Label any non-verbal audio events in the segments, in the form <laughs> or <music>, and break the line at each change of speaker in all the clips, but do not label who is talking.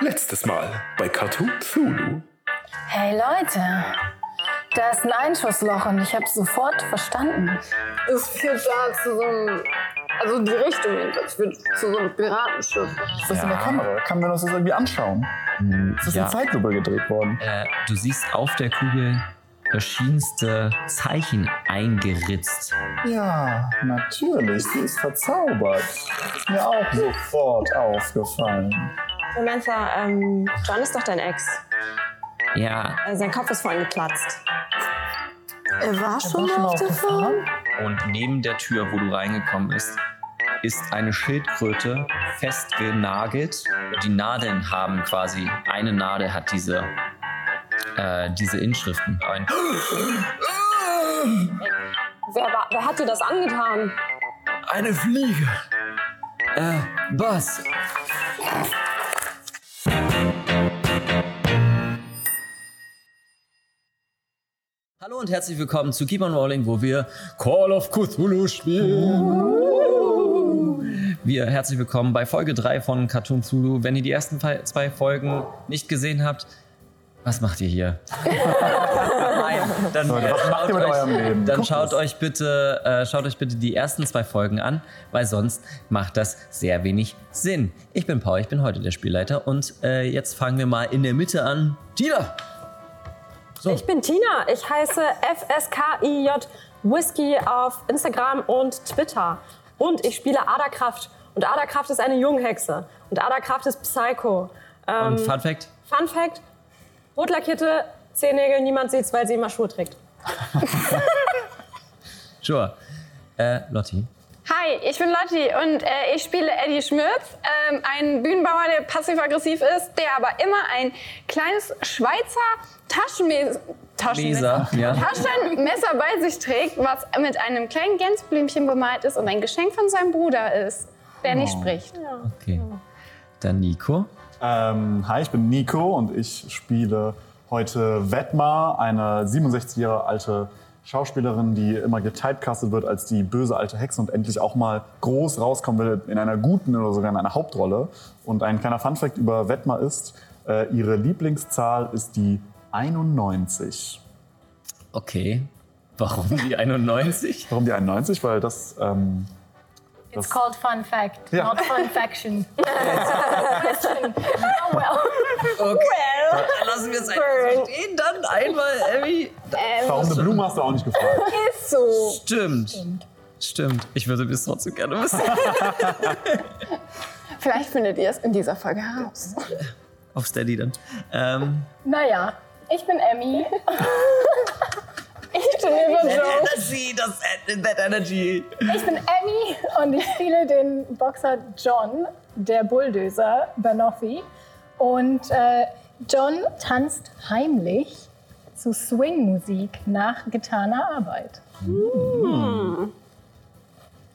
Letztes Mal bei Cartoon Zulu.
Hey Leute, da ist ein Einschussloch und ich habe sofort verstanden.
Es führt da zu so einem. Also die Richtung jedenfalls führt zu so einem Piratenschiff.
Ist das in der Kamera? Kann man uns das irgendwie anschauen? Ist das
Ja.
in Zeitlupe gedreht worden?
Äh, du siehst auf der Kugel verschiedenste Zeichen eingeritzt.
Ja, natürlich. Sie ist verzaubert. Ist mir auch sofort aufgefallen.
Samantha, ähm, John ist doch dein Ex.
Ja,
Äh, sein Kopf ist vorhin geplatzt.
Er war schon mal auf der Farm?
und neben der Tür, wo du reingekommen bist, ist eine Schildkröte festgenagelt. Die Nadeln haben quasi, eine Nadel hat diese, äh, diese Inschriften. Ein
Wer, war, wer hat dir das angetan?
Eine Fliege. Äh, was? Hallo und herzlich willkommen zu Keep on Rolling, wo wir Call of Cthulhu spielen. Wir herzlich willkommen bei Folge 3 von Cartoon Zulu. Wenn ihr die ersten fe- zwei Folgen nicht gesehen habt, was macht ihr hier? Nein, dann
Leute, was
schaut
macht ihr mit
euch-
eurem Leben?
Dann
Guckt
schaut
es.
euch bitte, äh, schaut euch bitte die ersten zwei Folgen an, weil sonst macht das sehr wenig Sinn. Ich bin Paul, ich bin heute der Spielleiter und äh, jetzt fangen wir mal in der Mitte an. Tina!
Ich bin Tina. Ich heiße FSKIJ Whisky auf Instagram und Twitter. Und ich spiele Ada Kraft. Und Ada Kraft ist eine Junghexe. Und Ada Kraft ist Psycho. Ähm,
Und Fun Fact,
Fun Fact: rot lackierte Zehennägel, niemand sieht's, weil sie immer Schuhe trägt.
sure. Äh, Lotti.
Hi, ich bin Lotti und äh, ich spiele Eddie Schmürz, ähm, einen Bühnenbauer, der passiv-aggressiv ist, der aber immer ein kleines Schweizer Taschenmes Taschenmesser,
Leser, ja.
Taschenmesser bei sich trägt, was mit einem kleinen Gänseblümchen bemalt ist und ein Geschenk von seinem Bruder ist, der nicht
Oh.
spricht.
Okay. Dann Nico.
Ähm, hi, ich bin Nico und ich spiele heute Wetmar, eine 67 Jahre alte Schauspielerin, die immer getypecastet wird als die böse alte Hexe und endlich auch mal groß rauskommen will in einer guten oder sogar in einer Hauptrolle. Und ein kleiner Funfact über Wetmar ist, äh, ihre Lieblingszahl ist die 91.
Okay. Warum die 91?
Warum die 91? Weil das ähm,
It's
Das-
called fun fact,
Ja.
not fun faction. Oh,
Okay. <laughs> Dann lassen wir es einfach so stehen. Dann einmal, Emmy.
Warum eine Blume hast du auch nicht gefragt.
Stimmt. Stimmt. Ich würde bis trotzdem gerne wissen.
Vielleicht findet ihr es in dieser Folge heraus.
Auf Steady dann. Ähm,
<laughs> naja, ich bin Emmy. ich, bin
Energy, das, that Energy.
ich bin Emmy und ich spiele den Boxer John, der Bulldozer Banoffee. Und äh, John tanzt heimlich zu Swing-Musik nach getaner Arbeit.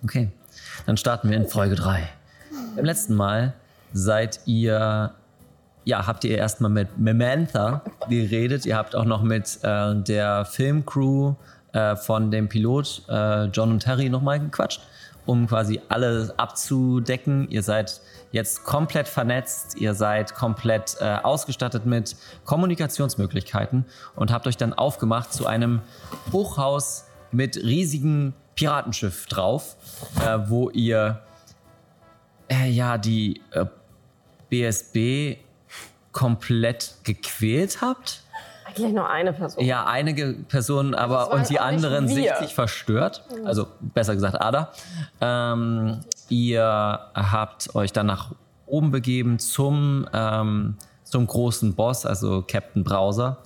Okay, dann starten wir in Folge 3. Beim letzten Mal seid ihr, ja, habt ihr erstmal mit Memantha geredet. Ihr habt auch noch mit äh, der Filmcrew äh, von dem Pilot äh, John und Terry nochmal gequatscht, um quasi alles abzudecken. Ihr seid jetzt komplett vernetzt, ihr seid komplett äh, ausgestattet mit Kommunikationsmöglichkeiten und habt euch dann aufgemacht zu einem Hochhaus mit riesigem Piratenschiff drauf, äh, wo ihr äh, ja die äh, BSB komplett gequält habt.
Eigentlich nur eine Person.
Ja, einige Personen aber und die anderen sichtlich verstört. Also besser gesagt Ada. Ähm, ihr habt euch dann nach oben begeben zum, ähm, zum großen Boss, also Captain Browser.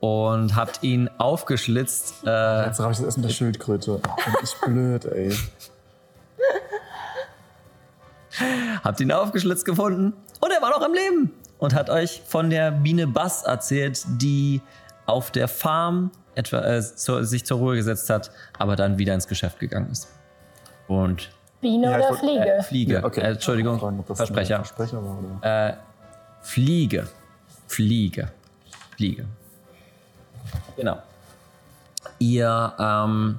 Und habt ihn aufgeschlitzt.
<laughs>
Äh,
Jetzt habe ich das Essen mit der Schildkröte. Ach, bin ich blöd, ey.
habt ihn aufgeschlitzt gefunden und er war noch am Leben und hat euch von der Biene Bass erzählt, die auf der Farm etwa, äh, zur- sich zur Ruhe gesetzt hat, aber dann wieder ins Geschäft gegangen ist. Und
Biene
Ja, ich
oder
wollt-
Fliege?
Fliege, äh, Entschuldigung,
Fragen, ob das ein
Versprecher.
Versprecher war, oder?
Fliege. Fliege. Fliege. Genau. Ihr ähm,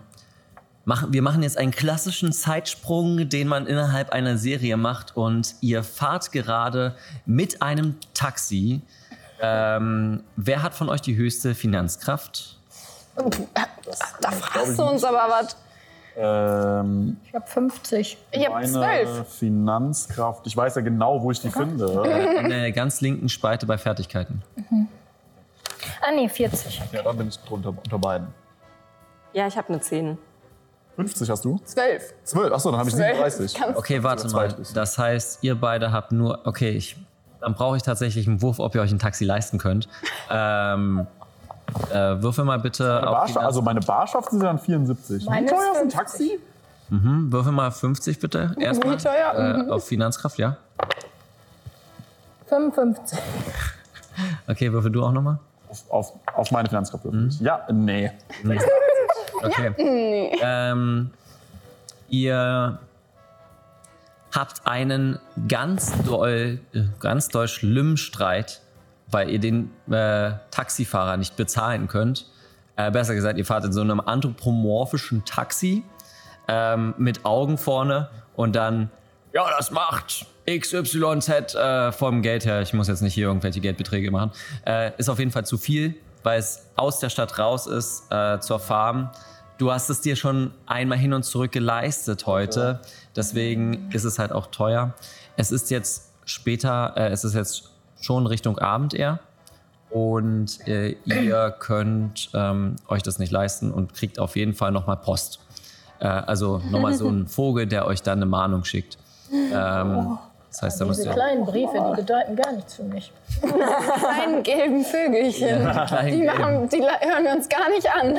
Machen, wir machen jetzt einen klassischen Zeitsprung, den man innerhalb einer Serie macht und ihr fahrt gerade mit einem Taxi. Ähm, wer hat von euch die höchste Finanzkraft?
Da fragst du uns aber was.
Ähm,
Ich habe 50.
Ich hab
meine
zwölf. Oh
Finanzkraft. Ich weiß ja genau, wo ich die
<laughs>
finde.
In der ganz linken Spalte bei Fertigkeiten.
Ah, nee, 40.
ja, da bin ich drunter unter beiden.
Ja, ich habe eine 10.
50 hast du?
Zwölf.
12. Achso, dann habe ich 37.
Kannst-
Okay, warte
Also
mal.
zweites.
Das heißt, ihr beide habt nur. Okay, ich, dann brauche ich tatsächlich einen Wurf, ob ihr euch ein Taxi leisten könnt. Ähm, äh, würfel mal bitte.
Meine
Auf
Barschaft,
Finanz-
also meine Barschaft sind dann 74.
Meine
Wie teuer ist ein
50.
Taxi?
mhm, würfel mal 50 bitte.
<laughs>
Erstmal.
teuer?
Äh, auf Finanzkraft, ja.
55.
Okay, würfel du auch nochmal.
Auf, auf, auf meine Finanzkraft.
Mhm.
wirklich. Ja, nee.
Okay. Ähm, ihr habt einen ganz doll, äh, ganz doll schlimmen Streit, weil ihr den äh, Taxifahrer nicht bezahlen könnt. Äh, besser gesagt, ihr fahrt in so einem anthropomorphischen Taxi ähm, mit Augen vorne und dann, ja, das macht XYZ äh, vom Geld her. Ich muss jetzt nicht hier irgendwelche Geldbeträge machen. Äh, ist auf jeden Fall zu viel, weil es aus der Stadt raus ist äh, zur Farm. Du hast es dir schon einmal hin und zurück geleistet heute. Deswegen ist es halt auch teuer. Es ist jetzt später, äh, es ist jetzt schon Richtung Abend eher. Und äh, ihr könnt ähm, euch das nicht leisten und kriegt auf jeden Fall nochmal Post. Äh, also nochmal so einen Vogel, der euch dann eine Mahnung schickt. Ähm, das heißt, da müsst
Diese
ihr <laughs>
kleinen Briefe, die bedeuten gar nichts für mich.
Kleinen gelben Vögelchen. Die, machen, die la- hören wir uns gar nicht an.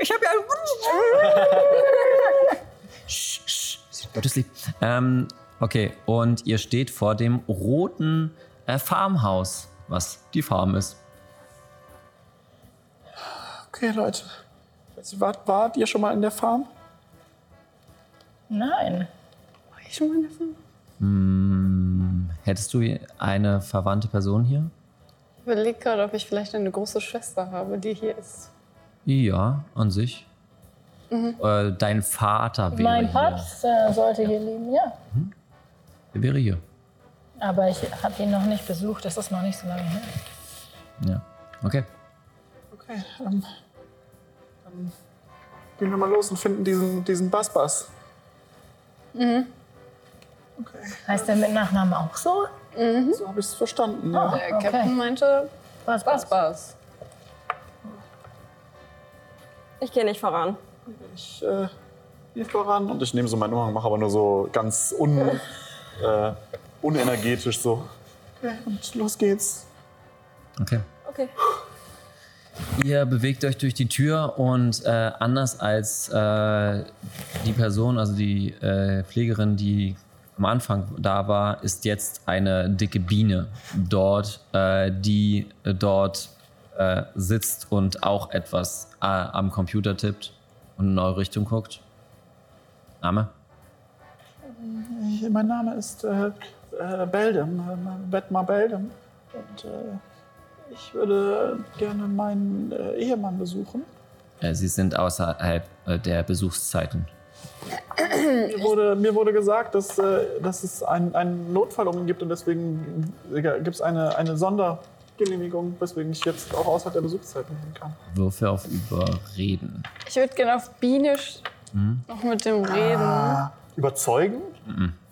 Ich habe ja einen Wunsch. Sch, sch, Gottes Lieb. Ähm, okay, und ihr steht vor dem roten äh, Farmhaus, was die Farm ist.
Okay, Leute. Also, Wart, wart ihr schon mal in der Farm?
Nein.
Hättest du eine verwandte Person hier?
Ich überlege gerade, ob ich vielleicht eine große Schwester habe, die hier ist.
Ja, an sich. Äh, dein Vater wäre
Mein
hier.
Papst äh, sollte hier leben, ja.
Er wäre hier.
Aber ich habe ihn noch nicht besucht, das ist noch nicht so lange her.
Ja. Okay.
Okay, ähm, dann gehen wir mal los und finden diesen, diesen Bass-Bass.
Heißt der mit Nachnamen auch so?
So habe ich es verstanden. ne? Ja.
Der
Okay.
Äh, Captain meinte,
Was,
was war's?
Ich gehe nicht voran.
Ich äh, gehe voran und ich nehme so meinen Umhang, mache aber nur so ganz un, äh, unenergetisch so. Okay, und los geht's.
Okay.
Okay.
Ihr bewegt euch durch die Tür und äh, anders als äh, die Person, also die äh, Pflegerin, die am Anfang da war, ist jetzt eine dicke Biene dort, äh, die äh, dort äh, sitzt und auch etwas äh, am Computer tippt und in eure Richtung guckt. Name?
Hier, mein Name ist äh, äh, Beldem, äh, Bettmar Beldem. Und äh, ich würde gerne meinen äh, Ehemann besuchen.
Äh, sie sind außerhalb äh, der Besuchszeiten.
Mir wurde, mir wurde gesagt, dass, äh, dass es ein, einen Notfall um ihn gibt und deswegen gibt es eine, eine Sondergenehmigung, weswegen ich jetzt auch außerhalb der Besuchszeit nehmen kann.
Würfe auf Überreden.
Ich würde gerne auf Bienisch noch mit dem reden.
Überzeugen?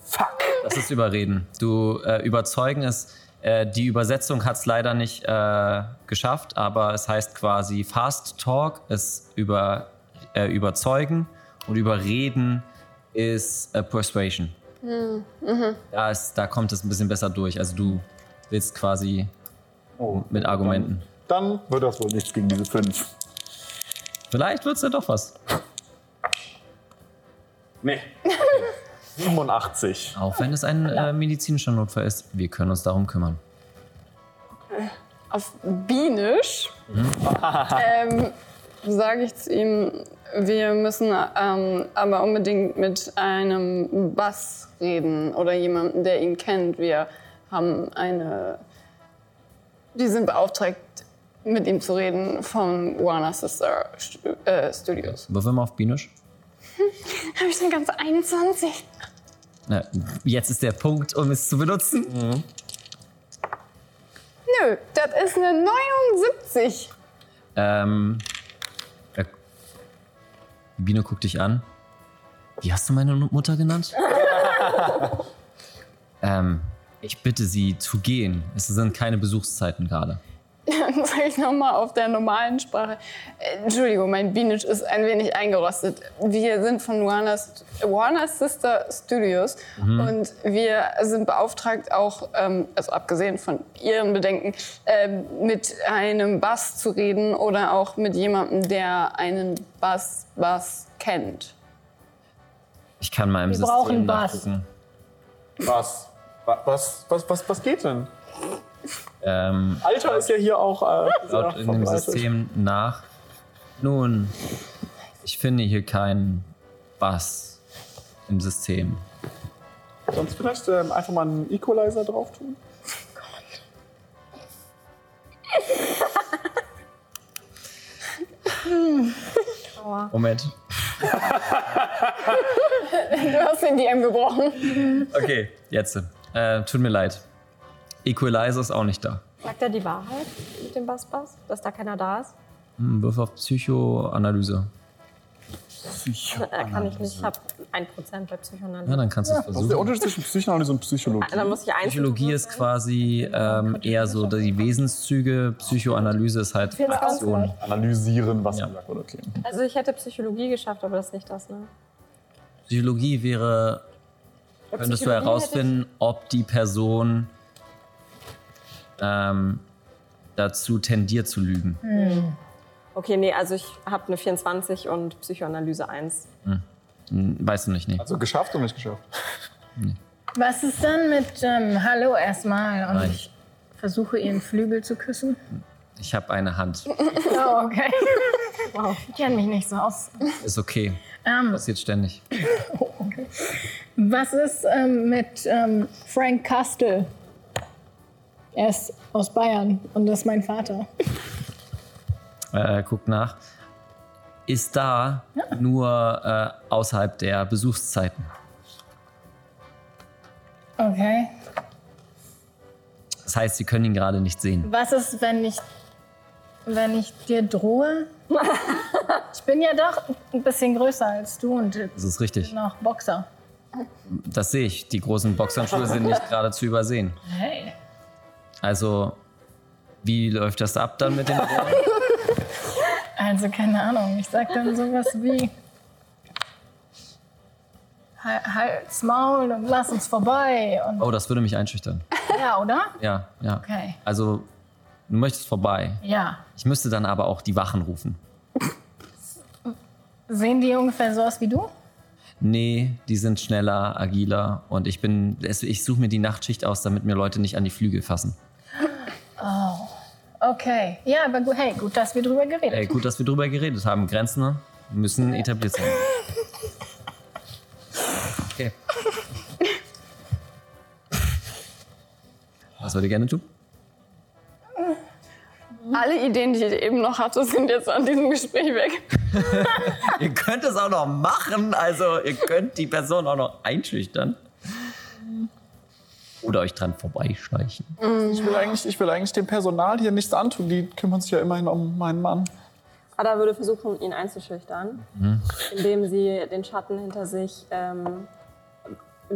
Fuck!
Das ist Überreden. Du äh, überzeugen ist, äh, die Übersetzung hat es leider nicht äh, geschafft, aber es heißt quasi Fast Talk ist über, äh, überzeugen und überreden ist äh, Persuasion. Da, ist, da kommt es ein bisschen besser durch. Also du willst quasi mit Argumenten.
Dann wird das wohl nichts gegen diese fünf.
Vielleicht wird es ja doch was.
Nee. 85.
Auch wenn es ein äh, medizinischer Notfall ist, wir können uns darum kümmern.
Auf Bienisch ähm, sage ich zu ihm, wir müssen ähm, aber unbedingt mit einem Bass reden oder jemandem, der ihn kennt. Wir haben eine. Die sind beauftragt, mit ihm zu reden von Warner Sister Stu äh, Studios.
Würfel mal auf Binisch.
Habe ich denn ganz 21?
Na, jetzt ist der Punkt, um es zu benutzen.
Nö, das ist eine 79.
Ähm, äh, Bino guckt dich an. Wie hast du meine Nu- Mutter genannt? ähm, ich bitte sie zu gehen. Es sind keine Besuchszeiten gerade.
Dann <laughs> sage ich nochmal auf der normalen Sprache. Äh, Entschuldigung, mein Beanish ist ein wenig eingerostet. Wir sind von Warner, St- Warner Sister Studios und wir sind beauftragt, auch, ähm, also abgesehen von Ihren Bedenken, ähm, mit einem Bass zu reden oder auch mit jemandem, der einen Bass-Bass kennt. <laughs>
Ich kann mal im
Wir
System
brauchen Bass.
nachgucken.
Was? Wa- Was, was, was, was geht denn?
Ähm,
Alter ist ja hier auch. Äh, sehr
<laughs> laut in dem
verbreitet.
System nach. Nun, ich finde hier keinen Bass im System.
Sonst vielleicht ähm, einfach mal einen Equalizer drauf tun?
Moment.
Du hast den DM gebrochen.
Okay, jetzt. Äh, tut mir leid. Equalizer ist auch nicht da.
Sagt er die Wahrheit mit dem Bass-Bass? Dass da keiner da ist?
Hm, Würfel auf Psychoanalyse.
Äh, kann ich nicht. Ich habe 1% bei Psychoanalyse.
Ja, dann kannst du es
Was ist der
versuchen.
Unterschied zwischen Psychoanalyse und Psychologie?
Dann muss ich eins
Psychologie ist quasi ähm, eher so die Wesenszüge, Psychoanalyse ist halt
Find's auch
Aktion.
Analysieren, was
Ja.
man sagt, oder okay.
Also ich hätte Psychologie geschafft, aber das ist nicht das, ne?
Psychologie wäre, könntest du
Psychologie
herausfinden, ob die Person ähm, dazu tendiert zu lügen.
Okay, nee, also ich habe eine 24 und Psychoanalyse 1.
Hm, Weißt du nicht, nee.
Also geschafft oder nicht geschafft?
Was ist dann mit ähm, Hallo erstmal? Und
Nein.
ich versuche ihren Flügel zu
<laughs>
küssen.
Ich habe eine Hand.
Oh, okay. Ich kenne mich nicht so aus.
Ist okay.
Ähm,
Passiert ständig.
was ist ähm, mit ähm, Frank Kastel? Er ist aus Bayern und das ist mein Vater.
äh, guckt nach, ist da nur äh, außerhalb der Besuchszeiten.
Okay.
Das heißt, sie können ihn gerade nicht sehen.
Was ist, wenn ich, wenn ich dir <laughs> drohe? Ich bin ja doch ein bisschen größer als du und
Das ist richtig.
noch Boxer.
Das sehe ich. Die großen Boxhandschuhe sind nicht gerade zu übersehen.
Hey.
Also, wie läuft das ab dann mit dem Drohnen?
Also keine Ahnung, ich sag dann sowas wie "Hal- Halt's Maul und lass uns vorbei und
Oh, das würde mich einschüchtern.
ja, oder?
Ja, ja.
Okay.
Also, du möchtest vorbei.
Ja.
Ich müsste dann aber auch die Wachen rufen.
Sehen die ungefähr so aus wie du?
Nee, die sind schneller, agiler und ich bin. es- Ich suche mir die Nachtschicht aus, damit mir Leute nicht an die Flügel fassen.
Okay. Ja, aber gu- hey, gut, dass wir drüber geredet haben.
Ey, Äh, gut, dass wir drüber geredet haben. Grenzen ne? müssen etabliert sein. Okay. Was wollt ihr gerne tun?
Alle Ideen, die ich eben noch hatte, sind jetzt an diesem Gespräch weg.
Ihr könnt es auch noch machen. Also, ihr könnt die Person auch noch einschüchtern. Oder euch dran vorbeischleichen.
Ich will, eigentlich, ich will eigentlich dem Personal hier nichts antun. Die kümmern sich ja immerhin um meinen Mann.
Ada würde versuchen, ihn einzuschüchtern,
Mhm.
indem sie den Schatten hinter sich ähm,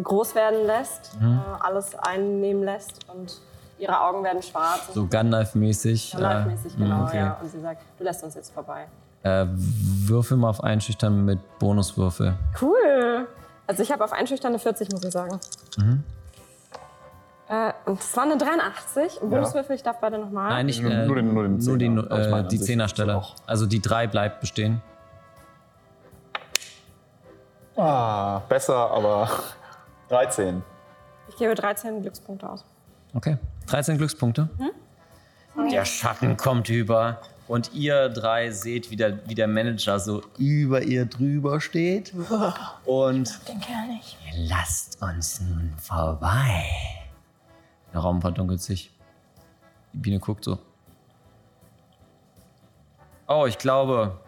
groß werden lässt,
Mhm.
äh, alles einnehmen lässt und ihre Augen werden schwarz.
So Gandalf-mäßig.
Live-mäßig,
äh,
genau,
mm, okay.
ja. Und sie sagt, du lässt uns jetzt vorbei.
Äh, würfel mal auf Einschüchtern mit Bonuswürfel.
Cool. Also ich habe auf einschüchternde 40, muss ich sagen. Mhm. Äh, und das war eine 83. Und Bonuswürfel, ich darf beide nochmal.
Nein, nicht
Nur- nur den- nur den
Äh, nur die,
Zehner. Aber ich meine
äh,
an
die
sich
Zehnerstelle.
auch.
Also die drei bleibt bestehen.
Ah, besser, aber <laughs> 13.
Ich gebe 13 Glückspunkte aus.
Okay. 13 Glückspunkte. Hm? Der Schatten kommt über. Und ihr drei seht, wie der, wie der Manager so über ihr drüber steht. Und
Den kann ich.
lasst uns nun vorbei. Der Raum verdunkelt sich. Die Biene guckt so. Oh, ich glaube,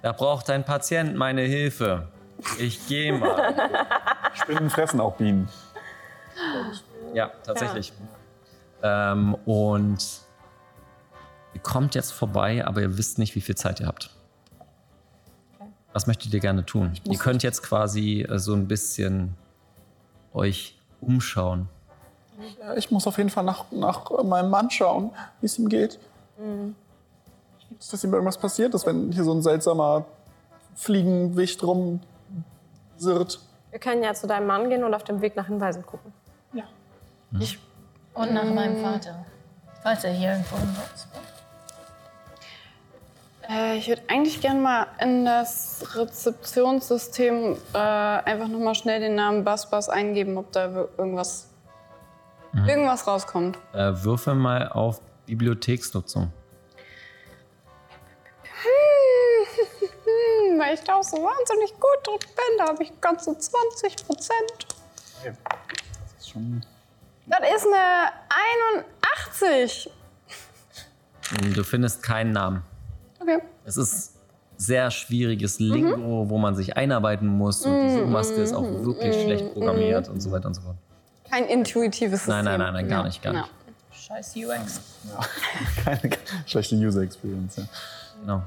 da braucht ein Patient meine Hilfe. Ich gehe mal.
Spinnen fressen auch Bienen.
Ja, tatsächlich. Ähm, und ihr kommt jetzt vorbei, aber ihr wisst nicht, wie viel Zeit ihr habt. Was möchtet ihr gerne tun? Ihr könnt jetzt quasi äh, so ein bisschen euch umschauen.
Ja, ich muss auf jeden Fall nach, nach äh, meinem Mann schauen, wie es ihm geht. Nicht, Dass ihm irgendwas passiert ist, wenn hier so ein seltsamer Fliegenwicht rumsirrt.
Wir können ja zu deinem Mann gehen und auf dem Weg nach Hinweisen gucken.
Hm. Und nach meinem Vater. Falls er hier irgendwo ist.
Äh, ich würde eigentlich gerne mal in das Rezeptionssystem äh, einfach nochmal schnell den Namen Bas Bas eingeben, ob da wir- irgendwas,
Mhm.
irgendwas rauskommt. <laughs>
Äh, würfe mal auf Bibliotheksnutzung.
Hm, weil ich da auch so wahnsinnig gut drin bin, da habe ich ganze 20 Prozent.
Das ist schon
Das ist eine 81.
Du findest keinen Namen.
Okay.
Es ist sehr schwieriges Lingo, wo man sich einarbeiten muss und die Suchmaske ist auch wirklich schlecht programmiert und so weiter und so fort.
Kein intuitives
Nein,
System.
nein, nein, nein, gar nicht, gar
Ja.
nicht.
Scheiß UX.
<laughs> keine schlechte User Experience. Ja.
Genau.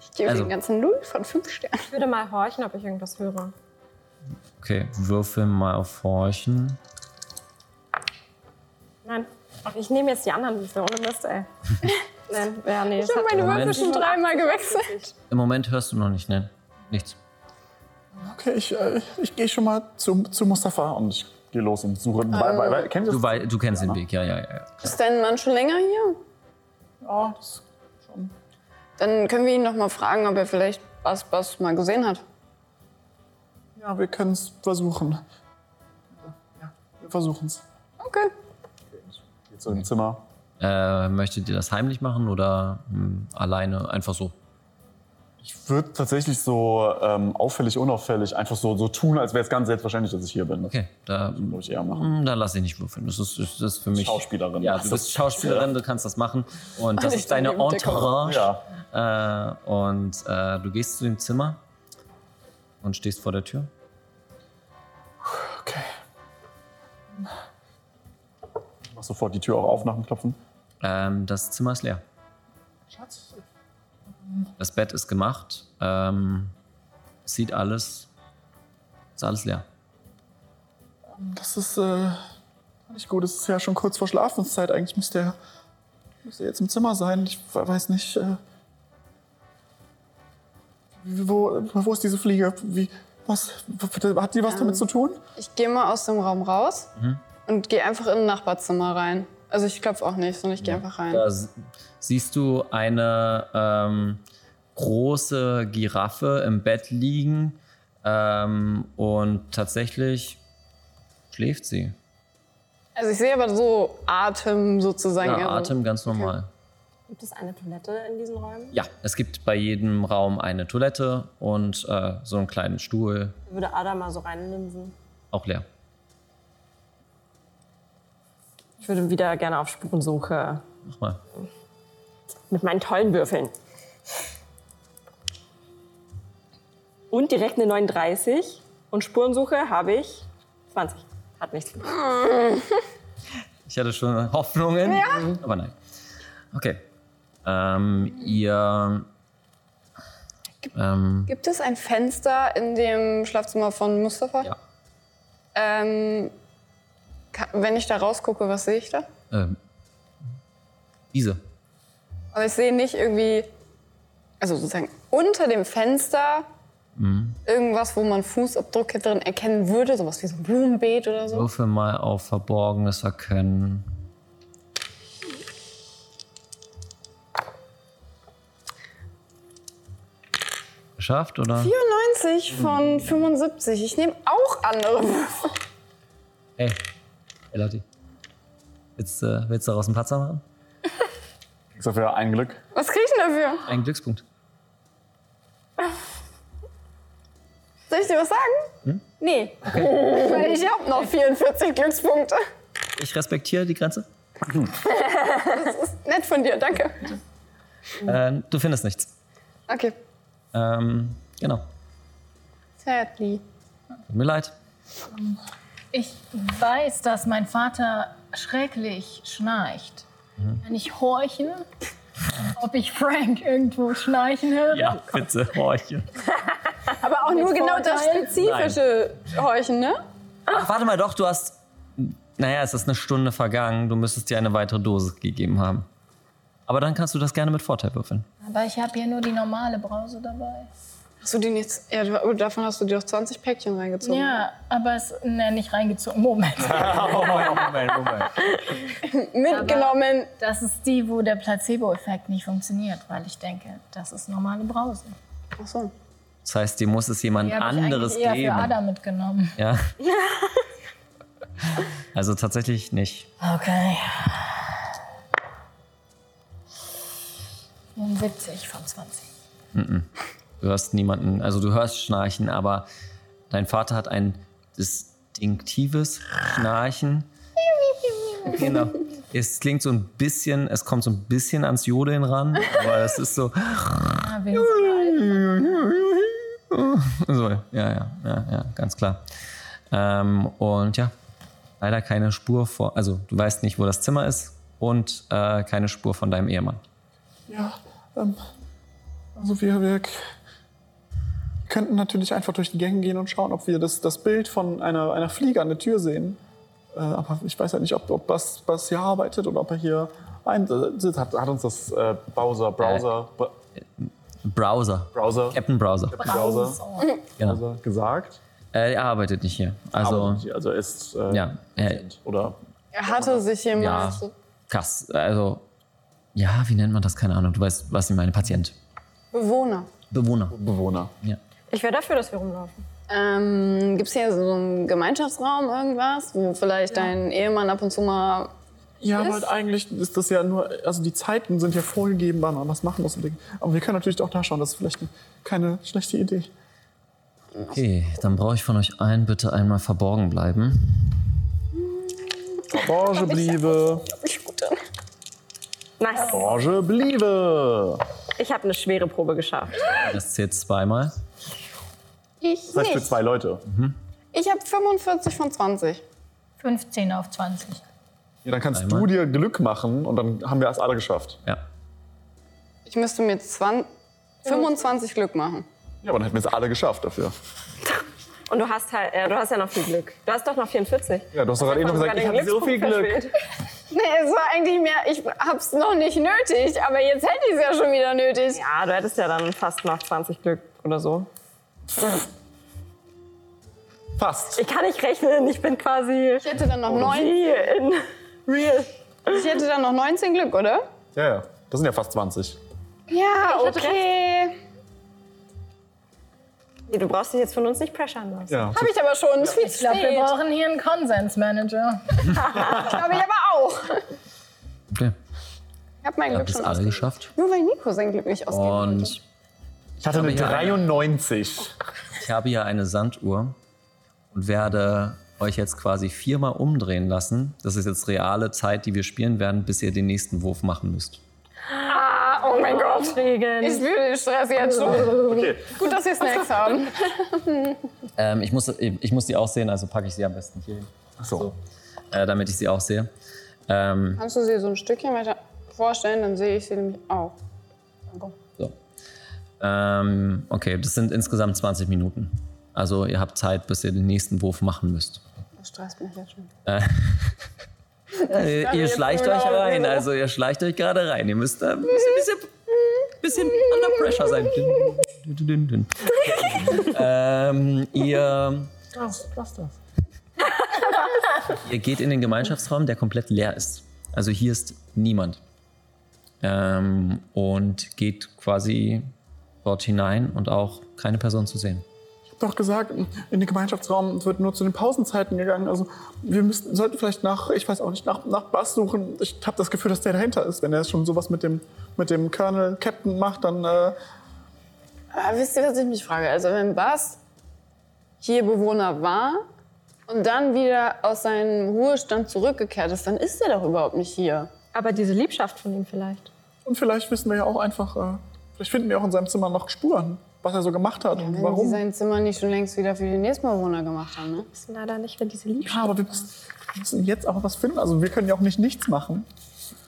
Ich gebe
Also-
den ganzen Null von 5 Sternen.
Ich würde mal horchen, ob ich irgendwas höre.
Okay, würfel mal auf Horchen.
Nein. Ach, ich nehme jetzt die anderen Würfel, ohne Mist, <laughs> ey. Nein, ja, nee. Ich
habe meine
Moment.
Würfel schon dreimal gewechselt.
Im Moment hörst du noch nicht, ne? Nichts.
Okay, ich, äh, ich gehe schon mal zu, zu Mustafa und ich gehe los und suche. Wei- wei- wei- kennt ihr
Äh, Du,
das?
wei- du kennst den Weg, ja, ja, ja. ja.
<laughs> Ist dein Mann schon länger hier?
Ja, das schon.
Dann können wir ihn noch mal fragen, ob er vielleicht Bas Bas mal gesehen hat.
Ja, wir können es versuchen. Ja, wir versuchen es.
Okay.
Geht zu dem Zimmer.
Äh, möchtet ihr das heimlich machen oder mh, alleine einfach so?
Ich würde tatsächlich so ähm, auffällig, unauffällig einfach so, so tun, als wäre es ganz selbstverständlich, dass ich hier bin.
Okay, da,
Würde ich eher machen.
mh, da lass ich nicht würfeln. Das ist, das ist für mich.
Schauspielerin.
Ja,
Das
du bist
ist- <laughs>
Schauspielerin, du kannst das machen. Und das
ich
ist deine
bin neben der
Entourage.
Ja.
Äh, und äh, du gehst zu dem Zimmer und stehst vor der Tür.
Okay. Ich mach sofort die Tür auch auf nach dem Klopfen.
Ähm, das Zimmer ist leer.
Schatz.
Das Bett ist gemacht. Ähm, sieht alles. Ist alles leer.
Das ist äh, nicht gut. Es ist ja schon kurz vor Schlafenszeit. Eigentlich müsste er, müsste er jetzt im Zimmer sein. Ich we- weiß nicht. Äh, wo, wo ist diese Fliege? Wie, was, w- hat die was damit zu tun?
Ich gehe mal aus dem Raum raus
Mhm.
und gehe einfach in ein Nachbarzimmer rein. Also ich klopfe auch nicht, sondern ich gehe einfach rein.
Da s- siehst du eine ähm, große Giraffe im Bett liegen ähm, und tatsächlich schläft sie.
Also ich sehe aber so Atem sozusagen.
Ja,
also-
Atem ganz normal.
Gibt es eine Toilette in diesen Räumen?
Ja, es gibt bei jedem Raum eine Toilette und äh, so einen kleinen Stuhl,
Ich würde Ada mal so reinlinsen.
auch leer.
Ich würde wieder gerne auf Spurensuche
Mach mal.
mit meinen tollen Würfeln. Und direkt eine 39. Und Spurensuche habe ich 20. Hat nichts. gemacht.
Ich hatte schon <laughs> Hoffnungen, aber nein. Okay. Ähm, ihr. Ähm,
Gibt es ein Fenster in dem Schlafzimmer von Mustafa?
ja.
Ähm, ka- wenn ich da rausgucke, was sehe ich da?
Ähm, diese.
Aber Also ich sehe nicht irgendwie, also sozusagen unter dem Fenster
Mhm.
irgendwas, wo man Fußabdrücke drin erkennen würde, sowas wie so ein Blumenbeet oder so.
Würfel mal auf verborgenes Erkennen. Geschafft, oder?
94 von 75. Ich nehme auch andere Würfel.
Hey, hey Lotti. Willst, äh, willst du daraus einen Patzer machen?
Ist dafür ein Glück.
Was krieg ich denn dafür?
Ein Glückspunkt.
Soll ich dir was sagen?
Hm?
Nee.
Weil ich habe noch 44 Glückspunkte.
Ich respektiere die Grenze.
Nett von dir, danke.
Äh, du findest nichts.
Okay,
Ähm, genau.
sadly.
Tut mir leid.
Ich weiß, dass mein Vater schrecklich schnarcht.
Mhm.
Kann ich horchen, ob ich Frank irgendwo schnarchen höre?
Ja, <laughs> bitte, horche.
Aber auch nur genau das
Vorteil?
spezifische Heuchen, ne?
Ach, warte mal, doch, du hast. Naja, es ist eine Stunde vergangen. Du müsstest dir eine weitere Dosis gegeben haben. Aber dann kannst du das gerne mit Vorteil würfeln.
Aber ich habe hier nur die normale Brause dabei.
Hast du den jetzt. Ja, du- oh, davon hast du dir doch 20 Päckchen reingezogen.
Ja, aber es. Ne, nicht reingezogen.
<laughs>
Moment.
Moment, Moment, Moment.
Mitgenommen.
Das ist die, wo der Placebo-Effekt nicht funktioniert, weil ich denke, das ist normale Brause.
Ach so.
Das heißt, dir muss es jemand
Die habe ich
anderes
eigentlich eher für
geben.
Ada mitgenommen.
Ja. also tatsächlich nicht.
Okay. 74 von 20.
Du hörst niemanden, also du hörst Schnarchen, aber dein Vater hat ein distinktives Schnarchen. genau. Es klingt so ein bisschen, es kommt so ein bisschen ans Jodeln ran, aber es ist so.
Ah, wenigstens
<laughs> so ja, ja, ja, ja, ganz klar. Ähm, und ja, leider keine Spur von, also du weißt nicht, wo das Zimmer ist und äh, keine Spur von deinem Ehemann.
Ja, ähm, also wir, wir k- könnten natürlich einfach durch die Gänge gehen und schauen, ob wir das, das Bild von einer, einer Fliege an der Tür sehen. Äh, aber ich weiß halt nicht, ob, ob Bas, Bas hier arbeitet oder ob er hier ein, äh, hat, hat uns das äh, Browser, Browser, Br-
Browser.
Browser,
Captain Browser.
Browser, Browser gesagt.
Äh, er arbeitet nicht hier. Also.
Aber nicht, also er ist äh,
Ja, er-
oder
Er hatte sich
Ja.
jemand.
Krass, also. Ja, wie nennt man das? Keine Ahnung. Du weißt, was ich meine. Patient.
Bewohner.
Bewohner.
Bewohner.
Ja.
Ich wäre dafür, dass wir rumlaufen.
Ähm, Gibt es hier so einen Gemeinschaftsraum, irgendwas, wo vielleicht dein Ehemann ab und zu mal.
Ja, aber halt eigentlich ist das ja nur, also die Zeiten sind ja vorgegeben, wann man was machen muss. und Ding. Aber wir können natürlich auch da schauen, das ist vielleicht keine schlechte Idee.
Okay, dann brauche ich von euch allen bitte einmal verborgen bleiben.
Orange bliebe,
Nice.
Orange bliebe.
Ich habe eine schwere Probe geschafft.
Das zählt zweimal.
Ich
Das heißt für
nicht.
zwei Leute.
Ich habe 45 von 20.
15 auf 20.
Ja, dann kannst
Einmal.
du dir Glück machen und dann haben wir es alle geschafft.
Ja.
Ich müsste mir 20, 25 Glück machen.
Ja, aber dann hätten wir es alle geschafft dafür.
Und du hast halt, äh, du hast ja noch viel Glück. Du hast doch noch 44.
Ja, du hast doch gerade eben noch gesagt, ich habe so viel Glück.
Nee, es war eigentlich mehr, ich hab's noch nicht nötig, aber jetzt hätte ich es ja schon wieder nötig.
Ja, du hättest ja dann fast noch 20 Glück oder so.
Fast.
Ich kann nicht rechnen, ich bin quasi
Ich hätte dann
Oh,
noch, neun,
wie in real.
ich hätte dann noch 19 Glück, oder?
Ja, ja. Das sind ja fast 20.
Ja, okay.
Nee, du brauchst dich jetzt von uns nicht pressuren lassen.
Ja.
Habe ich aber schon. Ist viel
Ich
zu
glaube, wir
spät.
brauchen hier einen Konsensmanager.
Glaube ich aber auch.
Okay.
Ich habe mein
Ihr habt
Glück
es
schon
alle
ausgegeben.
geschafft.
Nur weil Nico sein Glück nicht ausgeben wollte.
Und
Ich hatte eine
Aber ja.
93.
ich habe hier eine Sanduhr und werde euch jetzt quasi viermal umdrehen lassen. Das ist jetzt reale Zeit, die wir spielen werden, bis ihr den nächsten Wurf machen müsst.
Oh mein Gott. Ich
Regeln.
fühle den Stress jetzt schon. Gut, dass wir Snacks haben.
Ähm, ich, muss, ich muss die auch sehen, also packe ich sie am besten hier hin,
Ach so.
äh, damit ich sie auch sehe. Ähm,
Kannst du sie so ein Stückchen weiter vorstellen, dann sehe ich sie nämlich auch.
So. Ähm, okay, das sind insgesamt 20 Minuten. Also ihr habt Zeit, bis ihr den nächsten Wurf machen müsst.
Das stresst mich jetzt schon.
Äh, ihr
jetzt
schleicht
nur
euch
noch-
rein, also ihr schleicht euch gerade rein. Ihr müsst da ein bisschen, bisschen, bisschen under pressure sein. Dun, dun, dun, dun. ähm, ihr,
Was, was das?
ihr geht in den Gemeinschaftsraum, der komplett leer ist. Also hier ist niemand. Ähm, und geht quasi dort hinein und auch keine Person zu sehen.
doch gesagt, in den Gemeinschaftsraum wird nur zu den Pausenzeiten gegangen. Also wir müssten, sollten vielleicht nach, ich weiß auch nicht, nach, nach Bass suchen. Ich habe das Gefühl, dass der dahinter ist. Wenn er schon sowas mit dem, mit dem Colonel, Captain macht, dann... Äh,
Aber wisst ihr, was ich mich frage? Also wenn Bas hier Bewohner war und dann wieder aus seinem Ruhestand zurückgekehrt ist, dann ist er doch überhaupt nicht hier.
Aber diese Liebschaft von ihm vielleicht.
und vielleicht wissen wir ja auch einfach, äh, Vielleicht finden wir auch in seinem Zimmer noch Spuren, was er so gemacht hat und
Wenn
warum.
sie sein Zimmer nicht schon längst wieder für die Nächstbewohner gemacht haben, ne?
Das ist leider nicht, wenn diese Liebschaft.
Ja, aber wir müssen, wir müssen jetzt auch was finden. Also wir können ja auch nicht nichts machen.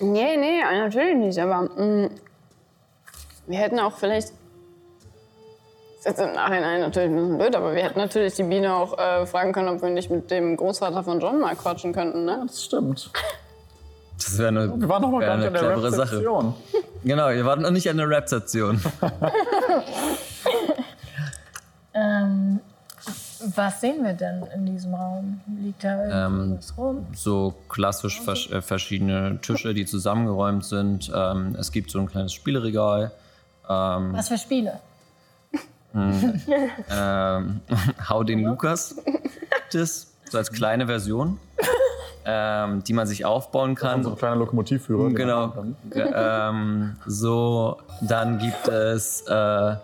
Nee, nee, natürlich nicht, aber mm, wir hätten auch vielleicht. Das ist jetzt im Nachhinein natürlich ein bisschen blöd, aber wir hätten natürlich die Biene auch äh, fragen können, ob wir nicht mit dem Großvater von John mal quatschen könnten, ne?
Das stimmt.
Das wäre eine,
Wir waren noch mal
wär
gar nicht
eine
an der
clevere Sache.
Rezeption.
Genau, wir waren noch nicht an der Rap-Station.
Ähm, was sehen wir denn in diesem Raum? Liegt da irgendwas
Ähm,
rum?
so klassisch versch- äh, verschiedene Tische, die zusammengeräumt sind. Ähm, es gibt so ein kleines Spielregal. Ähm,
Was für Spiele?
ähm, <laughs> Hau den
<laughs>
Lukas gibt es, so als kleine Version, ähm, die man sich aufbauen kann.
Unsere kleine Lokomotivführer. die wir
Genau.
haben.
Ge- ähm, so, dann gibt es äh,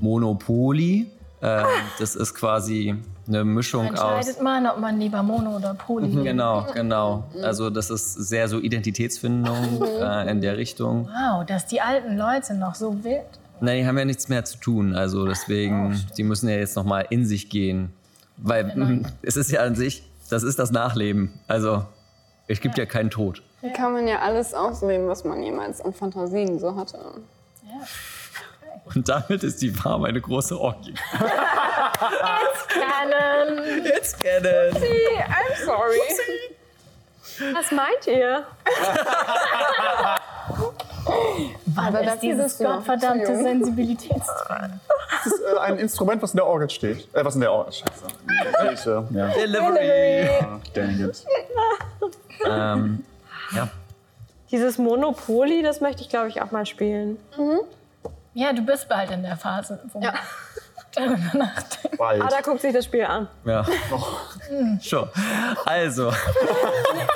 Monopoly. Ähm, das ist quasi eine Mischung aus.
Entscheidet man, ob man lieber Mono oder Poly will.
Genau, genau. Also das ist sehr so
Mhm.
Identitätsfindung äh, in der Richtung.
Wow, dass die alten Leute noch so wild.
Nein, die haben ja nichts mehr zu tun. Also deswegen, die müssen ja jetzt nochmal in sich gehen. Weil mh, <laughs> es ist ja an sich, das ist das Nachleben. Also es gibt ja keinen Tod.
Hier kann man ja alles ausleben, was man jemals an Fantasien so hatte.
Und damit ist die Farm eine große <laughs> Orgie.
Canon.
Jetzt kennen.
I'm sorry.
Was meint ihr?
Wann
dafür
ist dieses
bist du noch zu
gottverdammte <laughs>
jung.
Sensibilitätstraining?
Das ist äh, ein Instrument, was in der Orgel steht. Äh, was in der Orgel?
<laughs>
Scheiße. Kirche. Ja.
Delivery.
Ah, Dang it.
Ähm, ja.
Dieses Monopoly, das möchte ich, glaube ich, auch mal spielen.
Ja, du bist bald in der Phase, wo man <laughs> darüber nachdenkt.
Bald.
Ada Ah, guckt sich das Spiel an.
Ja. Schon. Also,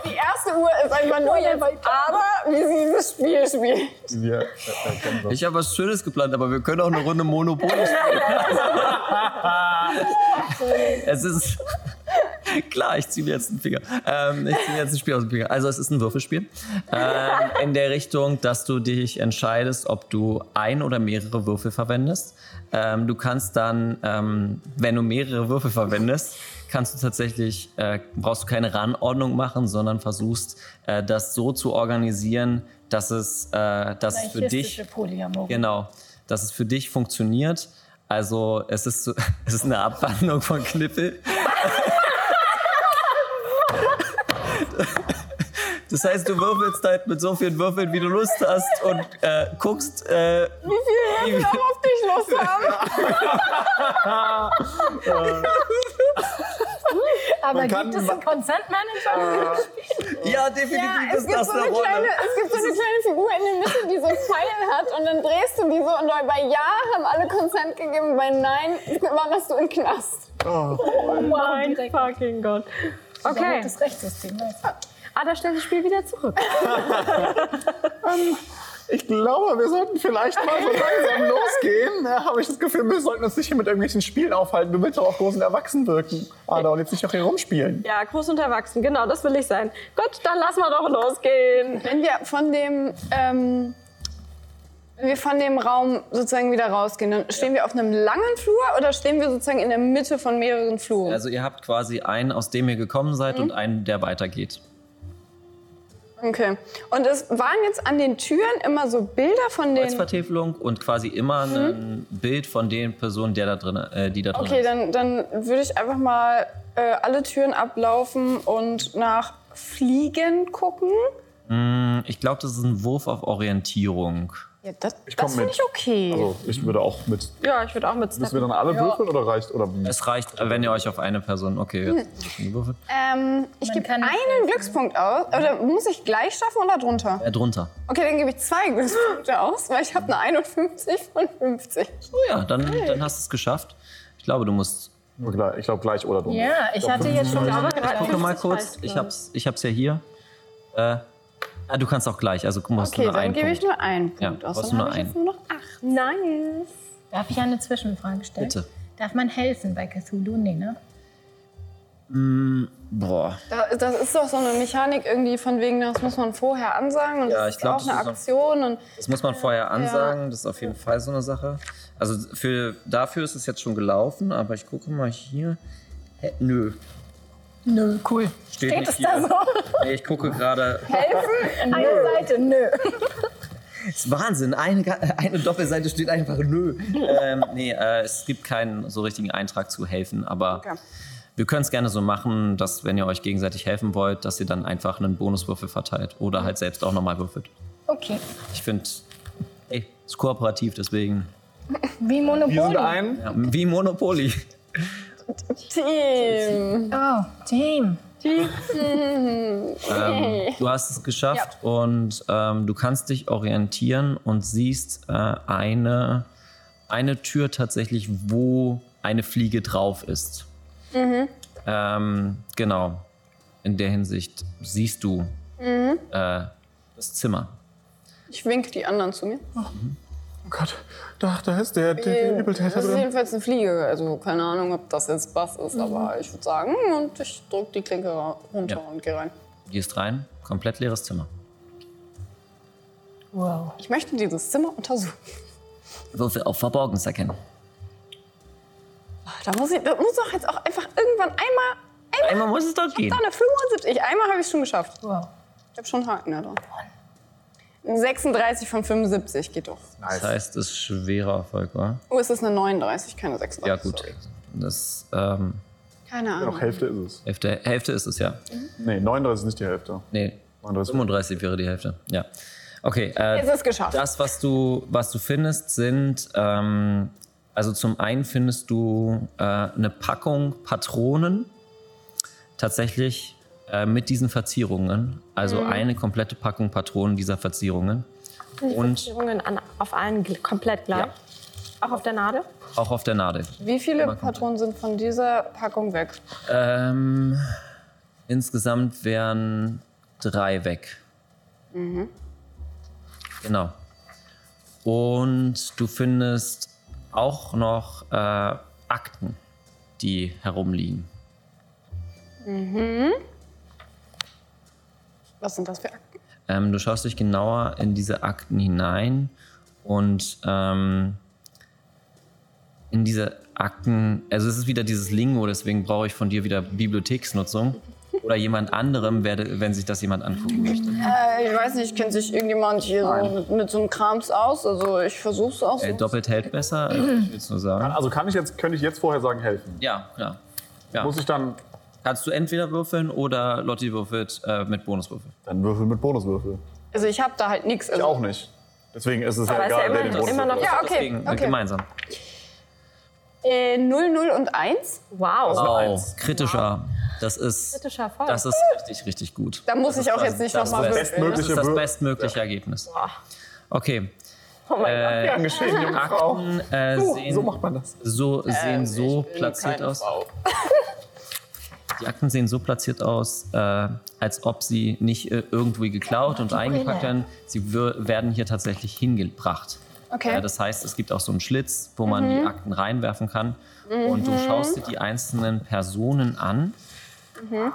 Die erste Uhr ist einfach nur jetzt, aber wie sie dieses Spiel spielt.
Wir, äh, äh, kennen das.
ich habe was Schönes geplant, aber wir können auch eine Runde Monopoly spielen. es ist. <laughs> Klar, ich ziehe mir jetzt einen Finger. Ähm, ich ziehe mir jetzt ein Spiel aus dem Finger. Also, es ist ein Würfelspiel. Ähm, in der Richtung, dass du dich entscheidest, ob du ein oder mehrere Würfel verwendest. Ähm, du kannst dann, ähm, wenn du mehrere Würfel verwendest, kannst du tatsächlich, äh, brauchst du keine Ranordnung machen, sondern versuchst, äh, das so zu organisieren, dass es, äh, dass es für dich.
Anarchistische Polyamorie.
Genau, dass es für dich funktioniert. Also es ist, so, <laughs> es ist eine Abwandlung von Knippel. <laughs> Das heißt, du würfelst halt mit so vielen Würfeln, wie du Lust hast und äh, guckst, äh, wie viel
Auf dich los
<laughs>
haben.
Aber
kann-
gibt es einen Consent Manager?
Ja, definitiv
Es
ist
gibt,
das
so
eine
eine
Rolle.
kleine, es gibt so eine kleine Figur in der Mitte, die so einen Pfeil hat und dann drehst du die so und bei Ja haben alle Konsent gegeben, bei Nein wanderst du in den Knast.
Mein fucking Gott. Okay,
Das Rechtssystem. weißt du.
Ada Ah, stellt das Spiel wieder zurück.
Ich glaube, wir sollten vielleicht mal so
<laughs>
langsam losgehen. Ja, Habe ich das Gefühl, wir sollten uns nicht hier mit irgendwelchen Spielen aufhalten. Du willst doch auch großen Erwachsenen wirken. Ada, und jetzt nicht auch hier rumspielen.
<laughs> Ja, groß und erwachsen, genau, das will ich sein. Gut, dann lassen wir doch losgehen.
Wenn wir von dem, ähm, wenn wir von dem Raum sozusagen wieder rausgehen, dann stehen wir auf einem langen Flur oder stehen wir sozusagen in der Mitte von mehreren Fluren?
Also ihr habt quasi einen, aus dem ihr gekommen seid und
Mhm.
einen, der weitergeht.
Genau. okay. Und es waren jetzt an den Türen immer so Bilder von
Als
den.
Vertäfelung und quasi immer ein Bild von den Personen, der da drin, äh, die da drin
Mhm. Okay, dann, dann würde ich einfach mal äh, alle Türen ablaufen und nach Fliegen gucken.
Ich glaube, das ist ein Wurf auf Orientierung.
Ja, das,
komm
das finde
mit.
ich okay.
Also,
Mhm.
ich würde auch mit.
Ja, ich würde auch mit
Müssen wir
Steppen.
dann alle würfeln oder reicht? Oder
Es reicht, äh, wenn ihr euch auf eine Person. Okay, jetzt ist schon gewürfelt.
Ähm, ich gebe
kann
einen
das
Glückspunkt aus. Oder muss ich gleich schaffen oder drunter?
Äh, drunter.
Okay, dann gebe ich zwei Glückspunkte aus, weil ich habe eine 51 von 50.
Oh ja, dann, dann hast du es geschafft. Ich glaube, du musst.
Gleich- Ich glaube, gleich oder drunter.
Ja, ich hatte jetzt schon.
Ich gucke mal kurz. Ich hab's, ich hab's ja hier. Äh, ah, du kannst auch gleich. Also, guck mal, hast du
Okay,
nur
dann
einen.
gebe ich
Punkt.
nur einen Punkt
Ja,
aus.
brauchst
Dann
du
habe
nur
ich jetzt nur noch acht.
Nice.
Darf ich eine Zwischenfrage stellen?
Bitte.
Darf man helfen bei Cthulhu? Nee, ne?
Boah.
Da- Das ist doch so eine Mechanik irgendwie von wegen, das muss man vorher ansagen und
Ja,
das
ich
ist
glaub,
auch
das
eine
ist noch-
Aktion und
Das muss man vorher ansagen, das ist auf jeden Fall so eine Sache. Also für, dafür ist es jetzt schon gelaufen, aber ich gucke mal hier. Hä, nö.
Nö, cool.
Steht,
Steht
nicht
es
hier.
da so?
Nee, ich gucke gerade.
Helfen? Eine Seite, nö.
Das ist Wahnsinn, eine, ga- <laughs> eine Doppelseite steht einfach nö. ähm, nee, äh, es gibt keinen so richtigen Eintrag zu helfen, aber wir können es gerne so machen, dass wenn ihr euch gegenseitig helfen wollt, dass ihr dann einfach einen Bonuswürfel verteilt oder halt selbst auch nochmal würfelt.
Okay.
Ich finde, ey, ist kooperativ, deswegen.
Wie Monopoly.
Wir sind ein.
Ja, wie Monopoly.
Team.
Oh, Team.
Ähm, du hast es geschafft und ähm, du kannst dich orientieren und siehst äh, eine, eine Tür tatsächlich, wo eine Fliege drauf ist. Ähm, genau. In der Hinsicht siehst du äh, das Zimmer.
Ich winke die anderen zu mir.
Oh Gott, da, da ist der, der, der Übeltäter
das ist
drin.
jedenfalls eine Fliege. Also keine Ahnung, ob das jetzt Bass ist, aber ich würde sagen, hm, und ich drück die Klinke ra- runter
Ja.
und gehe rein.
Du Gehst rein, komplett leeres Zimmer.
Wow.
Ich möchte dieses Zimmer untersuchen.
Würfel auf Verborgenes erkennen.
Ah, Da muss ich, das muss doch jetzt auch einfach irgendwann einmal, einmal,
Einmal muss es doch gehen.
da eine 75. Einmal habe ich schon geschafft.
wow.
Ich habe schon einen Haken da dran. Ein 36 von 75 geht doch.
Das heißt, es ist schwerer Erfolg, oder?
Oh, ist das eine 39, keine 36.
Ja, gut.
sorry.
Das, ähm,
Keine Ahnung.
Noch Hälfte ist es.
Hälfte, Hälfte ist es, ja.
Nee, 39 ist nicht die Hälfte.
Nee,
39.
35 wäre die Hälfte, ja. Okay, äh,
Es ist geschafft.
das, was du, was du findest, sind, ähm, also zum einen findest du äh, eine Packung Patronen, tatsächlich äh, mit diesen Verzierungen, also eine komplette Packung Patronen dieser Verzierungen. Und
Verzierungen an, auf allen gl- komplett gleich.
Ja.
Auch auf der Nadel.
auch auf der Nadel.
Wie viele Patronen sind von dieser Packung weg?
Ähm, insgesamt wären drei weg. Genau. Und du findest auch noch äh, Akten, die herumliegen.
Was sind das für Akten?
Ähm, du schaust dich genauer in diese Akten hinein und ähm, in diese Akten, also es ist wieder dieses Lingo, deswegen brauche ich von dir wieder Bibliotheksnutzung oder jemand anderem, werde, wenn sich das jemand angucken möchte.
Äh, ich weiß nicht, kennt sich irgendjemand hier so mit, mit so einem Krams aus? Also ich versuch's auch
Äh,
so.
doppelt hält besser, äh, ich will's nur sagen.
Also kann ich jetzt, könnte ich jetzt vorher sagen, helfen?
Ja, klar. Ja.
Muss ich dann,
Kannst du entweder würfeln oder Lotti würfelt äh, mit Bonuswürfel.
dann würfeln mit Bonuswürfel?
Also ich hab da halt nichts.
Ich
Also,
auch nicht. Deswegen ist es ja
Aber ist ja
egal, wer den
immer,
Bonuswürfel
immer noch
hat.
Ja, okay.
Deswegen äh,
okay.
gemeinsam.
Äh, 0, 0 und 1?
Wow.
Wow, kritischer. Das ist,
Kritischer Erfolg.
das ist richtig, richtig gut. Also,
Da muss ich auch jetzt nicht
das
nochmal
ist
würfeln.
Das
Bestmögliche
ist das
Wür-
bestmögliche Ergebnis. Okay.
Oh mein
Äh,
Gern geschehen, junge Frau.
Akten äh, sehen
So macht man das.
so, sehen
Ähm,
so
ich bin
platziert
keine
aus.
Frau.
Die Akten sehen so platziert aus, äh, als ob sie nicht äh, irgendwie geklaut und eingepackt werden. Sie wir- werden hier tatsächlich hingebracht.
Okay.
Äh, das heißt, es gibt auch so einen Schlitz, wo man die Akten reinwerfen kann. Und du schaust dir die einzelnen Personen an.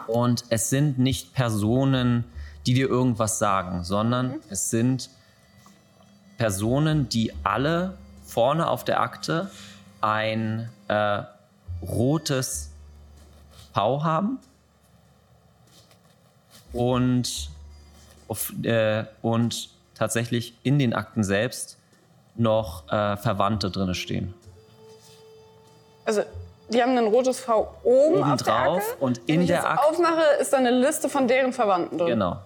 Und es sind nicht Personen, die dir irgendwas sagen, sondern es sind Personen, die alle vorne auf der Akte ein äh, rotes Pau haben und, auf, äh, und tatsächlich in den Akten selbst noch äh, Verwandte drin stehen.
Also die haben ein rotes V oben,
Oben
Oh, auf der
drauf
Acke.
und
Wenn
in
ich
der
das
Acke-
aufmache, ist da eine Liste von deren Verwandten drin.
Genau.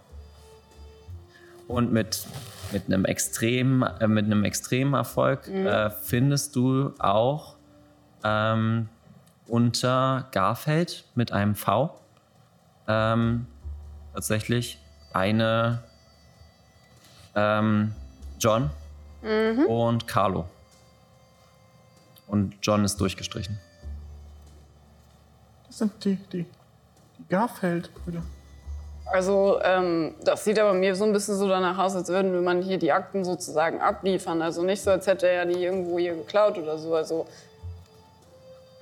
Und mit, mit, einem, extremen, äh, mit einem extremen Erfolg äh, findest du auch ähm, unter Garfeld mit einem V ähm, tatsächlich eine ähm, John und Carlo. Und John ist durchgestrichen.
Das sind die, die, die Garfeld-Brüder.
Also ähm, das sieht aber mir so ein bisschen so danach aus, als würden wir man hier die Akten sozusagen abliefern. Also nicht so, als hätte er die irgendwo hier geklaut oder so. Also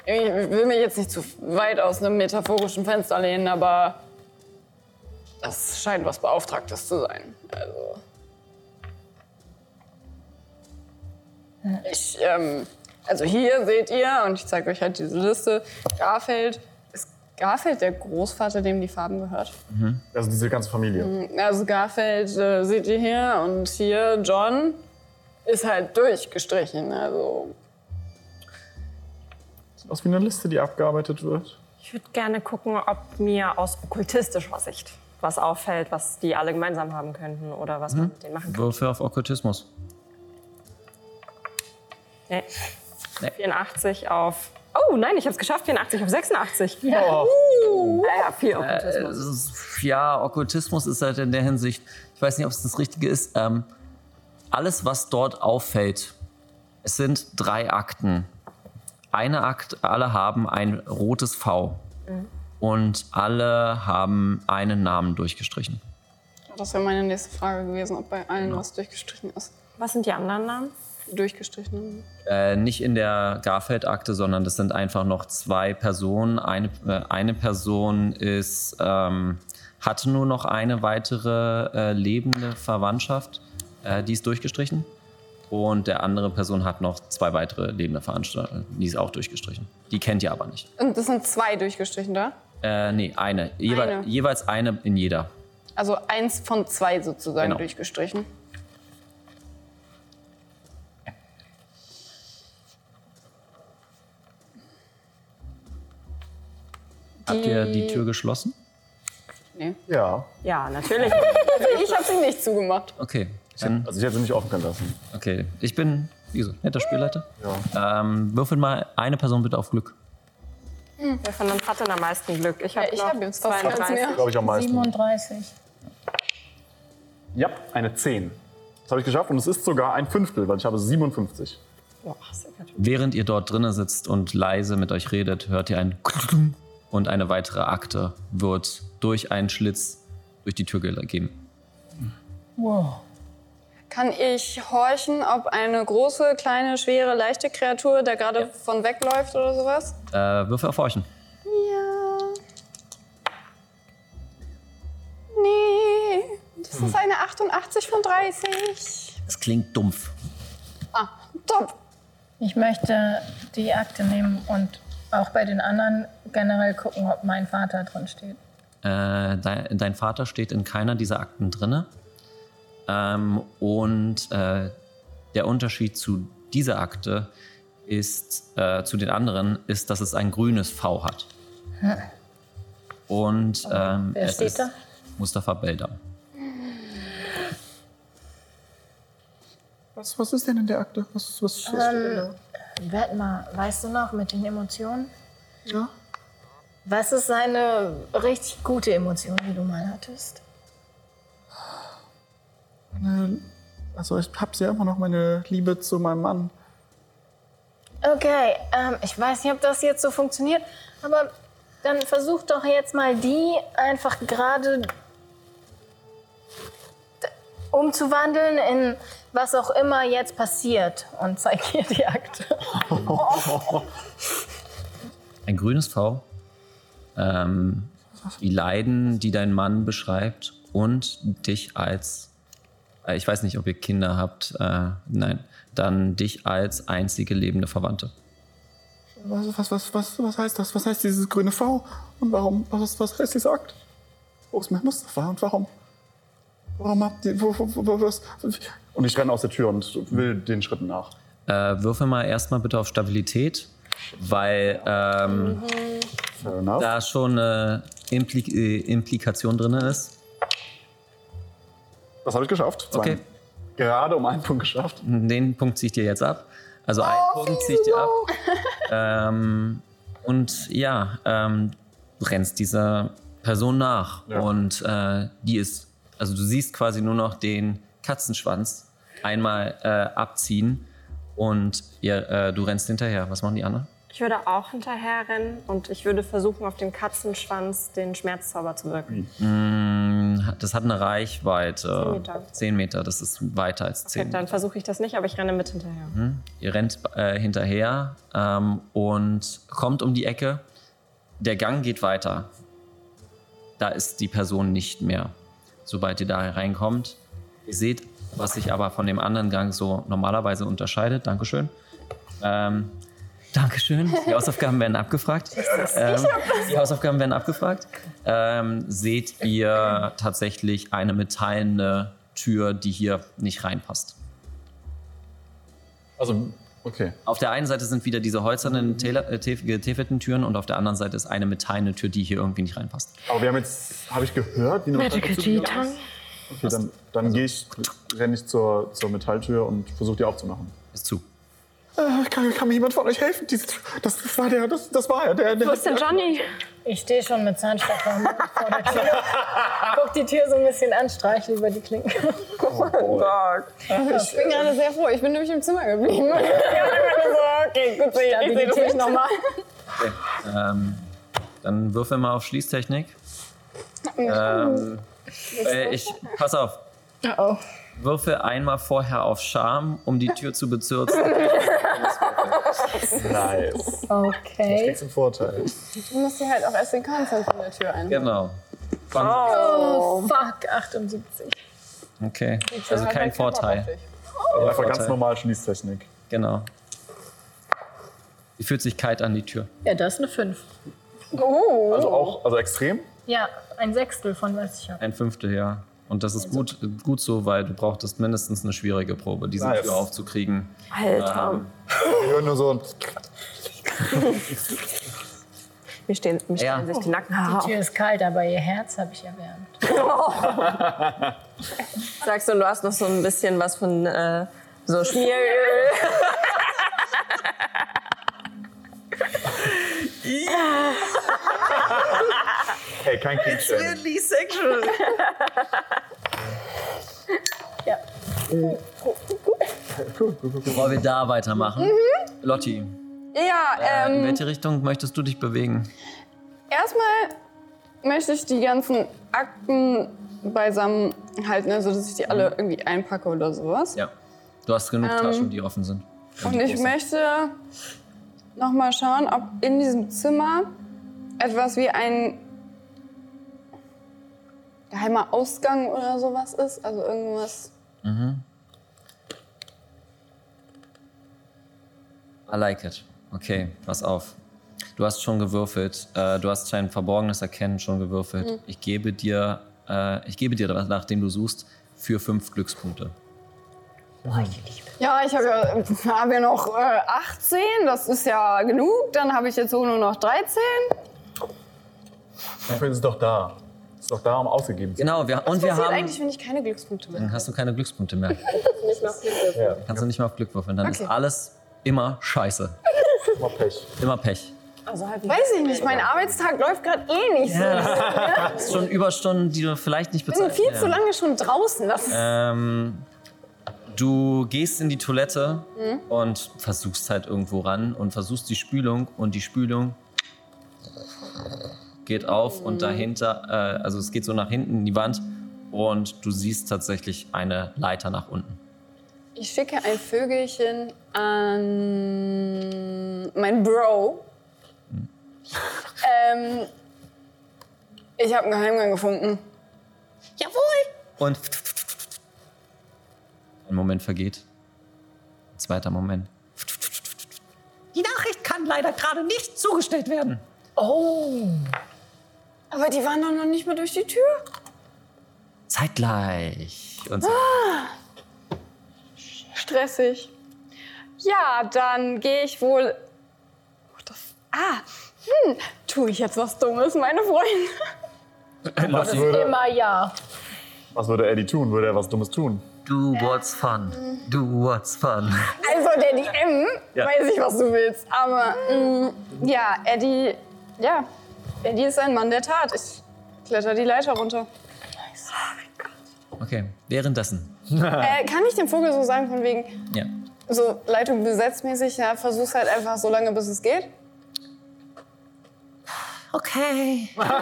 Ich will mich jetzt nicht zu weit aus einem metaphorischen Fenster lehnen, aber das scheint was Beauftragtes zu sein. Also. Ich, ähm, also hier seht ihr, und ich zeige euch halt diese Liste, Garfeld. Ist Garfeld der Großvater, dem die Farben gehört?
Also diese ganze Familie.
Mhm.
Also Garfeld äh, seht ihr hier und hier John ist halt durchgestrichen. Also
Sieht aus wie eine Liste, die abgearbeitet wird.
Ich würde gerne gucken, ob mir aus okkultistischer Sicht was auffällt, was die alle gemeinsam haben könnten oder was
Hm?
man mit denen machen kann.
Würfe auf Okkultismus.
Nee.
Nee.
84 auf. Oh nein, ich habe es geschafft. 84 auf 86. Ja, ja viel
Oh. Äh,
Okkultismus.
es ist- ja, Okkultismus ist halt in der Hinsicht, ich weiß nicht, ob es das Richtige ist. Ähm, alles, was dort auffällt, es sind drei Akten. Eine Akt, alle haben ein rotes V. Und alle haben einen Namen durchgestrichen.
das wäre meine nächste Frage gewesen, ob bei allen was durchgestrichen ist.
Was sind die anderen Namen?
Durchgestrichen.
Äh, nicht in der Garfeld-Akte, sondern das sind einfach noch zwei Personen. Eine, äh, eine Person ist, ähm, hatte nur noch eine weitere äh, lebende Verwandtschaft, äh, die ist durchgestrichen. Und der andere Person hat noch zwei weitere lebende Veranstaltungen, die ist auch durchgestrichen. Die kennt ihr aber nicht.
Und das sind zwei durchgestrichen da.
Äh, nee, eine. Jewe
Eine.
Jeweils eine in jeder.
Also eins von zwei sozusagen
Genau.
durchgestrichen.
Habt ihr die Tür geschlossen?
Ja.
Ja,
<laughs>
natürlich.
Ich habe sie nicht zugemacht.
Okay. Dann,
Also ich hätte sie nicht offen können lassen.
okay. Ich bin, wie gesagt, netter Spielleiter.
Ja.
Ähm, würfel mal eine Person bitte auf Glück.
Wer von uns hat denn am meisten Glück? Ich habe
ich
noch
hab jetzt fast ganz
32.
mehr.
Glaube ich am meisten.
37.
Ja, eine 10. Das habe ich geschafft und es ist sogar ein Fünftel, weil ich habe 57.
Boah, sehr gut.
Während ihr dort drinnen sitzt und leise mit euch redet, hört ihr ein Klung und eine weitere Akte wird durch einen Schlitz durch die Tür gegeben.
Wow.
Kann ich horchen, ob eine große, kleine, schwere, leichte Kreatur da gerade von wegläuft oder sowas?
Äh, Würfel auf Horchen.
Ja. Nee, das ist eine 88 von 30.
Es klingt dumpf.
Ah, top.
Ich möchte die Akte nehmen und auch bei den anderen generell gucken, ob mein Vater drin steht.
Äh, dein, dein Vater steht in keiner dieser Akten drinne. Ähm, und äh, der Unterschied zu dieser Akte ist, äh, zu den anderen, ist, dass es ein grünes V hat. Und ähm,
Wer
es
steht
ist
da?
Mustafa Beldam.
Was, was ist denn in der Akte? Was, was, was
Warte mal, weißt du noch mit den Emotionen? Ja. Was ist eine richtig gute Emotion, die du mal hattest?
Meine- Also ich habe ja immer noch meine Liebe zu meinem Mann.
Okay, ähm, ich weiß nicht, ob das jetzt so funktioniert, aber dann versuch doch jetzt mal die einfach gerade d- umzuwandeln in was auch immer jetzt passiert und zeig ihr die Akte.
Ein grünes V. Ähm, die Leiden, die dein Mann beschreibt und dich als, äh, ich weiß nicht, ob ihr Kinder habt, äh, nein, dann dich als einzige lebende Verwandte.
Also Was, was, was, was, was heißt das? Was heißt dieses grüne V? Und warum? Was, was heißt dieser Akt? Wo ist mein Mustafa? Und warum? Warum habt ihr. Wo, wo, wo, was? äh,
Und ich renne aus der Tür und will den Schritten nach.
Äh, würfel mal erstmal bitte auf Stabilität, weil ähm,
Fair enough.
da schon eine Impli äh, Implikation drin ist.
Das habe ich geschafft. Zwei.
Okay.
Gerade um einen Punkt geschafft.
Den Punkt zieht ihr jetzt ab. Also einen
Oh,
Punkt zieht ihr ab. <laughs> Ähm, und ja, ähm, du rennst dieser Person nach.
Ja.
Und äh, die ist, also du siehst quasi nur noch den Katzenschwanz einmal äh, abziehen und ihr, äh, du rennst hinterher. Was machen die anderen?
Ich würde auch hinterherrennen und ich würde versuchen, auf dem Katzenschwanz den Schmerzzauber zu wirken.
Das hat eine Reichweite.
Zehn Meter.
Zehn Meter, das ist weiter als zehn.
Okay, dann versuche ich das nicht, aber ich renne mit hinterher.
Ihr rennt äh, hinterher ähm, und kommt um die Ecke. Der Gang geht weiter. Da ist die Person nicht mehr. Sobald ihr da reinkommt, ihr seht, was sich aber von dem anderen Gang so normalerweise unterscheidet. Dankeschön. Ähm, Dankeschön. Die Hausaufgaben werden abgefragt. Ähm, die Hausaufgaben werden abgefragt. Ähm, seht ihr tatsächlich eine metallene Tür, die hier nicht reinpasst.
Also, okay.
Auf der einen Seite sind wieder diese hölzernen, Tela- äh, tef- getäfelten Türen und auf der anderen Seite ist eine metallene Tür, die hier irgendwie nicht reinpasst.
Aber wir haben jetzt, habe ich gehört, wie eine Metall zugegangen ist. Okay, dann, dann gehe ich, renne ich zur, zur Metalltür und versuche die aufzumachen.
Ist zu.
Äh, kann, kann mir jemand von euch helfen? Diese, das, das war der, das, das war er. Der, der,
Wo ist denn Johnny?
Ich stehe schon mit Zahnstochern vor der Tür. <laughs> Guck die Tür so ein bisschen an, streichle über die <laughs> Klinke.
Ich bin gerade sehr froh. Ich bin nämlich im Zimmer geblieben.
Okay, gut, ich, ich sehe
Stabilität nochmal.
Ähm, dann würfel mal auf Schließtechnik. Ähm, äh, ich, pass auf.
oh.
Würfel einmal vorher auf Charme, um die Tür zu bezürzen.
Nice.
Okay.
Kriegst einen Vorteil.
Du musst dir halt auch erst den Konzern von der Tür ein.
Genau.
Oh, fuck, 78.
Okay. Also kein Vorteil.
Aber einfach ganz normal Schließtechnik.
Genau. Die fühlt sich kalt an die Tür.
Ja, das ist eine 5.
Also auch, also extrem.
Ja, ein Sechstel von was ich habe.
Ein Fünftel, ja. Und das ist gut, gut so, weil du brauchtest mindestens eine schwierige Probe, diese
Nice.
Tür aufzukriegen.
Alter.
Ähm,
Wir hören nur so ein
Mir stehen, mir
Ja.
stellen sich die Ah,
Oh.
Nackenhaare
Die
auf.
Tür ist kalt, aber ihr Herz habe ich erwärmt.
Sagst du, du hast noch so ein bisschen was von äh,
<laughs>
so Schmieröl.
Hey, kein Krieg.
sexual.
Ja.
Bevor wir da weitermachen, Lotti,
Ja,
äh, in
Mhm. ähm,
welche Richtung möchtest du dich bewegen?
erstmal möchte ich die ganzen Akten beisammen halten, also dass ich die alle irgendwie einpacke oder sowas.
Ja. Du hast genug
Ähm.
Taschen, die offen sind.
Und ich möchte noch mal schauen, ob in diesem Zimmer etwas wie ein geheimer Ausgang oder sowas ist. Also irgendwas.
I like it. Okay, pass auf. Du hast schon gewürfelt. Äh, du hast dein verborgenes Erkennen schon gewürfelt.
Mhm.
Ich gebe dir, äh, ich gebe dir, nachdem du suchst, für fünf Glückspunkte.
Ja, ich habe ja, hab ja noch äh, 18, das ist ja genug. Dann habe ich jetzt so nur noch 13.
Dafür ist es doch da. Ist doch da, um ausgegeben zu
Genau, wir, und wir
Was passiert
haben.
eigentlich, wenn ich keine Glückspunkte mehr
Dann hast du keine Glückspunkte
<laughs>
mehr.
werden.
Kannst du nicht mehr auf Glück würfeln. Dann ist
Okay.
alles immer scheiße.
Ja, mal Pech.
Immer Pech.
Weiß ich nicht, mein Arbeitstag läuft gerade eh nicht so.
Das ist schon Überstunden, die du vielleicht nicht
Wir sind
bezahlst.
viel zu lange schon draußen. Das ist
Ähm, du gehst in die Toilette und versuchst halt irgendwo ran und versuchst die Spülung und die Spülung geht auf und dahinter, äh, also es geht so nach hinten in die Wand und du siehst tatsächlich eine Leiter nach unten.
Ich schicke ein Vögelchen an mein Bro. Ähm, ich habe einen Geheimgang gefunden.
Und ein Moment vergeht. Ein zweiter Moment. Die Nachricht kann leider gerade nicht zugestellt werden.
Aber die waren doch noch nicht mal durch die Tür.
Zeitgleich. Und so.
Stressig. Ja, dann gehe ich wohl. What the f- Ah, hm, tue ich jetzt was Dummes, meine Freunde?
Was würde,
Immer ja.
was würde Eddie tun? Würde er was Dummes tun?
Do what's fun. Do what's fun.
<laughs> Also, der DM,
Ja.
weiß ich, was du willst. Aber mm, ja, Eddie, ja, Eddie ist ein Mann der Tat. Ich kletter die Leiter runter.
Okay, währenddessen.
Äh, kann ich dem Vogel so sagen, von wegen,
Ja.
so Leitung besetzmäßig, ja, versuch's halt einfach so lange, bis es geht?
okay. ich meine,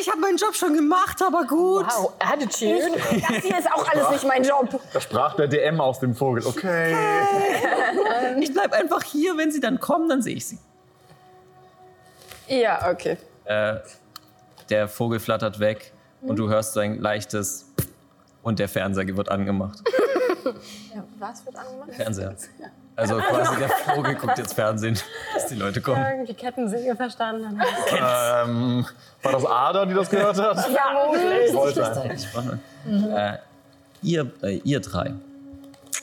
ich habe meinen Job schon gemacht, aber gut.
Wow, Attitude.
Das hier ist auch alles nicht mein Job.
Da sprach der DM aus dem Vogel. Okay.
Ich bleib einfach hier, wenn sie dann kommen, dann sehe ich sie.
Ja, okay.
Äh, der Vogel flattert weg und
Mhm.
du hörst sein leichtes und der Fernseher wird
<laughs>
angemacht.
Was wird angemacht? <laughs>
Fernseher. Also quasi der Vogel guckt jetzt Fernsehen, <laughs> dass die Leute kommen.
Irgendwie Kettensäge verstanden.
Ähm, war das Ada, die das gehört <laughs> hat?
Ja, möglich.
Wollte einfach.
Mhm.
Äh, ihr, äh, ihr drei.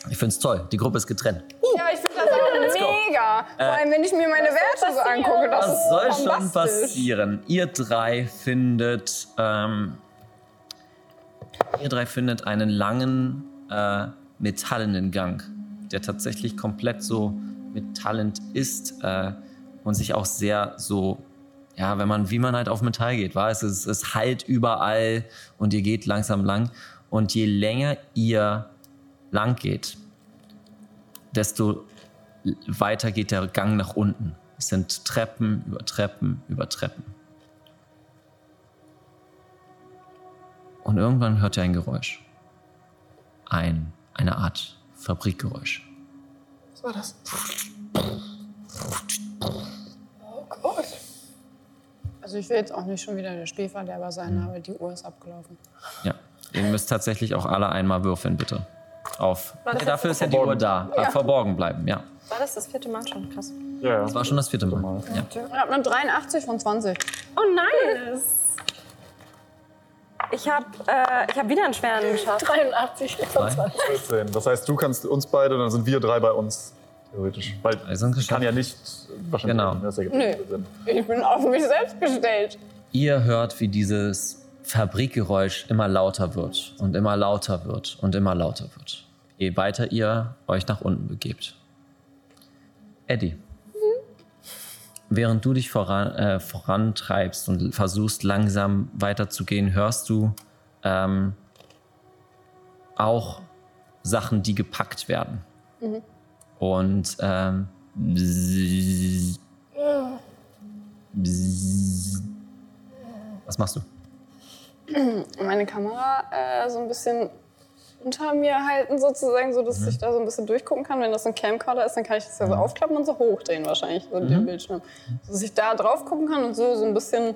Ich find's toll. Die Gruppe ist getrennt.
Ja, ich finde das auch mega. Vor allem, wenn ich mir meine Werte so angucke, das
Äh, Das
ist
soll schon
bombastisch.
passieren. Ihr drei findet, ähm, ihr drei findet einen langen äh, metallenen Gang, der tatsächlich komplett so metallend ist äh, und sich auch sehr so, ja, wenn man wie man halt auf Metall geht, war es, es, es halt überall und ihr geht langsam lang und je länger ihr lang geht, desto weiter geht der Gang nach unten. Es sind Treppen über Treppen über Treppen. Und irgendwann hört ihr ein Geräusch. Ein, eine Art Fabrikgeräusch.
Was war das?
Also ich will jetzt auch nicht schon wieder der Spielverderber sein, aber die Uhr ist abgelaufen.
Ja. Ihr müsst tatsächlich auch alle einmal würfeln, bitte. Auf. Ja, dafür ist ja die Uhr da. Äh, verborgen bleiben, ja. Genau.
War das das vierte Mal schon? Krass.
Ja,
Das war schon das vierte Mal. Ja.
Ich habe eine 83 von 20.
Oh, nice. Ich habe äh, ich hab wieder einen schweren
Oh
geschafft.
83, 25.
14. Das heißt, du kannst uns beide, dann sind wir drei bei uns. Theoretisch. Weil
Also sind
ich kann
geschafft.
ja nicht wahrscheinlich ne?
Genau.
das ergibt keinen Sinn.
Ich bin auf mich selbst gestellt.
Ihr hört, wie dieses Fabrikgeräusch immer lauter wird und immer lauter wird und immer lauter wird. Je weiter ihr euch nach unten begebt. Eddie, während du dich voran, äh, vorantreibst und versuchst langsam weiterzugehen, hörst du ähm, auch Sachen, die gepackt werden. Und ähm, bzzz, bzzz. was machst du?
Meine Kamera äh, so ein bisschen unter mir halten sozusagen, so dass ich da so ein bisschen durchgucken kann. Wenn das ein Camcorder ist, dann kann ich das ja so aufklappen und so hochdrehen wahrscheinlich, so den Bildschirm. So, dass ich da drauf gucken kann und so, so ein bisschen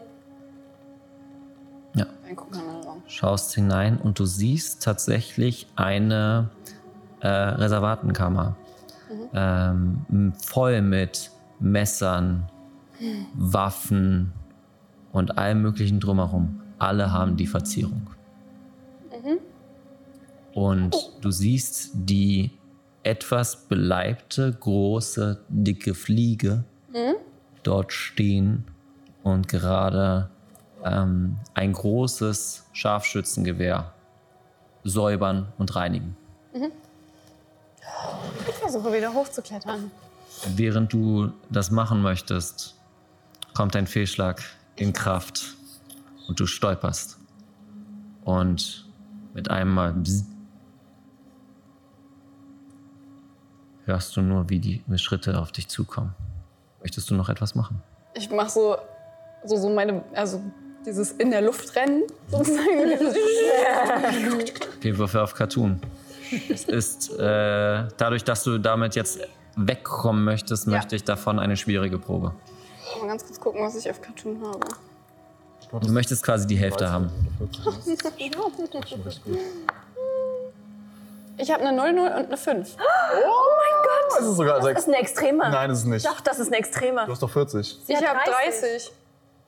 Ja.
reingucken kann in den Raum.
schaust hinein und du siehst tatsächlich eine äh, Reservatenkammer. Ähm, m- voll mit Messern, Waffen und allem möglichen drumherum. Alle haben die Verzierung. Mhm. Und du siehst die etwas beleibte, große, dicke Fliege dort stehen und gerade ähm, ein großes Scharfschützengewehr säubern und reinigen.
Ich versuche wieder hochzuklettern.
Während du das machen möchtest, kommt ein Fehlschlag in Kraft und du stolperst. Und mit einem Mal bzz, hörst du nur, wie die Schritte auf dich zukommen. Möchtest du noch etwas machen?
Ich mache so, so, so meine, also dieses in der Luft rennen <laughs> sozusagen.
Okay, Würfe auf Cartoon. es ist, äh, dadurch, dass du damit jetzt wegkommen möchtest, möchte ich davon eine schwierige Probe.
Mal ganz kurz gucken, was ich auf Cartoon habe.
Du möchtest quasi die Hälfte haben.
Ich habe eine 0-0 und eine 5.
Oh, es ist sogar
Das
sechs.
ist ein Extremer.
Nein, es ist nicht.
Doch, das ist ein Extremer.
Du hast doch 40.
Ich
hat
habe
30.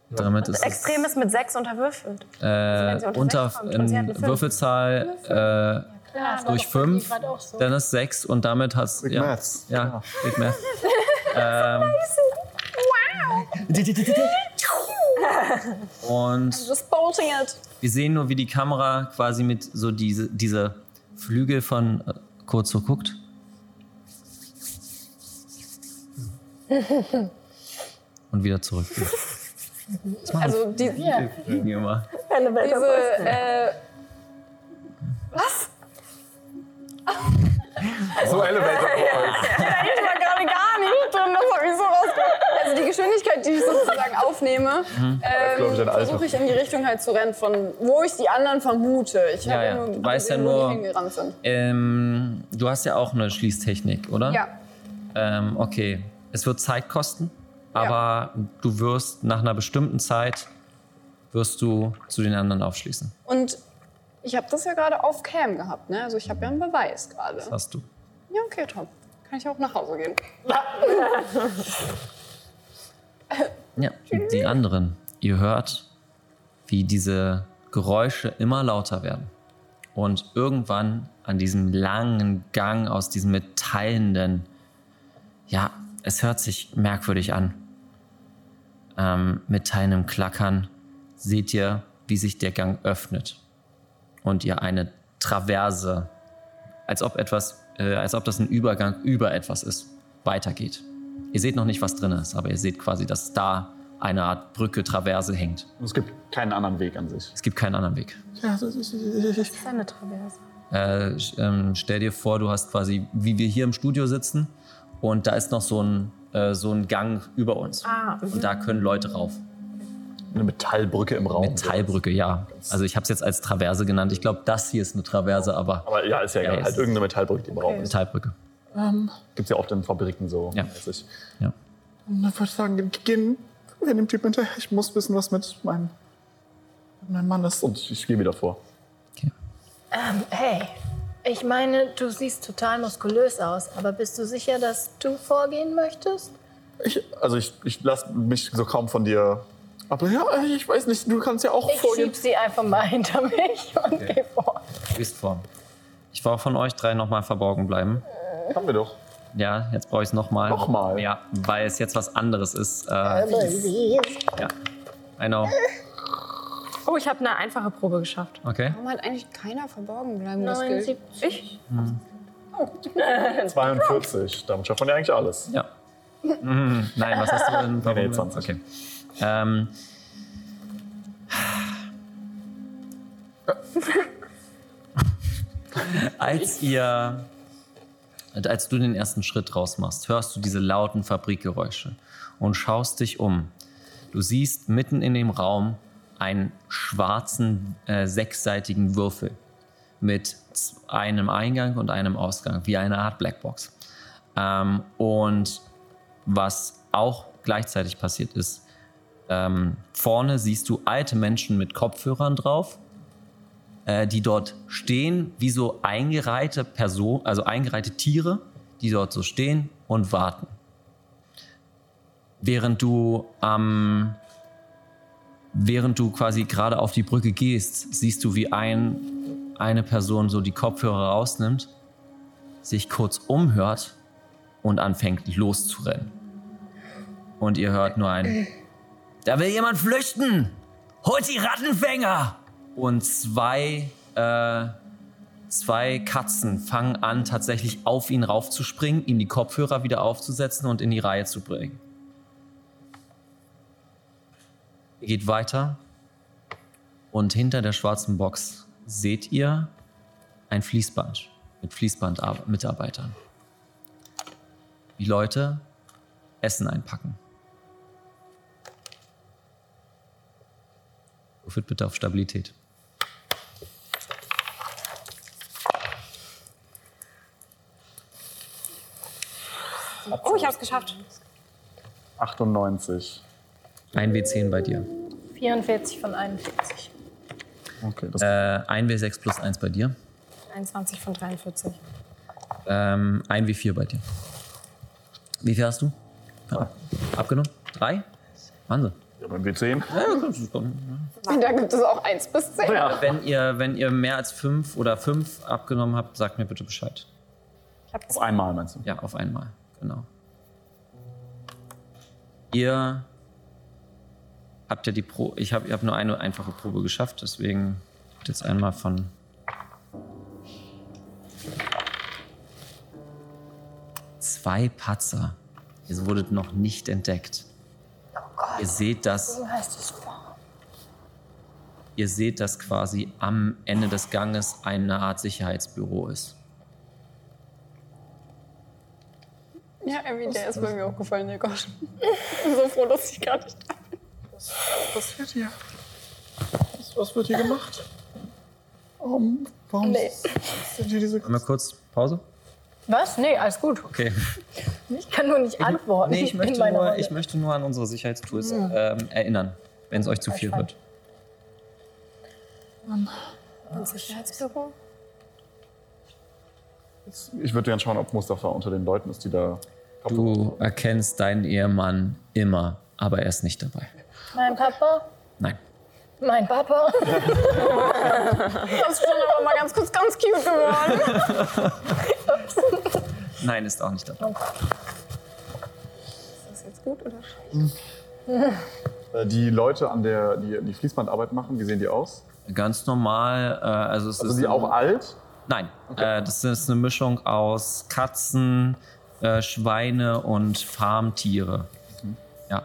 30.
Damit ist es,
Extrem ist mit 6 unterwürfelt. wenn sie
äh,
unter
unter
sechs kommt und sie hat eine
in
fünf.
Würfelzahl
Klar,
äh, durch 5, dann ist 6 und damit hast du.
Big
Ja,
Maths.
ja, Big Math. ähm, und
Just bolting it.
wir sehen nur, wie die Kamera quasi mit so diese, diese Flügel von äh, kurz so guckt. Und wieder zurück.
Also die,
Wie immer.
diese, äh,
So Elevator Boys.
<laughs> ich war gerade gar nicht drin, das hab ich so rausgekommen. Also die Geschwindigkeit, die ich sozusagen
Mhm.
aufnehme,
glaub ich,
ähm,
ein Alter.
versuche ich in die Richtung halt zu rennen, von wo ich die anderen vermute. Ich
Ja,
habe
ja.
nur
Du weißt ja
gesehen, wo
nur-
die hingerannt sind.
Ähm, du hast ja auch eine Schließtechnik, oder?
Ja,
Ähm, okay. Es wird Zeit kosten, aber du wirst nach einer bestimmten Zeit wirst du zu den anderen aufschließen.
und ich habe das ja gerade auf Cam gehabt, ne? Also ich habe ja einen Beweis gerade.
Hast du.
Ja, okay, top. Kann ich auch nach Hause gehen.
Ja. Die anderen. Ihr hört, wie diese Geräusche immer lauter werden. Und irgendwann an diesem langen Gang aus diesem metallenden, ja, es hört sich merkwürdig an. Ähm, mit teilendem Klackern seht ihr, wie sich der Gang öffnet und ihr eine Traverse, als ob etwas, äh, als ob das ein Übergang über etwas ist, weitergeht. Ihr seht noch nicht, was drin ist, aber ihr seht quasi, dass da eine Art Brücke, Traverse hängt.
Es gibt keinen anderen Weg an sich.
Es gibt keinen anderen Weg.
Ja, ich, ich, ich, ich,
Seine Traverse.
Äh, sch- ähm, stell dir vor, du hast quasi, wie wir hier im Studio sitzen, und da ist noch so ein, äh, so ein Gang über uns.
Ah, mhm.
und da können Leute rauf.
Eine Metallbrücke im Raum.
Metallbrücke, ja. Also ich habe es jetzt als Traverse genannt. Ich glaube, das hier ist eine Traverse, aber
Aber ja, ist ja egal.
Ja,
halt
ist-
irgendeine Metallbrücke, die im Raum ist.
Metallbrücke.
ähm,
Gibt's ja oft in Fabriken so.
Ja.
mäßig.
Ja.
dann würde ich sagen, ge- gehen wir dem Typen hinterher. Ich muss wissen, was mit meinem, mit meinem Mann ist.
Und ich gehe wieder vor.
Okay.
Hey, ich meine, du siehst total muskulös aus, aber bist du sicher, dass du vorgehen möchtest?
Ich,
Also ich, ich lasse mich so kaum von dir.
aber ja, ich weiß nicht, du kannst ja auch
Ich
vorgehen.
schieb sie einfach mal <laughs> hinter mich und geh vor.
Du bist vor. Ich war von euch drei nochmal verborgen bleiben.
Haben wir doch.
Ja, jetzt brauche ich es nochmal.
Nochmal?
Ja, weil es jetzt was anderes ist. Äh, ja. I know.
Oh, ich habe eine einfache Probe geschafft.
Okay.
Warum hat eigentlich keiner verborgen bleiben das
Neun,
gilt?
sieb-
42. Damit schafft man ja eigentlich alles.
Ja. Mhm. Nein, was hast du <laughs> denn?
Nee, nee,
Warum?
20.
Okay. Ähm, <laughs> als ihr, als du den ersten Schritt rausmachst, hörst du diese lauten Fabrikgeräusche und schaust dich um. Du siehst mitten in dem Raum einen schwarzen äh, sechsseitigen Würfel mit z- einem Eingang und einem Ausgang, wie eine Art Blackbox. Ähm, und was auch gleichzeitig passiert ist, ähm, vorne siehst du alte Menschen mit Kopfhörern drauf, äh, die dort stehen, wie so eingereihte Personen, also eingereihte Tiere, die dort so stehen und warten. Während du am während du quasi gerade auf die Brücke gehst, siehst du, wie ein, eine Person so die Kopfhörer rausnimmt, sich kurz umhört und anfängt loszurennen. Und ihr hört nur ein Da will jemand flüchten! Holt die Rattenfänger! Und zwei, äh, zwei Katzen fangen an, tatsächlich auf ihn raufzuspringen, ihm die Kopfhörer wieder aufzusetzen und in die Reihe zu bringen. Ihr geht weiter und hinter der schwarzen Box seht ihr ein Fließband mit Fließbandmitarbeitern. Die Leute Essen einpacken. Würfelt bitte auf Stabilität.
Oh, ich habe es geschafft.
98.
Ein W10 bei dir.
44 von 41.
Okay, das
Äh, ein W6 plus 1 bei dir.
21 von 43.
Ähm, ein W4 bei dir. Wie viel hast du? Ja. Abgenommen? Drei? Wahnsinn.
ja, beim W10.
<laughs> Da gibt es auch eins bis zehn.
Wenn ihr, wenn ihr mehr als fünf oder fünf abgenommen habt, sagt mir bitte Bescheid.
Ich habe
Auf einmal meinst du?
Ja, auf einmal, genau. Ihr habt ja die Pro. Ich habe hab nur eine einfache Probe geschafft, deswegen jetzt einmal von. Zwei Patzer. Ihr wurdet noch nicht entdeckt. Ihr seht das. Ihr seht, dass quasi am Ende des Ganges eine Art Sicherheitsbüro ist.
<laughs> Ja, irgendwie, der ist bei mir auch gefallen, der Gott. Ich bin so froh, dass ich gar nicht da
Was passiert hier? Was, was wird hier gemacht? Warum, warum
Nee.
sind hier diese
Einmal kurz Pause.
Was? Nee, alles gut.
Okay.
Ich kann nur nicht antworten. <laughs>
Nee, ich
in
möchte,
meiner
nur,
Rolle. Mhm.
ich möchte nur an unsere Sicherheitstools ähm, erinnern, wenn es euch
Ah,
zu viel wird.
Sicherheitsbüro?
Ich würde gerne schauen, ob Mustafa unter den Leuten ist, die da.
Du erkennst deinen Ehemann immer, aber er ist nicht dabei.
mein Papa?
Nein.
Mein Papa?
Das ist schon aber mal ganz kurz ganz cute geworden.
Nein, ist auch nicht dabei.
Äh, Die Leute, an der, die die Fließbandarbeit machen, wie sehen die aus?
Ganz normal, äh, also es
Also
ist.
sind die auch alt?
Nein, äh, das ist eine Mischung aus Katzen, äh, Schweine und Farmtiere.
Mhm.
Ja.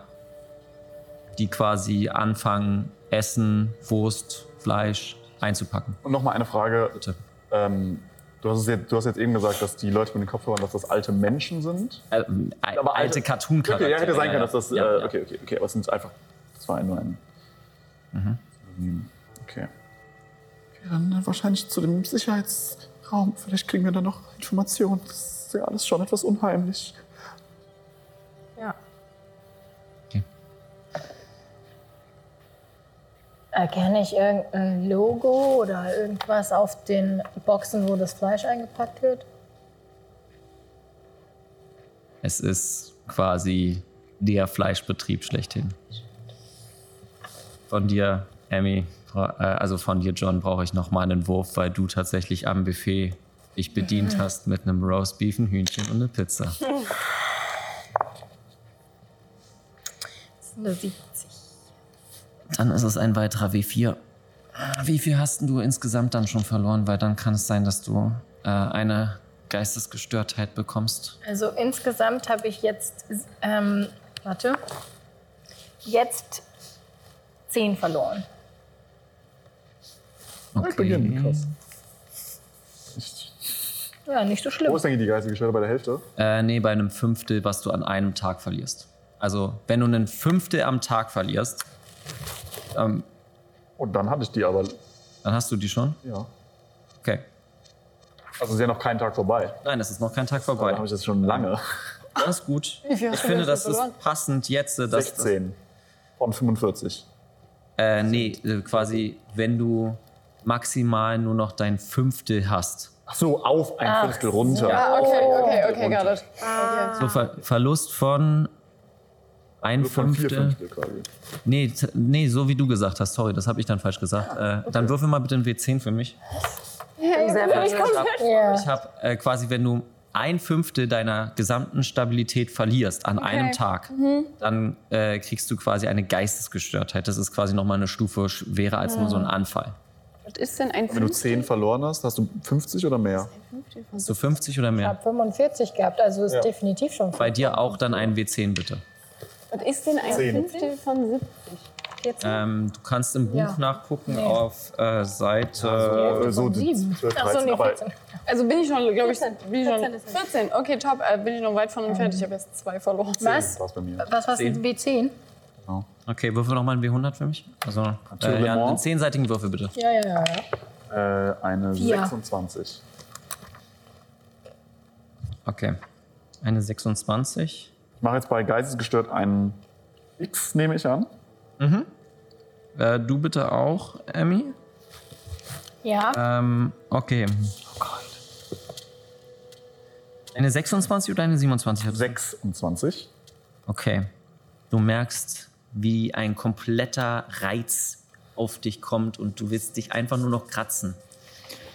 Die quasi anfangen, Essen, Wurst, Fleisch einzupacken.
Und nochmal eine Frage.
Bitte.
Ähm, du, hast es jetzt, du hast jetzt eben gesagt, dass die Leute mit den Kopfhörern, dass das alte Menschen sind.
Ähm, al-
Aber
alte Cartoon-Charaktere.
Okay, ja, hätte sein
ja,
können,
ja.
dass das.
Ja,
äh,
ja.
Okay, okay, okay. Aber es sind einfach. Das war nur ein. Mhm. Okay.
Ja, Dann wahrscheinlich zu dem Sicherheitsraum. Vielleicht kriegen wir da noch Informationen. Das ist ja alles schon etwas unheimlich.
Ja.
Erkenne ich irgendein Logo oder irgendwas auf den Boxen, wo das Fleisch eingepackt wird?
Es ist quasi der Fleischbetrieb schlechthin. Von dir, Emmy, bra- äh, also von dir, John, brauche ich nochmal einen Wurf, weil du tatsächlich am Buffet dich bedient hast mit einem Roastbeef, ein Hühnchen und eine Pizza.
Eine 70.
Dann ist es ein weiterer W4. Wie viel hast denn du insgesamt dann schon verloren? Weil dann kann es sein, dass du äh, eine Geistesgestörtheit bekommst.
Also insgesamt habe ich jetzt, ähm, warte, jetzt zehn verloren.
Beginnen, krass.
Ja, nicht so
Wo
schlimm.
ist eigentlich die geistige Stelle bei der Hälfte?
Äh, nee, bei einem Fünftel, was du an einem Tag verlierst. Also, wenn du einen Fünftel am Tag verlierst, ähm,
Und Oh, dann hatte ich die aber.
dann hast du die schon.
Ja.
Okay.
Also ist ja noch kein Tag vorbei.
Nein, es ist noch kein Tag
Da habe
vorbei.
ich das schon lange.
Alles gut.
viel
Ich
hast du
finde,
denn
das ist
verloren?
passend jetzt. äh, Dass,
16 von 45.
Äh, nee, äh, quasi, wenn du maximal nur noch dein Fünftel hast.
Ach so, auf ein Fünftel runter.
Ah, okay, okay, okay,
runter.
got it. Ah.
So Ver Verlust von ein
Nur von vier
Fünftel.
Fünftel quasi.
Nee, t- nee, so wie du gesagt hast. Sorry, das habe ich dann falsch gesagt.
Ah,
Äh, dann würfel mal bitte ein W10 für mich.
Sehr verwirrt.
Ja.
Ich habe äh, quasi, wenn du ein Fünftel deiner gesamten Stabilität verlierst an einem Tag,
Mhm.
dann äh, kriegst du quasi eine Geistesgestörtheit. Das ist quasi nochmal eine Stufe schwerer als nur so
Mhm.
ein Anfall.
Was ist denn ein
Wenn du
Fünf?
10 verloren hast, hast du 50 oder mehr?
So 50 oder
Ich
mehr.
habe 45 gehabt, also ist definitiv schon
Bei dir auch dann ein W10 bitte.
Was ist denn ein
Zehn.
Fünftel von 70?
Ähm, du kannst im Buch
Ja.
nachgucken auf äh, Seite.
Äh, so die 12,
Ach so,
13.
nee,
aber
14.
Also bin ich schon, glaube ich, bin ich schon 14. Okay, top. Äh, bin ich noch weit von entfernt. Ich habe jetzt zwei verloren.
Was?
war's bei mir. Genau.
Was war's mit W10?
Okay, würfel nochmal ein W100 für mich. Also äh,
Le
ja, einen
Mans.
zehnseitigen Würfel bitte.
Ja, ja, ja. ja.
Äh, eine
Vier.
26.
Okay. Eine 26.
Ich mache jetzt bei Geistesgestört einen X, nehme ich an.
Äh, du bitte auch, Emmy.
Ja,
Ähm, okay. Eine 26 oder eine 27?
26.
Okay. Du merkst, wie ein kompletter Reiz auf dich kommt und du willst dich einfach nur noch kratzen.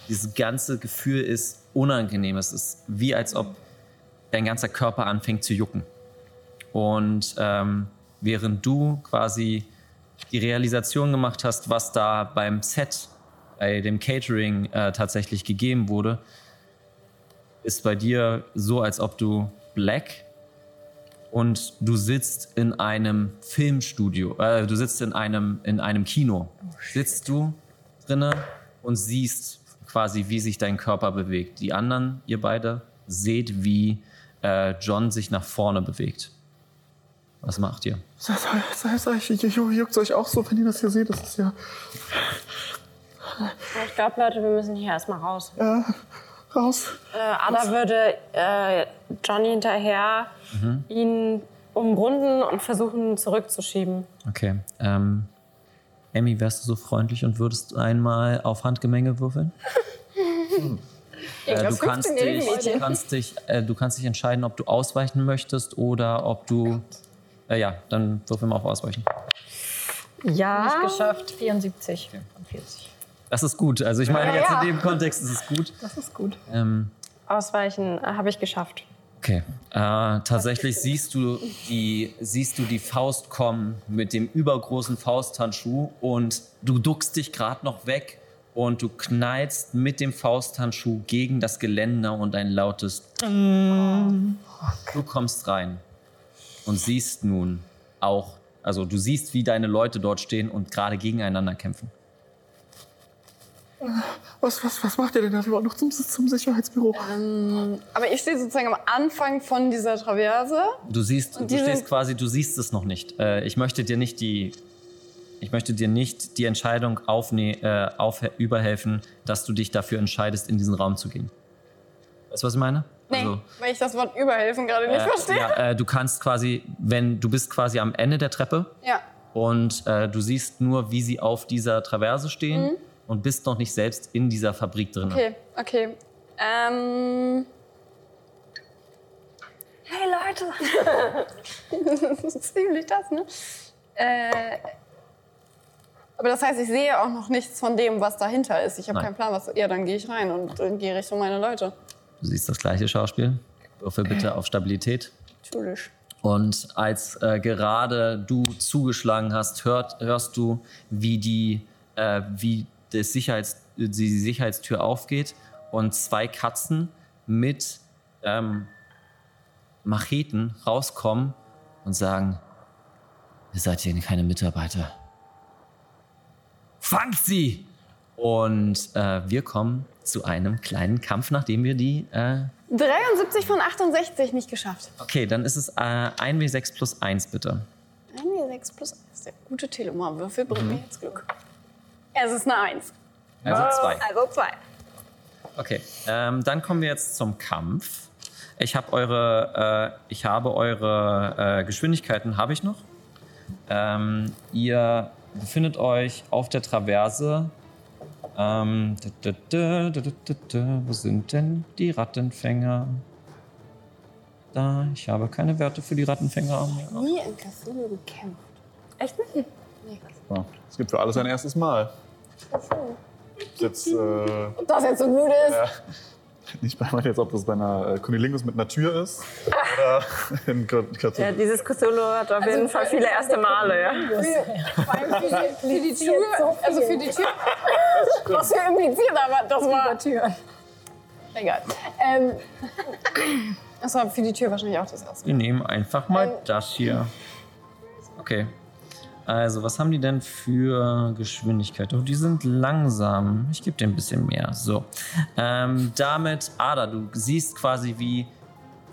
Dieses ganze Gefühl ist unangenehm. Es ist wie, als ob dein ganzer Körper anfängt zu jucken. Und ähm, während du quasi die Realisation gemacht hast, was da beim Set, bei dem Catering äh, tatsächlich gegeben wurde, ist bei dir so, als ob du Black und du sitzt in einem Filmstudio, äh, du sitzt in einem, in einem Kino, sitzt du drinne und siehst quasi, wie sich dein Körper bewegt. Die anderen, ihr beide, seht, wie äh, John sich nach vorne bewegt. Was macht ihr?
Sei, sei, sei, sei, ju- juckt's euch auch so, wenn ihr das hier seht? Das ist ja.
Ich glaube, Leute, wir müssen hier erstmal raus.
Äh, raus.
Äh, Ada würde äh, Johnny hinterher
Mhm.
ihn umrunden und versuchen zurückzuschieben.
Okay. Ähm, Emmy, wärst du so freundlich und würdest einmal auf
<laughs>
Handgemenge würfeln? Äh, du, kannst dich, du, kannst dich, äh, du kannst dich entscheiden, ob du ausweichen möchtest oder ob du. Äh, ja, dann würfel mal auf Ausweichen.
Nicht geschafft. 74 von 40.
Das ist gut. Also, ich meine, jetzt in dem Kontext ist es gut.
Das ist gut.
Ähm,
Ausweichen äh, habe ich geschafft.
Okay. Äh, tatsächlich siehst du, die, siehst du die Faust kommen mit dem übergroßen Fausthandschuh und du duckst dich gerade noch weg und du knallst mit dem Fausthandschuh gegen das Geländer und ein lautes Ding. Du kommst rein und siehst nun auch, also du siehst, wie deine Leute dort stehen und gerade gegeneinander kämpfen.
Was, was, was macht ihr denn da? Wir wollen noch zum, zum Sicherheitsbüro.
Aber ich stehe sozusagen am Anfang von dieser Traverse.
Du siehst, du
die
stehst
sind-
quasi, du siehst es noch nicht. Äh, ich möchte dir nicht die, ich möchte dir nicht die Entscheidung aufne äh, auf überhelfen, dass du dich dafür entscheidest, in diesen Raum zu gehen. Weißt du, was ich meine? Also,
Nee, weil ich das Wort Überhelfen gerade nicht
äh,
verstehe. Ja.
ja, äh, du kannst quasi, wenn du bist quasi am Ende der Treppe und äh, du siehst nur, wie sie auf dieser Traverse stehen und bist noch nicht selbst in dieser Fabrik drin.
Mhm. Okay, okay. Ähm. Hey Leute! <laughs> das ist ziemlich das, ne? Äh, aber das heißt, ich sehe auch noch nichts von dem, was dahinter ist. Ich habe
Nein.
keinen Plan, was. Ja, dann gehe ich rein und äh, gehe Richtung meine Leute.
Du siehst das gleiche Schauspiel. Würfel bitte auf Stabilität.
Natürlich.
Und als äh, gerade du zugeschlagen hast, hört, hörst du, wie die, äh, wie das Sicherheits, die Sicherheitstür aufgeht und zwei Katzen mit ähm, Macheten rauskommen und sagen: Ihr seid hier keine Mitarbeiter. Fangt sie! Und äh, wir kommen zu einem kleinen Kampf, nachdem wir die äh,
73 von 68 nicht geschafft.
Okay, dann ist es äh, 1W6 plus 1, bitte.
1, 6 plus 1. Der gute Telemarwürfel bringt mir jetzt Glück. Es ist eine 1.
Also 2.
Also 2.
Okay, ähm, dann kommen wir jetzt zum Kampf. Ich habe eure, äh, ich habe eure äh, Geschwindigkeiten, habe ich noch. Ähm, ihr befindet euch auf der Traverse. Ähm, dü- dü- dü- dü- dü- dü- dü. wo sind denn die Rattenfänger? Da, ich habe keine Werte für die Rattenfänger.
Nie in Cthulhu gekämpft.
Echt nicht?
So. Es gibt für alles ein erstes Mal. Ist Jetzt, äh,
Ob das jetzt so gut ist?
ich meine jetzt, ob das bei einer äh, Cunnilingus mit einer Tür ist oder in Katze.
Ja, dieses Cthulhu hat auf jeden Fall viele erste Male. Ja.
Für die Tür, also für die <laughs> Tür. Was wir impliziert, aber das war. Tür. Egal. Ähm, <clears throat> das war für die Tür wahrscheinlich auch das erste.
Wir nehmen einfach mal das hier. Okay. Also, was haben die denn für Geschwindigkeit? Oh, die sind langsam. Ich gebe dir ein bisschen mehr. So. Ähm, damit, Ada, du siehst quasi, wie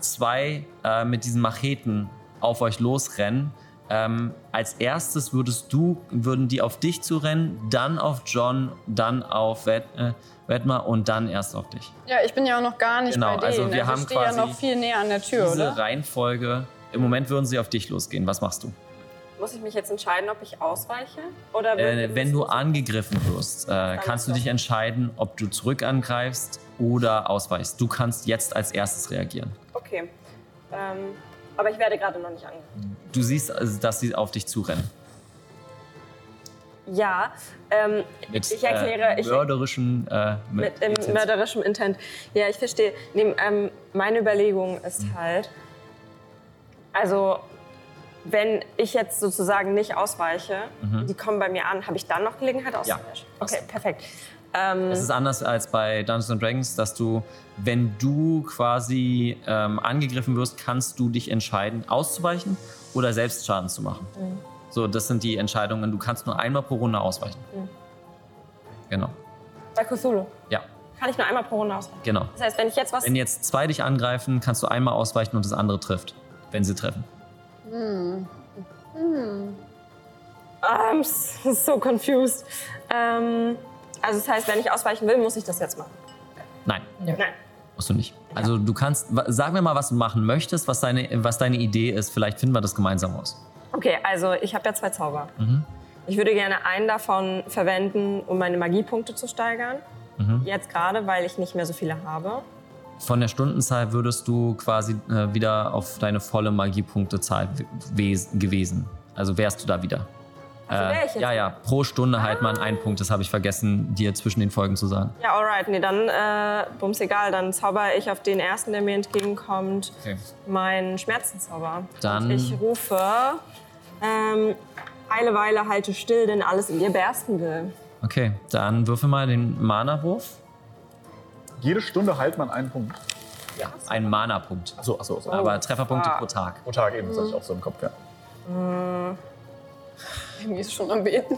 zwei äh, mit diesen Macheten auf euch losrennen. Ähm, als erstes würdest du, würden die auf dich zu rennen, dann auf John, dann auf Wet äh, Wetmar und dann erst auf dich.
Ja, ich bin ja auch noch gar nicht
Genau,
bei
also
denen.
wir haben
ich stehe ja
quasi
noch viel näher an der Tür,
Diese
oder?
Reihenfolge. Im Moment würden sie auf dich losgehen. Was machst du?
Muss ich mich jetzt entscheiden, ob ich ausweiche? Oder
Äh, wenn du angegriffen wirst, äh, kannst du dich entscheiden, ob du zurück angreifst oder ausweichst. Du kannst jetzt als erstes reagieren.
Okay. Ähm, aber ich werde gerade noch nicht angegriffen.
Du siehst, also, dass sie auf dich zurennen.
Ja, ähm,
Mit
ich erkläre,
äh,
ich,
mörderischen äh,
mit ähm,
Inten-
mörderischem Intent. Ja, ich verstehe. Nee, ähm, meine Überlegung ist halt, also wenn ich jetzt sozusagen nicht ausweiche,
Mhm.
die kommen bei mir an, habe ich dann noch Gelegenheit auszuweichen? Okay, perfekt. Ähm,
Es ist anders als bei Dungeons and Dragons, dass du, wenn du quasi ähm, angegriffen wirst, kannst du dich entscheiden, auszuweichen oder selbst Schaden zu machen.
Mhm.
So, das sind die Entscheidungen. Du kannst nur einmal pro Runde ausweichen.
Mhm.
Genau.
bei Cthulhu
Ja,
kann ich nur einmal pro Runde ausweichen.
genau.
Das heißt, wenn ich jetzt was...
Wenn jetzt zwei dich angreifen, kannst du einmal ausweichen und das andere trifft, wenn sie treffen.
Ah,
I'm s- so confused. Ähm, also das heißt, wenn ich ausweichen will, muss ich das jetzt machen.
Nein,
Nein.
musst du nicht. Also du kannst, wa- sag mir mal, was du machen möchtest, was deine, was deine Idee ist. Vielleicht finden wir das gemeinsam aus.
Okay, also ich habe ja zwei Zauber. Ich würde gerne einen davon verwenden, um meine Magiepunkte zu steigern. Jetzt gerade, weil ich nicht mehr so viele habe.
Von der Stundenzahl würdest du quasi äh, wieder auf deine volle Magiepunktezahl we- wes- gewesen. Also wärst du da wieder. Äh,
Also wär ich jetzt Ah.
ja, ja, pro Stunde halt mal einen Punkt. Das habe ich vergessen, dir zwischen den Folgen zu sagen.
Ja, alright. Nee, dann äh, bums egal. Dann zauber ich auf den ersten, der mir entgegenkommt,
Okay.
meinen Schmerzenzauber.
Dann-
Und ich rufe, ähm, heile Weile, halte still, denn alles in dir bersten will.
Okay, dann würfel mal den Mana-Wurf.
Jede Stunde heilt man einen Punkt.
Ja. Einen Mana-Punkt.
Achso, achso,
Oh.
achso.
Aber Trefferpunkte
fuck.
pro Tag.
Pro Tag eben, das hatte ich auch so im Kopf, ja.
Amy ist schon
<laughs>
am Beten.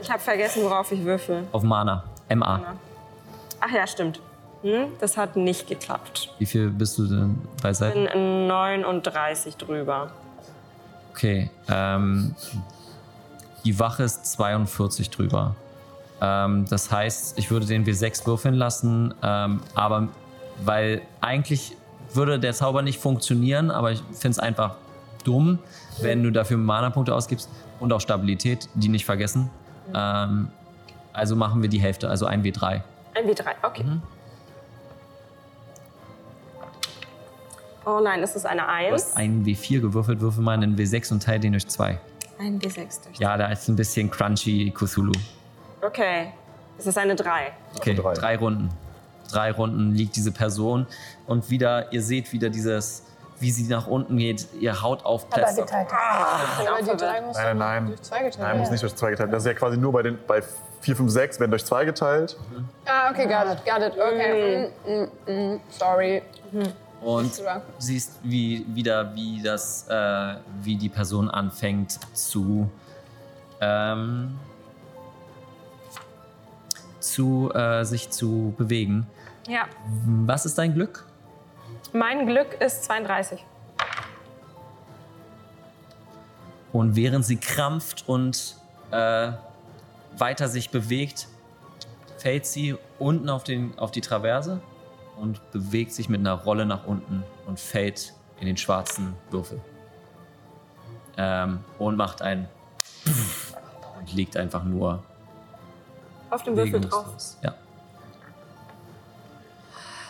Ich habe vergessen, worauf ich würfel.
Auf Mana. MA.
Ach ja, stimmt. Hm? Das hat nicht geklappt.
Wie viel bist du denn beiseite?
Ich bin 39 drüber.
Okay, ähm, die Wache ist 42 drüber. Ähm, das heißt, ich würde den W6 würfeln lassen, ähm, aber weil eigentlich würde der Zauber nicht funktionieren, aber ich finde es einfach dumm, wenn du dafür Mana-Punkte ausgibst und auch Stabilität, die nicht vergessen. Ähm, also machen wir die Hälfte, also ein W3.
Ein W3, Äh, okay.
Mhm.
Oh nein, es ist eine
Du hast
1.
einen W4 gewürfelt, würfel mal einen W6 und teile den durch zwei.
Ein W6 durch.
Ja, da ist ein bisschen crunchy Cthulhu.
Okay. Es ist eine 3.
Okay,
drei.
drei. Runden. Drei Runden liegt diese Person und wieder, ihr seht wieder dieses, wie sie nach unten geht, ihr Haut
Aber
aufplätzt.
geteilt.
Aber die drei muss
Nein, nein, nein.
durch zwei geteilt
Nein, muss nicht durch zwei geteilt. Das ist ja quasi nur bei den bei 4, 5, 6 werden durch zwei geteilt.
Ah, okay, got it, got it. Okay. Mm, mm, mm, sorry.
Und siehst wie, wieder, wie, das, äh, wie die Person anfängt zu, ähm, zu äh, sich zu bewegen.
Ja.
Was ist dein Glück?
Mein Glück ist 32.
Und während sie krampft und äh, weiter sich bewegt, fällt sie unten auf, den, auf die Traverse und bewegt sich mit einer Rolle nach unten und fällt in den schwarzen Würfel. Ähm, und macht ein und liegt einfach nur
Auf dem Würfel drauf.
bewegungslos. Ja.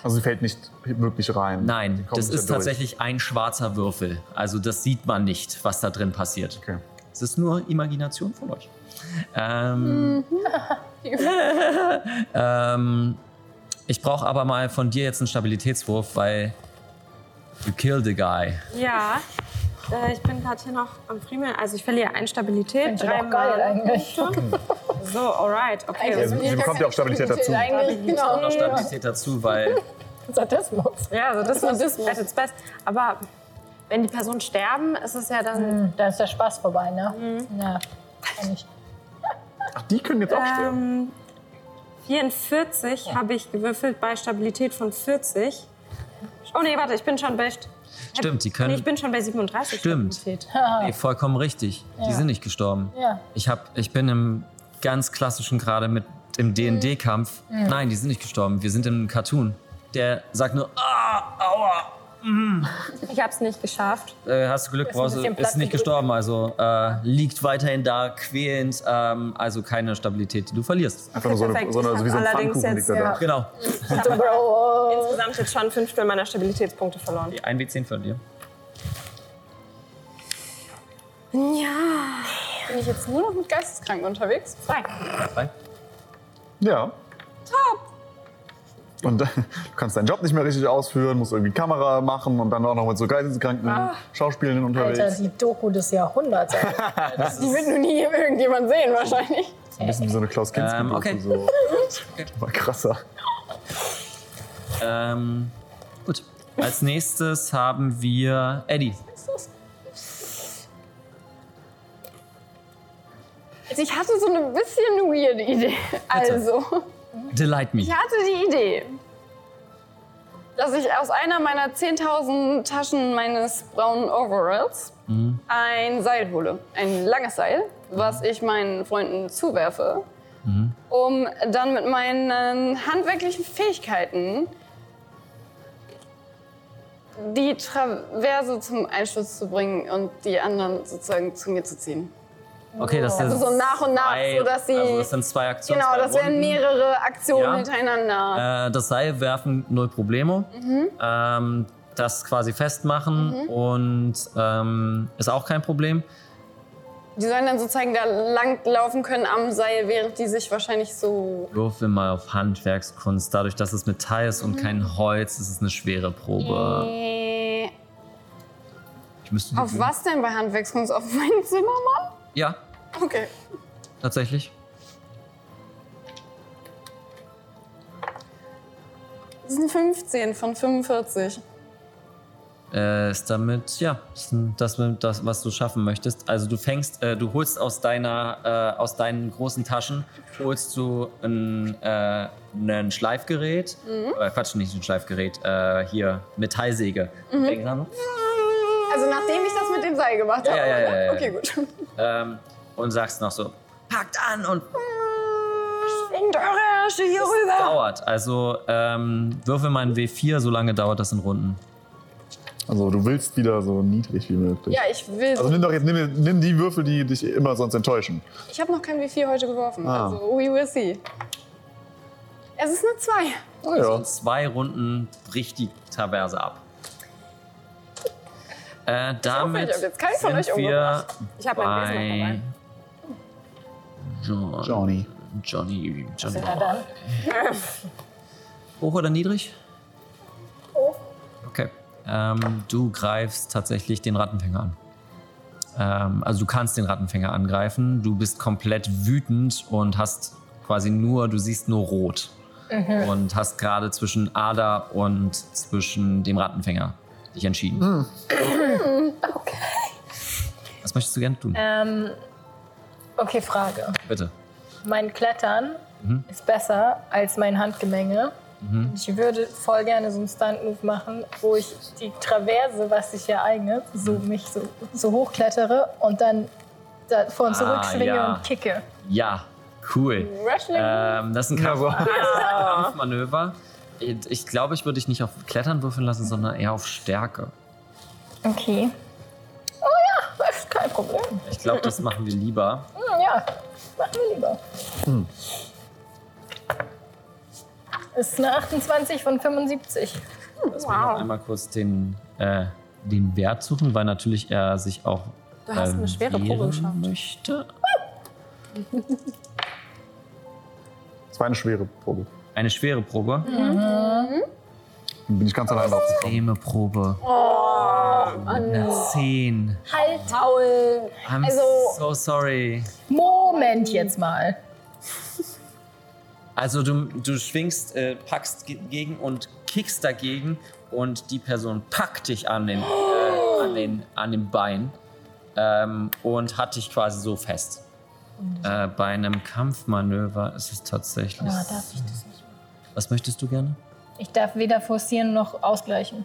Also sie fällt nicht wirklich rein. Die
Nein,
kommt
das
nicht
ist
da durch.
tatsächlich ein schwarzer Würfel. Also das sieht man nicht, was da drin passiert.
Okay.
Es ist nur Imagination von euch. Ähm,
Mhm.
<laughs>
<laughs>
ähm, ich brauche aber mal von dir jetzt einen Stabilitätswurf, weil you killed the guy.
Ja. Äh, ich bin gerade hier noch am Friemeln. Also ich verliere eine Stabilität.
Finde ich doch
dreimal.
geil eigentlich.
So, alright. Okay.
Also sie bekommt ja auch Stabilität dazu.
Eigentlich,
Und
genau.
noch Stabilität
<laughs>
dazu, weil
<laughs> Sadismus.
Ja, also das ist at its best. Aber wenn die Personen sterben, ist es ja dann.
Hm, Da ist der Spaß vorbei, ne? Na, kann ich.
Ach, die können jetzt auch sterben.
Ähm, 44 habe ich gewürfelt bei Stabilität von 40. Oh nee, warte, ich bin schon bei. St-
Stimmt, die können-
Nee, ich bin schon bei 37.
<laughs>
Stimmt.
Stabilität.
nee, vollkommen richtig. Die sind nicht gestorben.
Ja.
Ich hab, ich bin im ganz klassischen gerade mit im
Mhm.
D&D-Kampf. Nein, die sind nicht gestorben. Wir sind im Cartoon. Der sagt nur, ah, aua.
Ich habe es nicht geschafft.
äh, hast du Glück,
ein
brauchst, du-
bisschen
ist nicht
platten
gestorben, also äh, liegt weiterhin da, quälend, ähm, also keine Stabilität, die du verlierst.
Einfach nur so, eine,
Perfekt,
so,
ich
eine, so wie so ein
hab allerdings
Pfannkuchen liegt
jetzt,
da
ja.
da.
Genau.
Insgesamt jetzt schon ein Fünftel meiner Stabilitätspunkte verloren.
Ein W10 von dir.
Bin ich jetzt nur noch mit Geisteskranken unterwegs?
Drei.
Ja. Und <laughs> äh, du kannst deinen Job nicht mehr richtig ausführen, musst irgendwie Kamera machen und dann auch noch mit so geisteskranken
Ah.
Schauspielenden unterwegs.
Alter, die Doku des Jahrhunderts. ey.
Die wird nur nie irgendjemand sehen, wahrscheinlich.
Ein bisschen wie so eine Klaus kinski
Ähm, okay. <laughs>
so. War krasser.
Ähm, gut. Als nächstes haben wir Eddie.
Also ich hatte so eine bisschen weird Idee. Also,
Delight me.
ich hatte die Idee, dass ich aus einer meiner 10.000 Taschen meines braunen Overalls
Mhm.
ein Seil hole. Ein langes Seil, was ich meinen Freunden zuwerfe,
Mhm.
um dann mit meinen handwerklichen Fähigkeiten die Traverse zum Einsturz zu bringen und die anderen sozusagen zu mir zu ziehen.
Okay, das ist
Also so nach und nach,
zwei,
sodass sie-
Also das sind zwei Aktionen.
Genau,
zwei
das wären
Runden.
mehrere Aktionen
Ja.
hintereinander.
Äh, das Seil werfen, null Problemo.
Mhm.
Ähm, das quasi festmachen und ähm, ist auch kein Problem.
Die sollen dann sozusagen da lang laufen können am Seil, während die sich wahrscheinlich so.
Würfel mal auf Handwerkskunst. Dadurch, dass es Metall ist und kein Holz, ist es eine schwere Probe.
Äh,
Ich müsste die
auf was denn bei Handwerkskunst? Auf meinen Zimmermann?
Ja,
Okay.
tatsächlich.
Das sind 15 von 45.
Äh, ist damit, ja, ist ein- das, das, was du schaffen möchtest. Also du fängst, äh, du holst aus deiner, äh, aus deinen großen Taschen, holst du ein, äh, ein Schleifgerät, äh, Quatsch, nicht ein Schleifgerät, äh, hier, Metallsäge. Fängst an,
Also nachdem ich das mit dem Seil gemacht habe.
ja, ja,
oder?
ja, ja.
Okay, gut.
ähm, und sagst noch so, packt an und
Winterrösche hier rüber.
dauert. Also ähm, würfel mal ein W4, so lange dauert das in Runden.
Also du willst wieder so niedrig wie möglich.
Ja, ich will.
Also nimm doch jetzt, nimm, nimm die Würfel, die dich immer sonst enttäuschen.
ich habe noch kein W4 heute geworfen.
Ah.
Also we will see. Es ist eine 2.
Ah
Also
ja.
in zwei Runden bricht die Traverse ab. Äh, damit
ich hab jetzt keinen von
sind
euch
wir
umgebracht.
Ich habe mein Besen noch
bei
dabei.
John,
Johnny.
Johnny, Johnny.
Na
<laughs>
dann.
Hoch oder niedrig?
Hoch.
Okay. Ähm, du greifst tatsächlich den Rattenfänger an. Ähm, also du kannst den Rattenfänger angreifen. Du bist komplett wütend und hast quasi nur, du siehst nur rot. Und hast gerade zwischen Ada und zwischen dem Rattenfänger dich entschieden. Was möchtest du gerne tun?
Ähm, okay, Frage.
Bitte.
Mein Klettern
Mhm.
ist besser als mein Handgemenge. Ich würde voll gerne so einen Stunt-Move machen, wo ich die Traverse, was sich hier eignet, so
Mhm.
mich so, so hochklettere und dann da vor und
Ah,
zurückschwinge
ja.
und kicke.
Ja, cool. Ähm, das ist ein Kampf das ist ein Kampfmanöver. Ich ich glaube, ich würde dich nicht auf Klettern würfeln lassen, sondern eher auf Stärke.
Okay. Oh ja, ist kein Problem.
Ich glaube, das machen wir lieber.
Hm, ja, machen wir lieber. Ist eine 28 von 75.
Lass mich noch einmal kurz den, äh, den Wert suchen, weil natürlich er sich auch. Du
hast eine schwere Probe geschafft.
Möchte.
Das war eine schwere Probe.
Eine schwere Probe.
Mhm.
Bin ich ganz allein drauf.
Extreme Probe.
Oh,
Eine 10.
Halt,
I'm
Also-
so sorry.
Moment jetzt mal.
Also du, du schwingst, äh, packst ge- gegen und kickst dagegen und die Person packt dich an den, äh, an den, an den Bein ähm, und hat dich quasi so fest. Äh, bei einem Kampfmanöver ist es tatsächlich.
Ah, darf ich das nicht?
Was möchtest du gerne?
Ich darf weder forcieren noch ausgleichen.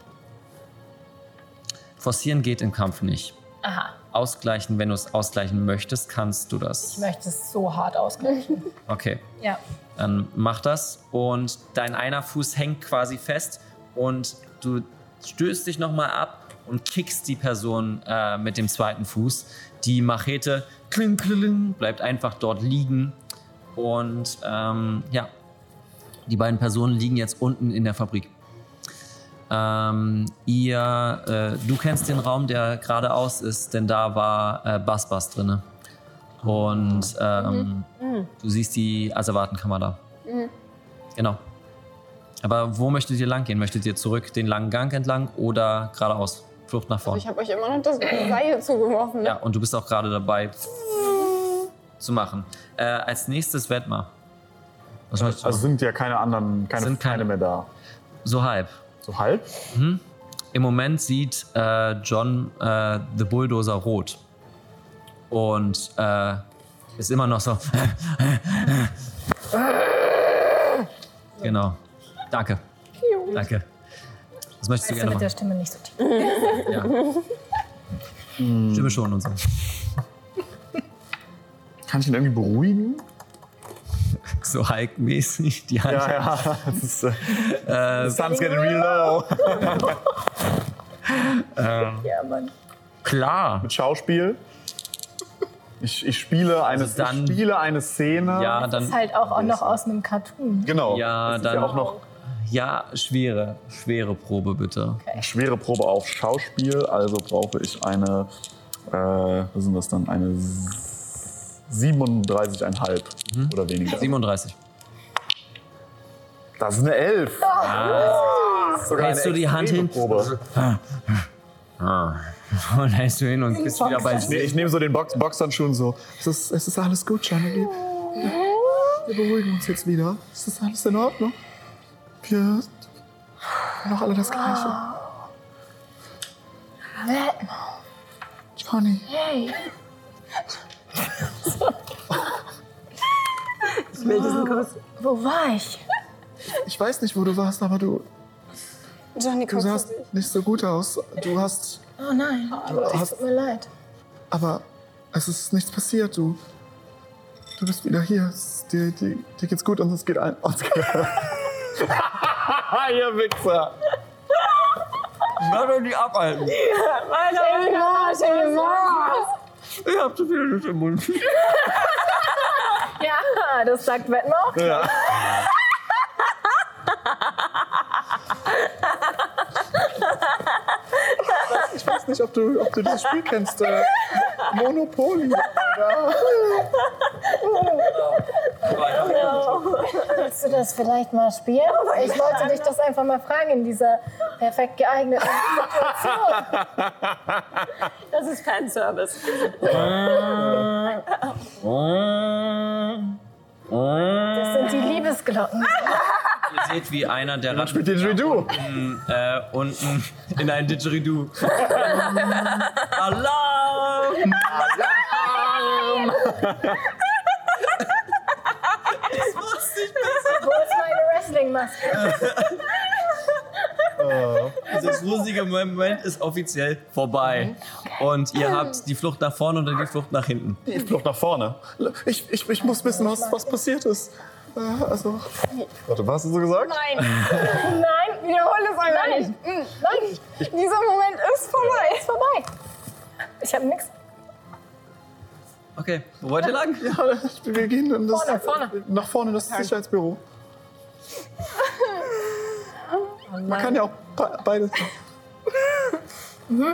Forcieren geht im Kampf nicht.
Aha,
Ausgleichen, wenn du es ausgleichen möchtest, kannst du das.
ich möchte es so hart ausgleichen.
Okay.
ja.
Dann mach das und dein einer Fuß hängt quasi fest und du stößt dich nochmal ab und kickst die Person äh, mit dem zweiten Fuß. Die Machete kling, kling, kling, bleibt einfach dort liegen und ähm, ja, die beiden Personen liegen jetzt unten in der Fabrik. Ähm, ihr, äh, du kennst den Raum, der geradeaus ist, denn da war äh, Bass Bass drinne. Und ähm, Du siehst die Asservatenkammer da. Genau. Aber wo möchtet ihr lang gehen? Möchtet ihr zurück den langen Gang entlang oder geradeaus? Flucht nach vorn.
Ich habe euch immer noch das Seil zugeworfen. ne?
Ja, und du bist auch gerade dabei zu machen. Äh, als nächstes Wettmar. Was möchtest du?
Also sind ja keine anderen, keine
Sind keine-
Feinde mehr da.
so halb.
So halb?
Im Moment sieht äh, John äh, The Bulldozer rot. Und äh, ist immer noch so. <laughs> genau. Danke. Danke. Was möchtest du
Bist du
gerne
mit der
machen?
Stimme nicht so tief?
Ja. Stimme schon und so.
Kann ich ihn irgendwie beruhigen?
So Hulk-mäßig die Hand.
ja. Das ist, äh, the sun's getting real low.
Ja, Mann.
Klar.
Mit Schauspiel. Ich, ich, spiele, eine,
Also dann-
ich spiele eine Szene.
Ja, dann.
Ist halt auch, auch noch aus einem Cartoon.
Genau.
Ja,
das ist
dann-
ja auch noch
Ja, schwere, schwere Probe bitte.
eine Ah, schwere Probe auf Schauspiel, also brauche ich eine, äh, was sind das dann, eine s- 37,5
Mhm.
oder weniger.
37.
Das ist eine 11. Sogar
Ah. Hältst du
eine
die Hand hin? Ah.
Probe.
Und hältst du hin und bist wieder bei
Nee, ich nehme so den Box Boxhandschuh und so. Es ist, es ist alles gut, Janine. Wir beruhigen uns jetzt wieder. Es ist alles in Ordnung. Wir haben noch alle das Gleiche. Johnny.
Wo war ich?
Ich weiß nicht, wo du warst, aber du,
Johnny
du
guckt so
sahst nicht so gut aus. Du hast.
Oh nein, es
hast-
tut mir leid.
Aber es ist nichts passiert. Du, du bist wieder hier. Es, dir, dir, dir geht's gut und es geht ein. <laughs> Uns geht Ihr Wichser!
Hör doch nicht abhalten. Ich hab zu viel Luft im Mund.
Ja, das sagt Wettmar.
Ich weiß nicht, ob du, ob du dieses Spiel kennst. Äh, Monopoly. <laughs>
Willst du das vielleicht mal spielen? Ich wollte dich das einfach mal fragen in dieser perfekt geeigneten Situation.
Das ist Fanservice.
Ah. Ihr
Das sind die Liebesglocken.
Ah. seht, wie einer der Ratten
Mit den Jiddu.
äh, unten in ein
<laughs>
Didgeridoo. Alarm!
Wo ist meine Wrestling-Maske?
Dieses riesige Moment ist offiziell vorbei. Und ihr habt die Flucht nach vorne oder die Flucht nach hinten.
Ich flog nach vorne. Ich, ich, ich muss wissen, was, was passiert ist. Äh, also. Warte, was hast du gesagt?
Nein, wiederhole es einmal Nein. nicht.
Hm,
Mm, Nein, dieser Moment ist vorbei. Ist vorbei. Ich habe nichts.
Okay, wo wollt ihr lang?
Ja, wir gehen in das,
Vorne, vorne.
nach vorne in das Sicherheitsbüro.
<laughs> Oh
Man kann ja auch be beides. machen.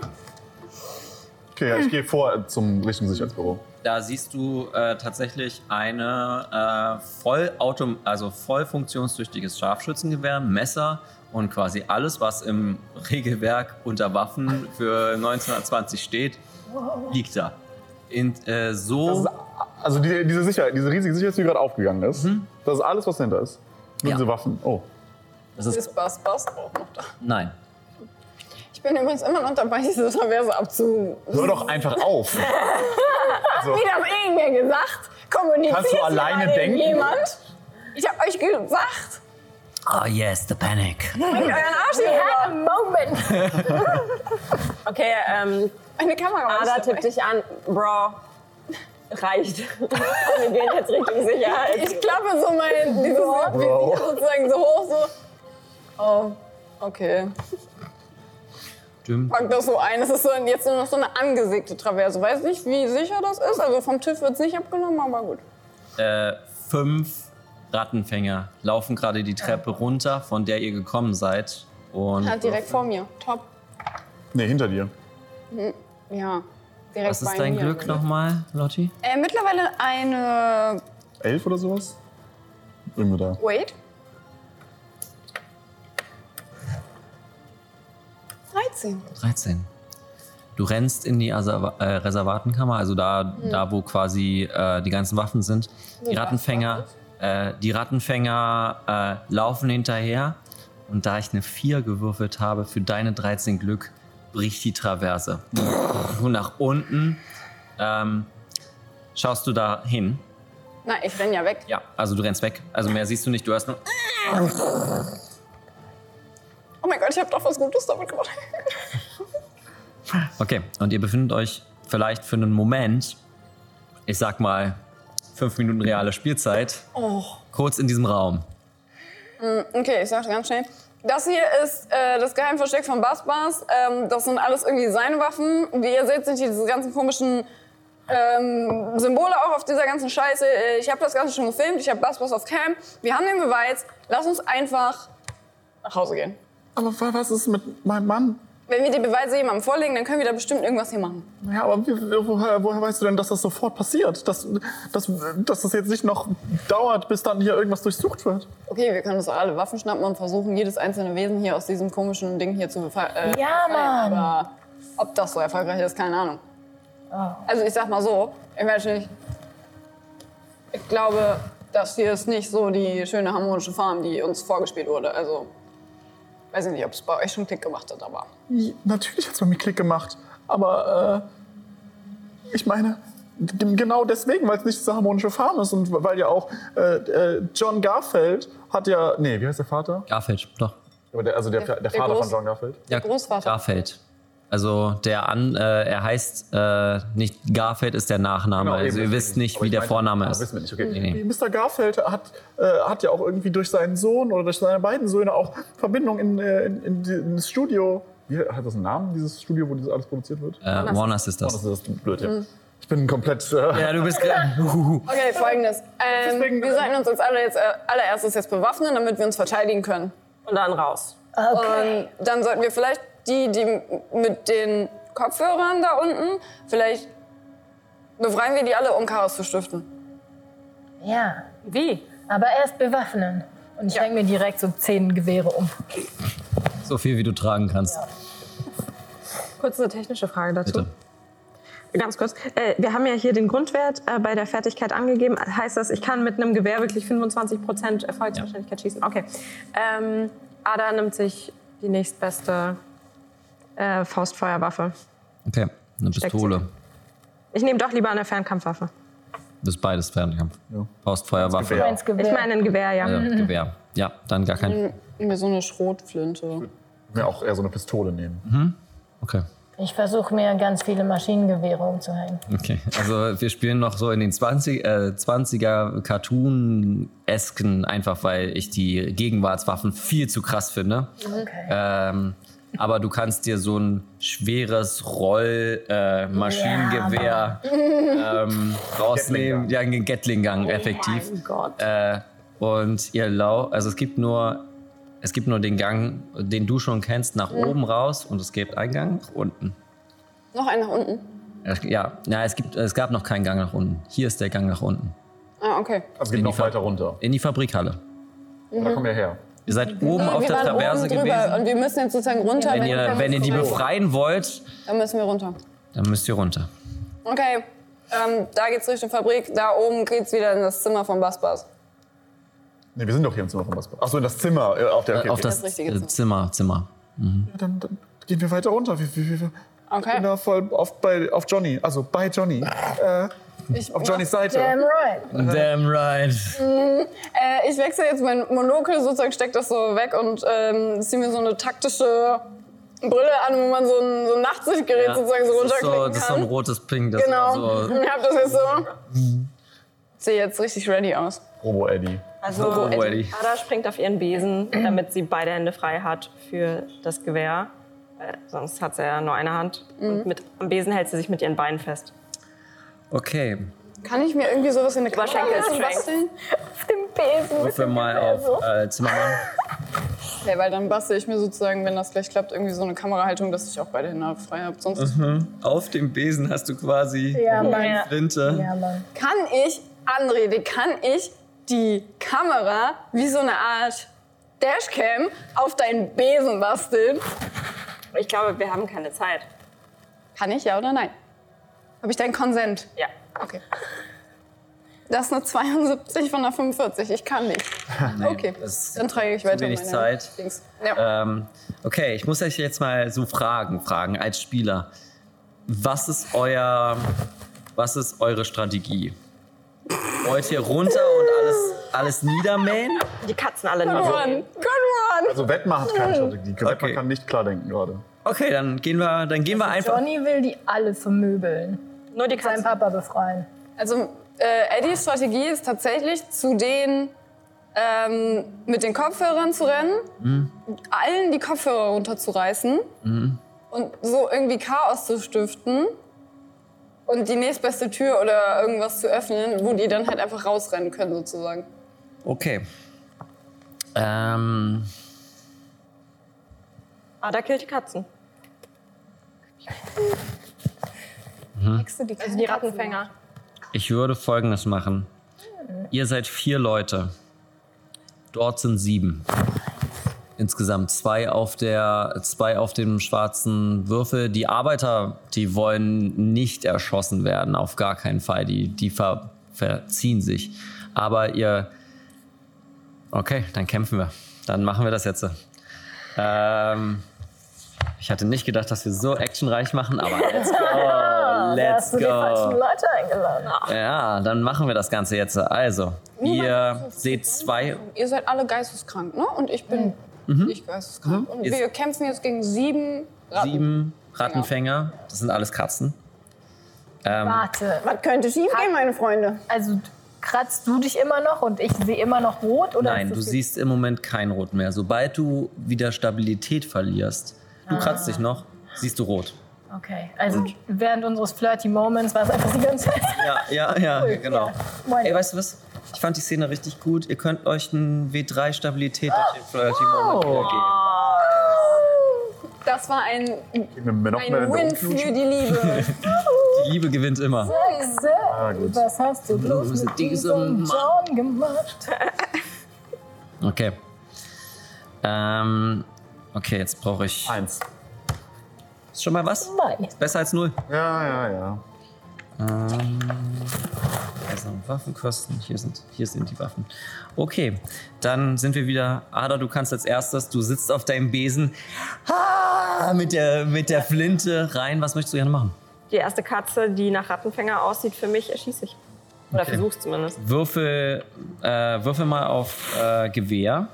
okay, ja, ich gehe vor äh, zum Richtung Sicherheitsbüro.
Da siehst du äh, tatsächlich eine äh, voll, autom also voll funktionstüchtiges Scharfschützengewehr, Messer und quasi alles, was im Regelwerk unter Waffen für 1920 steht, liegt da. Und, äh, so,
Also die, diese, Sicherheit, diese riesige Sicherheitstür, die gerade aufgegangen ist, das ist alles, was dahinter ist. Nur
Mhm. Ja.
diese Waffen. Oh.
Ist Bass Bass auch noch da?
nein.
Ich bin übrigens immer noch dabei, diese Traverse abzu.
Hör doch einfach auf. Also,
Ich hab irgendwer gesagt, kommuniziert
Kannst du alleine
gerade
denken?
jemand? Ich hab euch gesagt,
Oh yes, the panic.
bringt euren Arsch
We
hier
had a
rüber.
moment.
<laughs> Okay, ähm, <laughs>
Meine Kamera
Ah,
Ada
ist dabei.
tippt dich an. Bro, reicht. Wir gehen jetzt Richtung Sicherheit.
Ich klappe so mein dieses Visier sozusagen so hoch, so. Oh, okay.
Düm,
Pack das so ein. Das ist so ein, jetzt nur noch so eine angesägte Traverse. Weiß nicht, wie sicher das ist. Also vom TÜV wird es nicht abgenommen, aber gut.
äh, fünf Rattenfänger laufen gerade die Treppe runter, von der ihr gekommen seid. Und
Ah, direkt vor mir. Top.
nee, hinter dir.
Ja. Direkt
was ist
bei
dein
mir.
Glück nochmal, Lotti?
Äh, mittlerweile eine.
Elf oder sowas? Irgendwo da.
Wait. 13.
13. Du rennst in die Asa äh, Reservatenkammer, also da,
Hm.
da wo quasi äh, die ganzen Waffen sind. Die Rattenfänger, äh, die Rattenfänger äh, laufen hinterher. Und da ich eine 4 gewürfelt habe, für deine 13 Glück bricht die Traverse. du nach unten ähm, schaust du da hin.
Nein, ich renn ja weg.
Ja, also du rennst weg. Also mehr siehst du nicht, du hörst nur.
Oh mein Gott, ich habe doch was Gutes damit gemacht.
Okay, und ihr befindet euch vielleicht für einen Moment, ich sag mal, fünf Minuten reale Spielzeit, kurz in diesem Raum.
<laughs> Okay, ich sag's ganz schnell. Das hier ist äh, das Geheimversteck von Bas Bas. Ähm, das sind alles irgendwie seine Waffen. Wie ihr seht, sind hier diese ganzen komischen ähm, Symbole auch auf dieser ganzen Scheiße. Äh, Ich habe das Ganze schon gefilmt. Ich habe Bas Bas auf Cam. Wir haben den Beweis. Lass uns einfach nach Hause gehen.
Aber wa- was ist mit meinem Mann?
Wenn wir die Beweise jemandem vorlegen, dann können wir da bestimmt irgendwas hier machen.
Ja, aber wie, wie- woher, woher weißt du denn, dass das sofort passiert? Dass, dass, dass das jetzt nicht noch dauert, bis dann hier irgendwas durchsucht wird?
Okay, wir können uns auch alle Waffen schnappen und versuchen, jedes einzelne Wesen hier aus diesem komischen Ding hier zu befreien. Äh,
Ja,
befreien.
Mann.
Aber ob das so erfolgreich ist, keine Ahnung.
Oh.
Also ich sag mal so, ich weiß nicht. Ich glaube, das hier ist nicht so die schöne harmonische Farm, die uns vorgespielt wurde. Also weiß ich nicht, ob es bei euch schon Klick gemacht hat, aber
Natürlich hat's bei mir Klick gemacht. Aber äh, ich meine, g- genau deswegen, weil es nicht diese harmonische Farm ist und weil ja auch äh, äh, John Garfield hat ja. Nee, wie heißt der Vater?
Garfield, doch.
Aber der, also der, der,
der
Vater von
Groß-
John Garfield.
Ja,
Großvater.
Garfeld. Also der an, äh, er heißt äh, nicht Garfeld ist der Nachname.
Genau,
also
eben,
ihr
deswegen.
wisst nicht,
Aber
wie
ich
der
meine-
Vorname
Ah,
ist.
Wissen wir nicht, okay.
Mhm.
Nee, nee.
Mr. Garfield hat, äh, hat ja auch irgendwie durch seinen Sohn oder durch seine beiden Söhne auch Verbindung in, äh, in, in, die- in das Studio. Wie, hat das einen Namen, dieses Studio, wo dieses alles produziert wird?
Äh, Warners ist
Oh, das
das.
ist blöd, ja.
Mhm.
Ich bin komplett. Äh,
Ja, du bist
<laughs>
gerade.
Okay, folgendes. Ähm,
Deswegen-
wir sollten uns als alle jetzt, äh, allererstes jetzt bewaffnen, damit wir uns verteidigen können.
Und dann raus.
Ah,
Und dann sollten wir vielleicht die, die m- mit den Kopfhörern da unten, vielleicht befreien wir die alle, um Chaos zu stiften.
Ja,
Wie?
aber erst bewaffnen. Und ich hänge mir direkt so zehn Gewehre um.
So viel wie du tragen kannst.
Kurz eine technische Frage dazu.
Bitte.
Ganz kurz. Äh, wir haben ja hier den Grundwert äh, bei der Fertigkeit angegeben. Heißt das, ich kann mit einem Gewehr wirklich 25% Erfolgswahrscheinlichkeit schießen? Okay. Ähm, Ada nimmt sich die nächstbeste äh, Faustfeuerwaffe.
Okay, eine
Steckt
Pistole.
Ich nehme doch lieber eine Fernkampfwaffe.
Das ist beides Fernkampf. Faustfeuerwaffe.
Gewehr.
Eins Gewehr.
Ich meine ein Gewehr, ja.
Ja, Gewehr. Ja, dann gar kein.
Mir so eine Schrotflinte.
mir auch eher so eine Pistole nehmen.
Okay.
Ich versuche mir ganz viele Maschinengewehre umzuhängen.
Okay, also wir spielen noch so in den 20, äh, 20er Cartoon-esken, einfach weil ich die Gegenwartswaffen viel zu krass finde.
Okay.
Ähm, aber du kannst dir so ein schweres Roll-Maschinengewehr ähm, rausnehmen. Ja, einen Gatling-Gang, effektiv.
Oh
Äh, und ihr lau, also es gibt nur, es gibt nur den Gang, den du schon kennst, nach oben raus und es gibt einen Gang nach unten.
Noch einen nach unten.
Es- Ja, na, es, gibt, es gab noch keinen Gang nach unten. Hier ist der Gang nach unten.
Ah, okay.
Also geht
In die
noch
Fa-
weiter runter.
In die Fabrikhalle.
Da kommen wir her.
Ihr seid oben auf
wir
der
waren
Traverse
oben drüber
gewesen.
und wir müssen jetzt sozusagen runter.
Wenn ihr, wenn ihr die befreien wollt,
Dann müssen wir runter.
dann müsst ihr runter.
Okay, ähm, da geht's Richtung Fabrik, da oben geht's wieder in das Zimmer von Bas Bas.
Ne, wir sind doch hier im Zimmer von Wasper. Achso, in das Zimmer. äh, Auf der, okay,
Auf das
richtige
äh,
Zimmer.
Zimmer, Zimmer.
okay. Dann, dann gehen wir weiter runter. Wir, wir, wir- wir
Okay.
gehen da voll auf, bei, auf Johnny. Also bei Johnny. Äh,
Ich,
auf Johnnys Seite.
Damn right.
Damn right.
äh, ich wechsle jetzt mein Monokel, sozusagen steck das so weg und ähm, ziehe mir so eine taktische Brille an, wo man so ein, so ein Nachtsichtgerät sozusagen so
das, ist so,
runterklicken
das ist so ein
kann.
rotes Ping. Das
genau.
ist so,
<laughs>
Mhm.
Und ich hab das jetzt so. Sehe jetzt richtig ready aus.
Robo Eddie.
Also
Oh, Eddie.
Ada springt auf ihren Besen, damit sie beide Hände frei hat für das Gewehr. Äh, sonst hat sie ja nur eine Hand.
Mhm.
Und mit, am Besen hält sie sich mit ihren Beinen fest.
okay,
Kann ich mir irgendwie sowas in eine
Schenkel
Kamera
ist strength.
basteln?
rufe mal auf äh, Zimmermann.
Ja, weil dann bastel ich mir sozusagen, wenn das gleich klappt, irgendwie so eine Kamerahaltung, dass ich auch beide Hände frei habe. Sonst
Mhm. Auf dem Besen hast du quasi
Ja,
eine
Mann.
Flinte.
Ja, Mann.
kann ich, Anrede, kann ich die Kamera wie so eine Art Dashcam auf deinen Besen basteln?
Ich glaube, wir haben keine Zeit.
Kann ich, ja oder nein? Habe ich deinen Konsent?
Ja.
Okay. Das ist eine 72 von der 45. Ich
<laughs>
kann nicht. okay,
das
dann trage ich
zu
weiter
wenig
meine
Zeit.
Dings. Ja.
Ähm, okay, ich muss euch jetzt mal so fragen, fragen als Spieler. Was ist euer, was ist eure Strategie? Wollt ihr runter und alles, alles niedermähen?
Die Katzen alle
Good
nur.
one, good one.
Also Wettmar hat keine Strategie. Wettmar
Okay.
kann nicht klar denken gerade.
Okay, dann gehen wir, dann gehen wir einfach.
Johnny will die alle vermöbeln.
Nur die
Seinen
Katze.
Papa befreien.
Also äh, Eddies Strategie ist tatsächlich zu den ähm, mit den Kopfhörern zu rennen,
Mhm.
allen die Kopfhörer runterzureißen und so irgendwie Chaos zu stiften und die nächstbeste Tür oder irgendwas zu öffnen, wo die dann halt einfach rausrennen können sozusagen.
Okay. Ähm,
Ada Ah, killt die Katzen.
Hexe, die
Also die Rattenfänger.
ich würde folgendes machen. Ihr seid vier Leute. Dort sind sieben. Insgesamt zwei auf der, zwei auf dem schwarzen Würfel. Die Arbeiter, die wollen nicht erschossen werden, auf gar keinen Fall. Die, die ver, verziehen sich. Aber ihr. Okay, dann kämpfen wir. Dann machen wir das jetzt. Ähm, ich hatte nicht gedacht, dass wir so actionreich machen, aber let's
<laughs>
go! Let's
Hast du die
go!
falschen Leute eingeladen?
Ja, dann machen wir das Ganze jetzt. Also,
Oh,
ihr seht zwei.
Ihr seid alle geisteskrank, ne? Und ich bin nicht geisteskrank. Und
Ist-
wir kämpfen jetzt gegen sieben Ratten.
Sieben Rattenfänger, das sind alles Katzen.
Warte,
Ähm, Was könnte schiefgehen, meine Freunde?
also kratzt du dich immer noch und ich sehe immer noch rot? Oder
Nein,
ist
du
das-
siehst im Moment kein Rot mehr. Sobald du wieder Stabilität verlierst,
Ah.
du kratzt dich noch, siehst du Rot.
Okay, also während unseres Flirty Moments war es einfach die ganze Zeit. <laughs>
Ja, ja, ja, genau.
Moin.
Ey, weißt du was? Ich fand die Szene richtig gut. Ihr könnt euch einen W3 Stabilität durch den Flirty
Oh.
Moment wieder geben.
Das war ein,
Nehmen wir noch
ein
mehr in der
Win
Unflut.
für die Liebe.
<laughs>
Die Liebe gewinnt immer.
Ah, gut.
Was hast du bloß
Diese-
mit
diesem
diesem John gemacht?
Okay. Ähm, okay, jetzt brauche ich.
Eins.
Ist schon mal was?
Nein.
Besser als null.
Ja, ja, ja.
Ähm, also Waffenkosten, hier sind, hier sind die Waffen. Okay, dann sind wir wieder. Ada, du kannst als erstes, du sitzt auf deinem Besen ah, mit, der, mit der Flinte rein. Was möchtest du gerne machen?
Die erste Katze, die nach Rattenfänger aussieht, für mich erschieße ich. Oder versuch's zumindest.
Würfel, äh, würfel mal auf äh, Gewehr.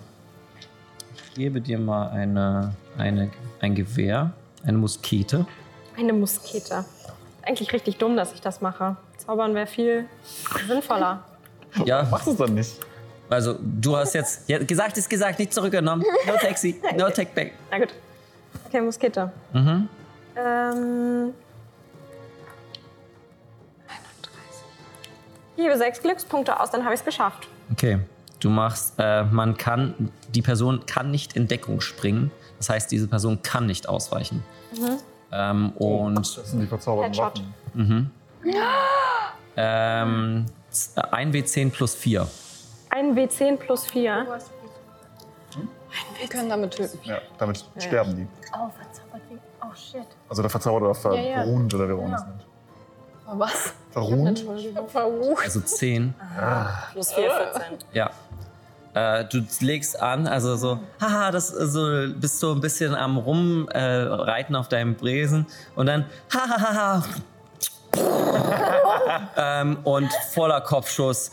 Ich gebe dir mal eine, eine, ein Gewehr, eine Muskete.
Eine Muskete. Eigentlich richtig dumm, dass ich das mache. Zaubern wäre viel
<laughs>
sinnvoller.
Ja,
Machst du es dann nicht?
also du hast jetzt, ja, gesagt ist gesagt, nicht zurückgenommen. No taxi, no take back.
Na gut. Okay, Muskete.
Mhm.
Ähm. 31. Gebe sechs Glückspunkte aus, dann habe ich es geschafft.
Okay. Du machst, äh, man kann, die Person kann nicht in Deckung springen. Das heißt, diese Person kann nicht ausweichen. Ähm, und
Das sind die verzauberten
Headshot.
Waffen.
ähm, z- äh, 1W10 plus 4.
Ein W10 plus
Oh,
4.
Wir können damit töten.
Ja, damit sterben die.
Oh, verzaubert wie. Oh shit.
Also der verzaubert oder ver
ja.
verrunt oder wie auch immer es
Ja.
nennt.
Was?
Verrunt?
Verrucht.
Also 10.
Plus 4, 14.
Ja. Äh, du legst an, also so, haha, das äh, so, bist so ein bisschen am Rumreiten äh, reiten auf deinem Bresen und dann, hahaha. <laughs> ähm, und voller Kopfschuss,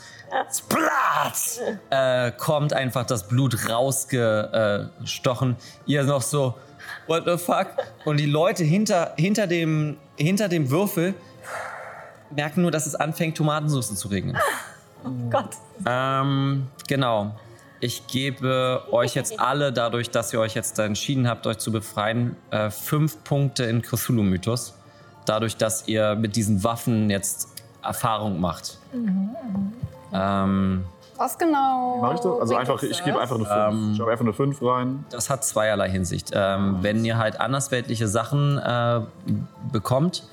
splat, äh, kommt einfach das Blut rausgestochen. Ihr noch so, what the fuck? Und die Leute hinter, hinter, dem, hinter dem Würfel merken nur, dass es anfängt, Tomatensauce zu regnen. Ähm, genau. Ich gebe euch jetzt alle, dadurch, dass ihr euch jetzt entschieden habt, euch zu befreien, äh, fünf Punkte in Cthulhu-Mythos. Dadurch, dass ihr mit diesen Waffen jetzt Erfahrung macht. Ähm,
Was genau?
Mach ich das? Also
bringt
einfach,
uns
ich gebe einfach eine 5.
Ähm.
ich schreibe einfach eine 5 rein.
das hat zweierlei Hinsicht. Ähm, wenn ihr halt andersweltliche Sachen äh, bekommt,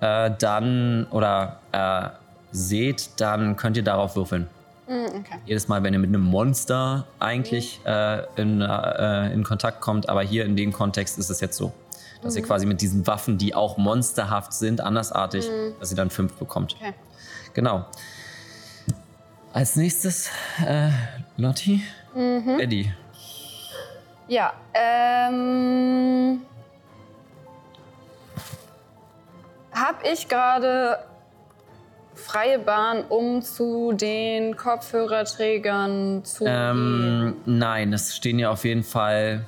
äh, dann oder äh, seht, dann könnt ihr darauf würfeln. Jedes Mal, wenn ihr mit einem Monster eigentlich äh, in, äh, in Kontakt kommt, aber hier in dem Kontext ist es jetzt so, dass ihr quasi mit diesen Waffen, die auch monsterhaft sind, andersartig, dass ihr dann fünf bekommt.
Okay.
Genau. Als nächstes äh, Lotti, Eddie.
Ja, ähm. Hab ich gerade freie Bahn, um zu den Kopfhörerträgern zu
Ähm, nein, es stehen ja auf jeden Fall.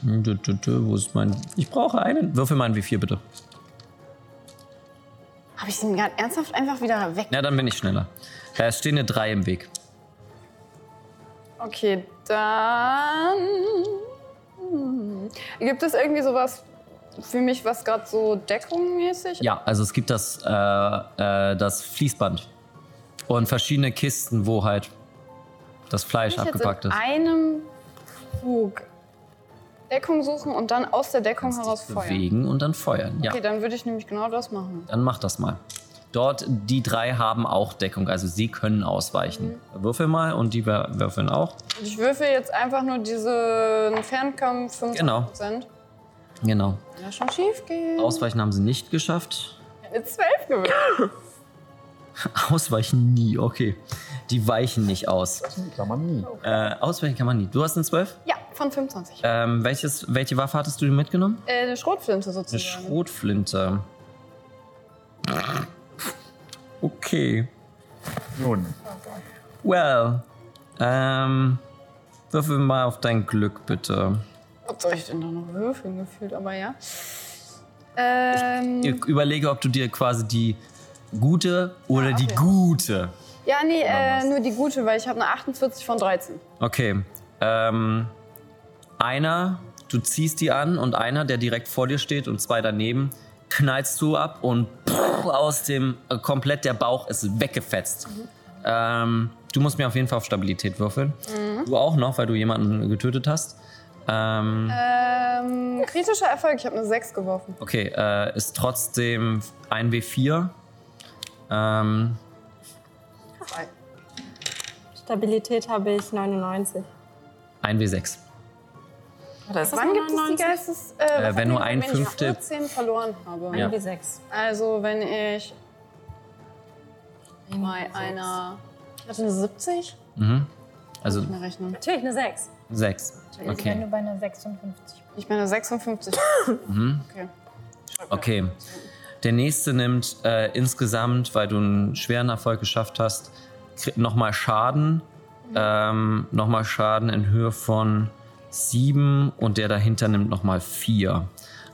Dö, dö, dö, Wo ist mein. Ich brauche einen. Würfel mal einen W4, bitte.
Habe ich den gerade ernsthaft einfach wieder weg?
Na, dann bin ich schneller. Äh, Es stehen eine 3 im Weg.
Okay, dann. Hm. Gibt es irgendwie sowas für mich, was gerade so deckungmäßig?
Ja, also es gibt das, äh, äh, das Fließband. Und verschiedene Kisten, wo halt das Fleisch
Kann ich
abgepackt
jetzt in
ist.
einem Flug Deckung suchen und dann aus der Deckung heraus feuern.
Bewegen und dann feuern. Ja,
Okay, dann würde ich nämlich genau das machen.
dann mach das mal. Dort, die drei haben auch Deckung, also sie können ausweichen.
Mhm.
Würfel mal und die wür- würfeln auch.
Und ich würfel jetzt einfach nur diesen Fernkampf 25%.
Genau. Genau.
Wenn das schon schief geht.
Ausweichen haben sie nicht geschafft.
Eine 12 gewürfelt.
<laughs> Ausweichen nie, okay. Die weichen nicht aus.
Klammern nie.
Äh, ausweichen kann man nie. Du hast einen 12.
Ja, von 25.
Ähm, welches, welche Waffe hattest du mitgenommen?
Äh, eine Schrotflinte sozusagen.
Eine Schrotflinte. Okay.
Nun,
Well. Ähm, würfel mal auf dein Glück, bitte.
Was soll ich denn da noch würfeln gefühlt, aber ja. Ähm,
Ich überlege, ob du dir quasi die gute oder die gute.
ja, nee, äh, nur die gute, weil ich habe eine 48 von 13.
Okay. Ähm, einer, du ziehst die an und einer, der direkt vor dir steht und zwei daneben, knallst du ab und pff, aus dem äh, komplett der Bauch ist weggefetzt. Ähm, du musst mir auf jeden Fall auf Stabilität würfeln. Du auch noch, weil du jemanden getötet hast. Ähm,
Ähm, kritischer Erfolg, ich habe eine 6 geworfen.
Okay, äh, ist trotzdem ein W4. Ähm,
Stabilität habe ich 99.
ein W6.
Das
Wann gibt es die Geistes... Äh, was
wenn nur
hat
ein
mir-
Fünftel-
Wenn ich 14 verloren habe.
Ja.
Wie 6.
Also, wenn ich bei einer... Ich hatte eine 70?
Also
Mal rechnen.
Natürlich eine 6.
6.
Wenn
Okay.
du bei einer 56
Ich bin
<laughs>
eine 56.
Mhm. Okay. Der nächste nimmt äh, insgesamt, weil du einen schweren Erfolg geschafft hast, nochmal Schaden. Ähm, nochmal Schaden in Höhe von 7 und der dahinter nimmt nochmal 4.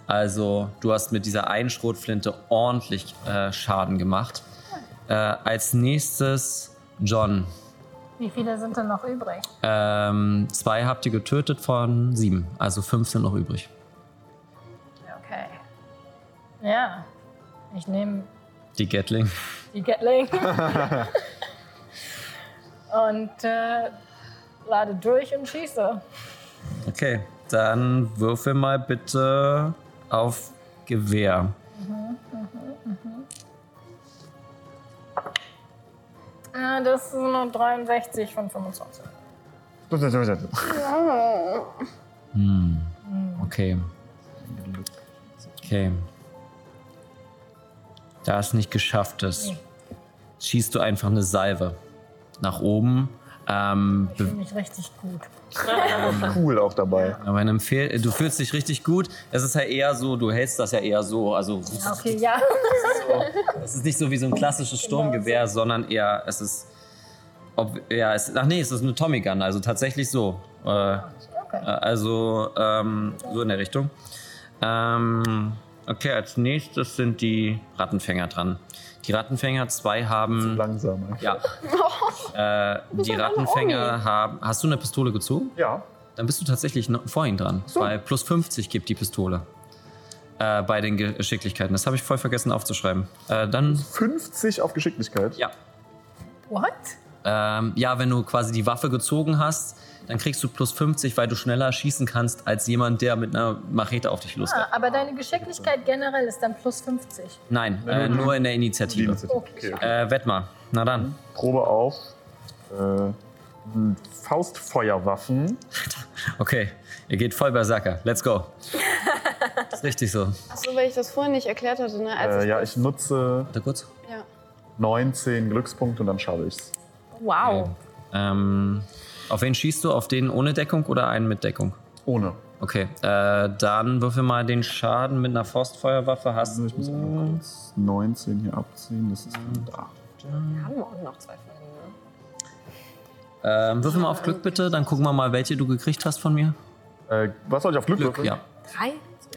Also du hast mit dieser einen Schrotflinte ordentlich äh, Schaden gemacht. Äh, als nächstes John.
Wie viele sind denn noch übrig?
Ähm, zwei habt ihr getötet von sieben. Also fünf sind noch übrig.
Okay. Ja, ich nehme
Die Gatling.
die
<laughs>
Gatling. <laughs> und äh, lade durch und schieße.
Okay, dann würfel mal bitte auf Gewehr.
Äh, das ist nur 63 von 25.
Okay. Okay. Da es nicht geschafft ist, schießt du einfach eine Salve nach oben. Ähm,
Ich fühle mich richtig gut.
Cool auch dabei.
aber einem Fehl du fühlst dich richtig gut. Es ist ja eher so, du hältst das ja eher so. Also
Okay, ja.
Es ist nicht so wie so ein klassisches Sturmgewehr, sondern eher, es ist. Ob, ja, es, ach nee, es ist eine Tommy Gun, also tatsächlich so. Äh, äh, Also ähm, so in der Richtung. Ähm, okay, als nächstes sind die Rattenfänger dran. Die Rattenfänger zwei haben.
langsamer.
Ja. äh, die Rattenfänger haben. Hast du eine Pistole gezogen?
Ja.
Dann bist du tatsächlich noch vorhin dran. Weil plus 50 gibt die Pistole. Äh, bei den Geschicklichkeiten. Das habe ich voll vergessen aufzuschreiben. Äh, dann
50 auf Geschicklichkeit.
ja.
What?
Ähm, ja, wenn du quasi die Waffe gezogen hast, dann kriegst du plus 50, weil du schneller schießen kannst als jemand, der mit einer Machete auf dich losgeht.
Ah, aber deine Geschicklichkeit generell ist dann plus
Ah.
50.
Nein, äh, nur in der Initiative.
Okay.
Äh, Wettmar, na
Mhm.
dann.
Probe auf äh, m, Faustfeuerwaffen.
Okay, ihr geht voll Berserker. Let's
<laughs>
go. ist richtig so.
Achso, weil ich das vorhin nicht erklärt hatte, ne? Als
Äh, ja, ich nutze
Warte kurz.
19 Glückspunkte und dann schaffe ich's.
Wow.
Ähm, auf wen schießt du? Auf den ohne Deckung oder einen mit Deckung?
Ohne.
Okay, äh, dann würfel mal den Schaden mit einer Forstfeuerwaffe. Hast
Also ich muss einmal kurz 19 hier abziehen, das ist Ah. dann da.
Haben
Hm,
wir auch noch zwei Folgen, ne?
Ähm, würfel mal auf Glück bitte, dann gucken wir mal, welche du gekriegt hast von mir.
Äh, was soll ich auf Glück,
Glück,
würfeln?
ja.
Drei?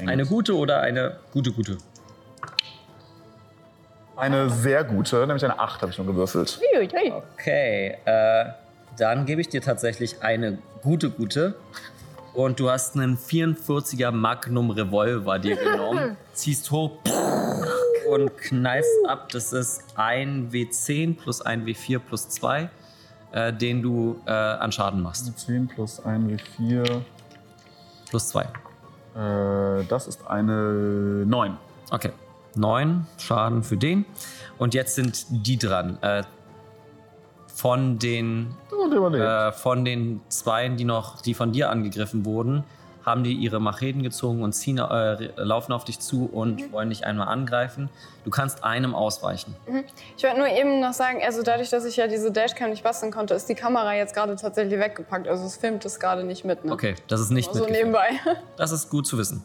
Eine gute oder eine gute, gute.
Eine sehr gute, nämlich eine 8 habe ich nur gewürfelt.
Okay, äh, dann gebe ich dir tatsächlich eine gute, gute. Und du hast einen 44er Magnum Revolver dir genommen, ziehst hoch und knallst ab. Das ist ein W10 plus ein W4 plus 2, äh, den du äh, an Schaden machst.
10 plus 1 W4,
Plus 2.
äh, das ist eine 9.
Okay. 9 Schaden für den. Und jetzt sind die dran. Äh, von den
Und überlebt.
Äh, von den Zweien, die noch, die von dir angegriffen wurden, haben die ihre Macheten gezogen und ziehen, äh, laufen auf dich zu und
Mhm.
wollen dich einmal angreifen. Du kannst einem ausweichen.
Mhm. Ich wollte nur eben noch sagen, also dadurch, dass ich ja diese Dashcam nicht basteln konnte, ist die Kamera jetzt gerade tatsächlich weggepackt. Also es filmt es gerade nicht mit. Ne?
Okay, das ist nicht
So
mitgefilmt.
nebenbei.
Das ist gut zu wissen.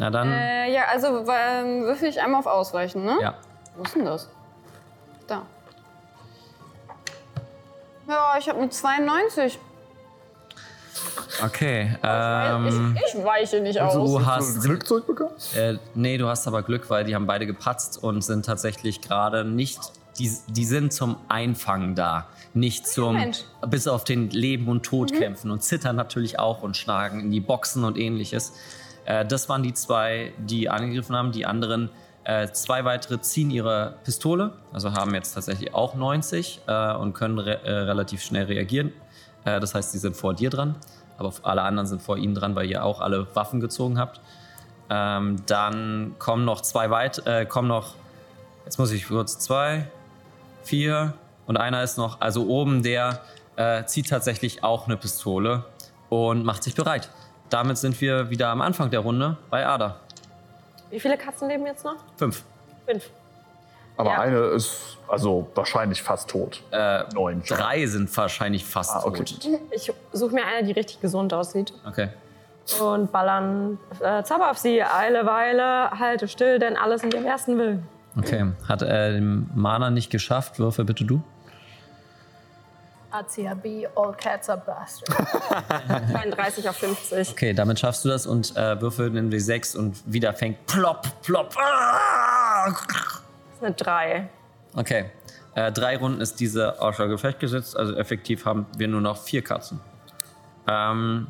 Na dann,
Äh, ja, also ähm, würfel ich einmal auf Ausweichen, ne?
ja.
Wo ist denn das? Da. Ja, ich habe eine 92.
Okay.
Äh,
Ähm, also,
ich, ich weiche nicht aus.
du hast.
Glück zurückbekommen?
Äh, nee, du hast aber Glück, weil die haben beide gepatzt und sind tatsächlich gerade nicht. Die, die sind zum Einfangen da, nicht zum
Mensch.
bis auf den Leben und Tod kämpfen und zittern natürlich auch und schlagen in die Boxen und ähnliches. Äh, das waren die zwei, die angegriffen haben. Die anderen äh, zwei weitere ziehen ihre Pistole, also haben jetzt tatsächlich auch 90 äh, und können re äh, relativ schnell reagieren. Äh, das heißt, sie sind vor dir dran, aber alle anderen sind vor ihnen dran, weil ihr auch alle Waffen gezogen habt. Ähm, dann kommen noch zwei weit, äh, kommen noch, jetzt muss ich kurz, zwei, vier und einer ist noch, also oben, der äh, zieht tatsächlich auch eine Pistole und macht sich bereit. Damit sind wir wieder am Anfang der Runde bei Ada.
Wie viele Katzen leben jetzt noch?
Fünf.
Fünf.
Äh, Aber
Ja.
eine ist also wahrscheinlich fast tot.
Äh,
Neun.
drei sind wahrscheinlich fast
Ah, okay.
tot.
Ich suche mir eine, die richtig gesund aussieht.
Okay.
Und ballern äh, Zauber auf sie. Eile, Weile, halte still, denn alles in ihrem ersten Willen.
Okay. Hat äh, den Mana nicht geschafft. Würfel bitte du.
ACAB, all cats are bastards.
32 auf 50.
Okay, damit schaffst du das und äh, würfel den W6 und wieder fängt plopp, plopp. Ah!
Das ist eine 3.
Okay. Äh, drei Runden ist diese außer Gefecht gesetzt, also effektiv haben wir nur noch vier Katzen. Ähm,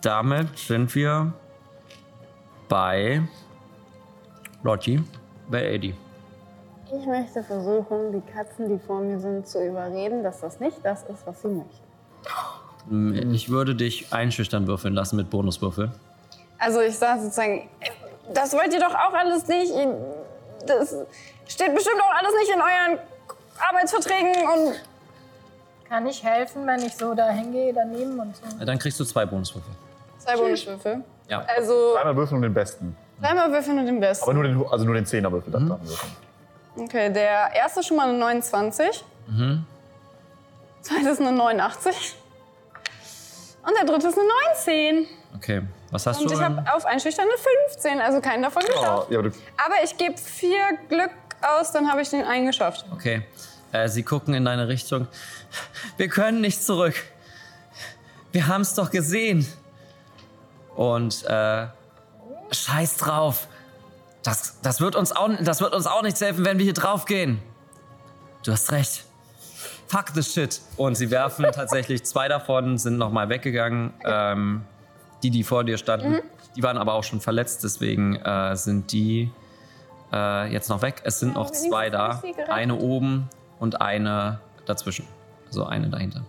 damit sind wir bei Lottie, bei Eddie.
Ich möchte versuchen, die Katzen, die vor mir sind, zu überreden, dass das nicht das ist, was sie möchten.
Hm, Ich würde dich einschüchtern würfeln lassen mit Bonuswürfeln.
Also ich sage sozusagen, äh, das wollt ihr doch auch alles nicht. Ihr- Das steht bestimmt auch alles nicht in euren Arbeitsverträgen und
Kann ich helfen, wenn ich so da hingehe daneben und so?
Äh, Dann kriegst du zwei Bonuswürfel. Äh,
zwei Bonuswürfel.
Ja.
Also
Einmal würfeln und den besten.
dreimal würfeln und den besten.
Aber nur den, also nur den Zehnerwürfel
Mhm.
darf man würfeln.
Okay, der erste schon mal eine 29. Zweites eine 89. Und der dritte ist eine 19.
Okay. Was hast
Und
du?
ich
denn?
habe auf einschüchtern eine 15, also keinen davon
Ah,
geschafft.
ja, aber du,
Aber ich gebe vier Glück aus, dann habe ich den einen geschafft.
Okay. Äh, sie gucken in deine Richtung. Wir können nicht zurück. Wir haben es doch gesehen. Und äh, scheiß drauf. Das, das, wird uns auch, das wird uns auch nichts helfen, wenn wir hier drauf gehen. Du hast recht. Fuck the shit. Und sie werfen tatsächlich zwei davon, sind nochmal weggegangen. Ähm, die, die vor dir standen, die waren aber auch schon verletzt, deswegen äh, sind die äh, jetzt noch weg. Es sind noch zwei da. Eine oben und eine dazwischen. Also eine dahinter.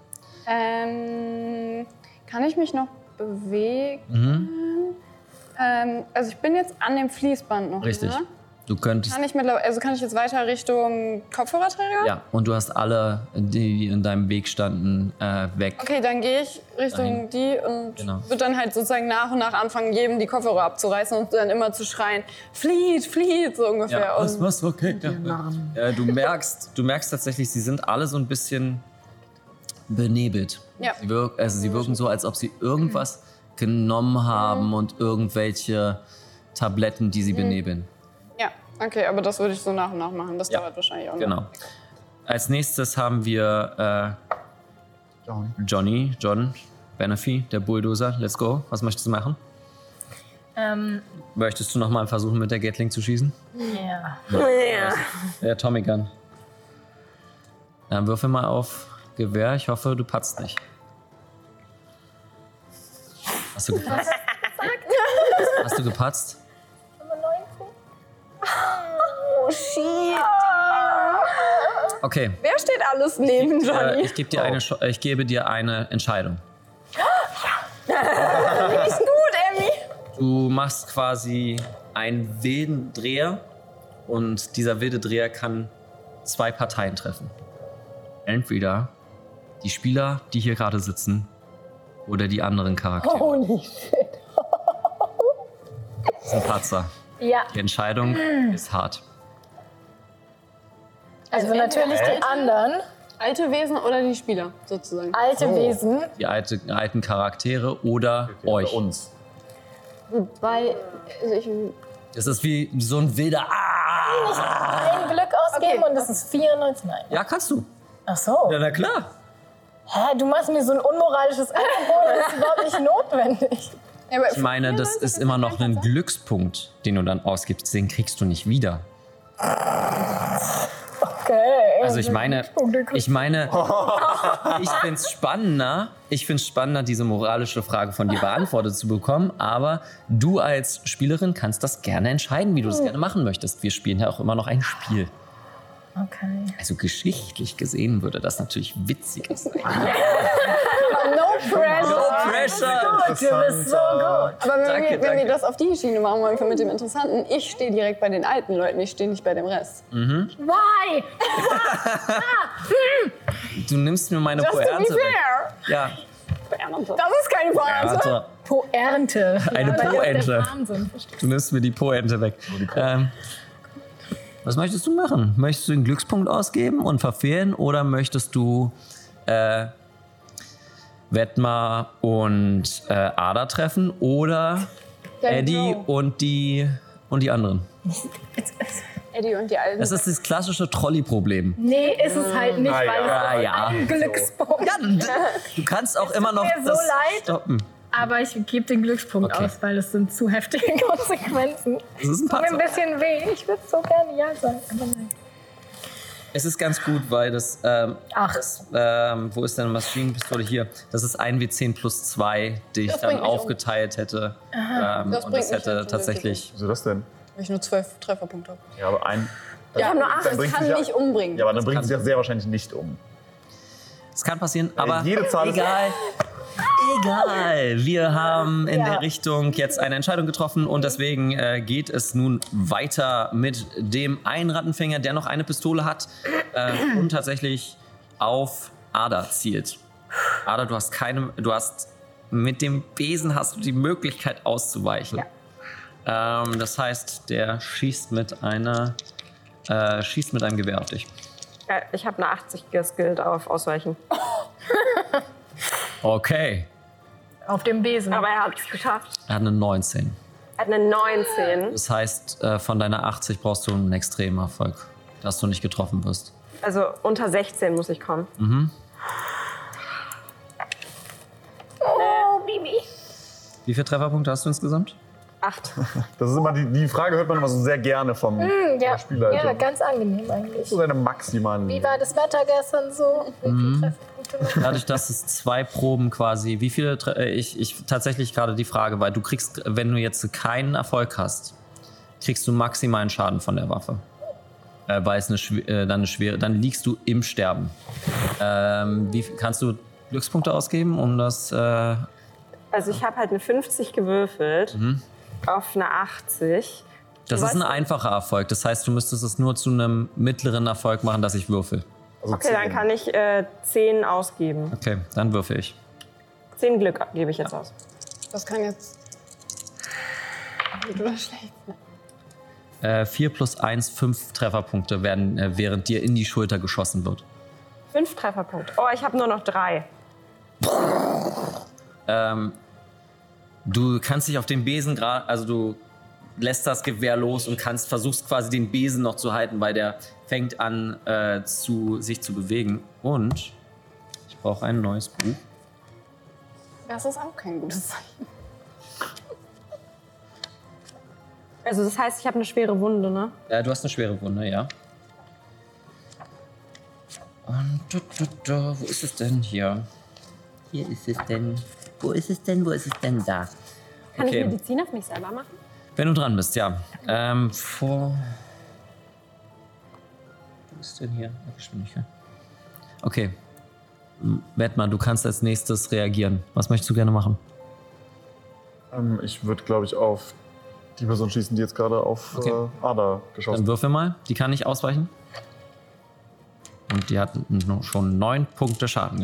Ähm, kann ich mich noch bewegen? Ähm, also ich bin jetzt an dem Fließband noch.
Richtig.
Ne?
Du könntest.
Kann ich mittlerweile, also kann ich jetzt weiter Richtung Kopfhörerträger?
Ja, und du hast alle, die die in deinem Weg standen, äh, weg.
Okay, dann gehe ich
Dahin.
Richtung die und
Genau.
wird dann halt sozusagen nach und nach anfangen, jedem die Kopfhörer abzureißen und dann immer zu schreien, flieht, flieht, so ungefähr.
Ja, was,
und
was, okay. Ja. Äh, du, merkst, du merkst tatsächlich, sie sind alle so ein bisschen benebelt.
Ja.
Sie, wirk also, sie wirken so, als ob sie irgendwas genommen haben
Mhm.
und irgendwelche Tabletten, die sie benebeln.
ja, okay, aber das würde ich so nach und nach machen. Das
Ja,
dauert wahrscheinlich auch noch.
Genau. Als nächstes haben wir äh, Johnny, John, Benafi, der Bulldozer, let's go. Was möchtest du machen?
Ähm,
Möchtest du nochmal versuchen, mit der Gatling zu schießen?
ja.
Der Tommy Gun. Dann würfel mal auf Gewehr. Ich hoffe, du patzt nicht. Hast du gepatzt? Hast du gepatzt? Okay,
Wer steht alles neben
äh,
Johnny?
ich, geb dir eine, Sch- äh, ich gebe dir eine Entscheidung.
Nicht gut, Emmy.
Du machst quasi einen wilden Dreher und dieser wilde Dreher kann zwei Parteien treffen. Entweder die Spieler, die hier gerade sitzen, oder die anderen Charaktere.
Holy shit.
Das ist ein Patzer.
Ja,
Die Entscheidung ist hart.
also natürlich die anderen,
Alte Wesen oder die Spieler sozusagen?
alte Wesen.
Die alte, alten Charaktere oder euch.
uns.
Wobei, also ich,
Das ist wie so ein wilder. Ah!
Ein Glück ausgeben und das ist 94. Nein.
Ja, kannst du.
Ach so.
Ja, na klar.
Hä, du machst mir so ein unmoralisches Angebot, das ist überhaupt nicht notwendig.
Ja, aber
Ich meine, das ist immer noch ein Glückspunkt, den du dann ausgibst. Den kriegst du nicht wieder.
Okay.
Also ich meine,
Oh,
ich
<laughs>
meine, ich finde es spannender, ich find's spannender, diese moralische Frage von dir beantwortet zu bekommen, aber du als Spielerin kannst das gerne entscheiden, wie
Oh.
du das gerne machen möchtest. Wir spielen ja auch immer noch ein Spiel.
Okay.
Also geschichtlich gesehen würde das natürlich witziger sein.
Ah, no pressure.
Pressure!
Du bist so gut.
Aber wenn,
Danke,
wir, wenn
danke.
wir das auf die Schiene machen wollen, mit dem Interessanten, ich stehe direkt bei den alten Leuten, ich stehe nicht bei dem Rest.
Why?
Du nimmst mir meine Poernte weg. Ja,
Das ist keine Frage.
Poernte.
Poernte.
Eine
Weil das
Poente.
der Wahnsinn. Verstehe.
Du nimmst mir die Poente weg. Ähm, was möchtest du machen? Möchtest du den Glückspunkt ausgeben und verfehlen oder möchtest du äh, Wetmar und äh, Ada treffen oder Eddie und die und die anderen?
Eddie und die alten.
Oh.
Das ist das klassische Trolley-Problem.
Nee, ist es halt nicht, weil es
Ah, Hm. ja.
ein Glückspunkt
Ja, d- du kannst auch immer noch
mir so
das
leid.
stoppen.
Aber ich gebe den Glückspunkt
Okay.
aus, weil das sind zu heftige <laughs> Konsequenzen.
Das ist ein
Tut mir ein
Patzer.
bisschen weh. Ich würde so gerne Ja sagen. aber nein.
Es ist ganz gut, weil das ähm,
Ach,
Ähm, wo ist deine Maschinenpistole? Hier. Das ist 1W10 plus 2, die ich dann aufgeteilt hätte. Ähm,
um.
und das
Das bringt mich halt
hätte
jetzt
tatsächlich.
Wieso das denn?
Weil ich nur zwölf Trefferpunkte habe.
Ja, aber ein.
Ich habe nur acht,
Dann
ich
bringt
kann
sich ja-
nicht um. umbringen.
Ja, aber dann bringt
kann-
sie sich ja sehr wahrscheinlich nicht um.
Es kann passieren, aber
jede Zahl ist-
egal. Egal. Wir haben in der Richtung jetzt eine Entscheidung getroffen und deswegen äh, geht es nun weiter mit dem einen Rattenfänger, der noch eine Pistole hat äh, und tatsächlich auf Ada zielt. Ada, du hast keine. Du hast. Mit dem Besen hast du die Möglichkeit auszuweichen. Ähm, das heißt, der schießt mit einer. Äh, schießt mit einem Gewehr auf dich.
Ja, ich habe eine 80 geskillt auf Ausweichen.
Okay.
auf dem Besen.
Aber er hat es geschafft.
Er hat eine 19.
Er hat eine 19.
Das heißt, äh, von deiner 80 brauchst du einen extremen Erfolg, dass du nicht getroffen wirst.
Also unter 16 muss ich kommen.
Wie viele Trefferpunkte hast du insgesamt?
Acht.
Das ist immer die, die Frage hört man immer so sehr gerne vom
ja.
Spielleiter.
Mhm. ja, ganz angenehm eigentlich.
so seine maximalen.
Wie war das Wetter gestern so? Wie
Mhm.
viele Trefferpunkte noch?
Dadurch, dass es zwei Proben quasi, wie viele, Tre äh, ich, ich tatsächlich gerade die Frage, weil du kriegst, wenn du jetzt keinen Erfolg hast, kriegst du maximalen Schaden von der Waffe. Äh, weil es eine, schw- äh, dann eine schwere, dann liegst du im Sterben. Ähm, wie, viel- kannst du Glückspunkte ausgeben, um das, äh,
Also ich habe halt eine 50 gewürfelt auf eine 80.
das ist
weißt
ein
du-
einfacher Erfolg. Das heißt, du müsstest es nur zu einem mittleren Erfolg machen, dass ich würfel.
Okay, dann kann ich äh, 10 ausgeben.
Okay, dann würfe ich.
10 Glück gebe ich jetzt aus.
Das kann jetzt gut oder schlecht sein.
Äh, 4 plus 1, 5 Trefferpunkte werden, äh, während dir in die Schulter geschossen wird.
5 Trefferpunkte. Oh, ich habe nur noch 3.
Ähm, du kannst dich auf den Besen gerade, also du lässt das Gewehr los und kannst, versuchst quasi den Besen noch zu halten, weil der fängt an, äh, zu, sich zu bewegen. Und ich brauche ein neues Buch.
Das ist auch kein gutes Zeichen.
Also das heißt, ich habe eine schwere Wunde, ne?
Äh, du hast eine schwere Wunde, ja. Und du, du, du, wo ist es denn hier? Hier ist es denn. Wo ist es denn? Wo ist es denn da?
Kann
Okay.
ich Medizin auf mich selber machen?
Wenn du dran bist, ja. Ähm, vor. Wo ist denn hier? Ah, Geschwindigkeit. Okay. M- Wettmann, du kannst als nächstes reagieren. Was möchtest du gerne machen?
Ähm, ich würde, glaube ich, auf die Person schießen, die jetzt gerade auf
Okay.
äh, Ada
Dann
geschossen
würfel mal. Die kann nicht ausweichen. Und die hat n- no- schon neun Punkte Schaden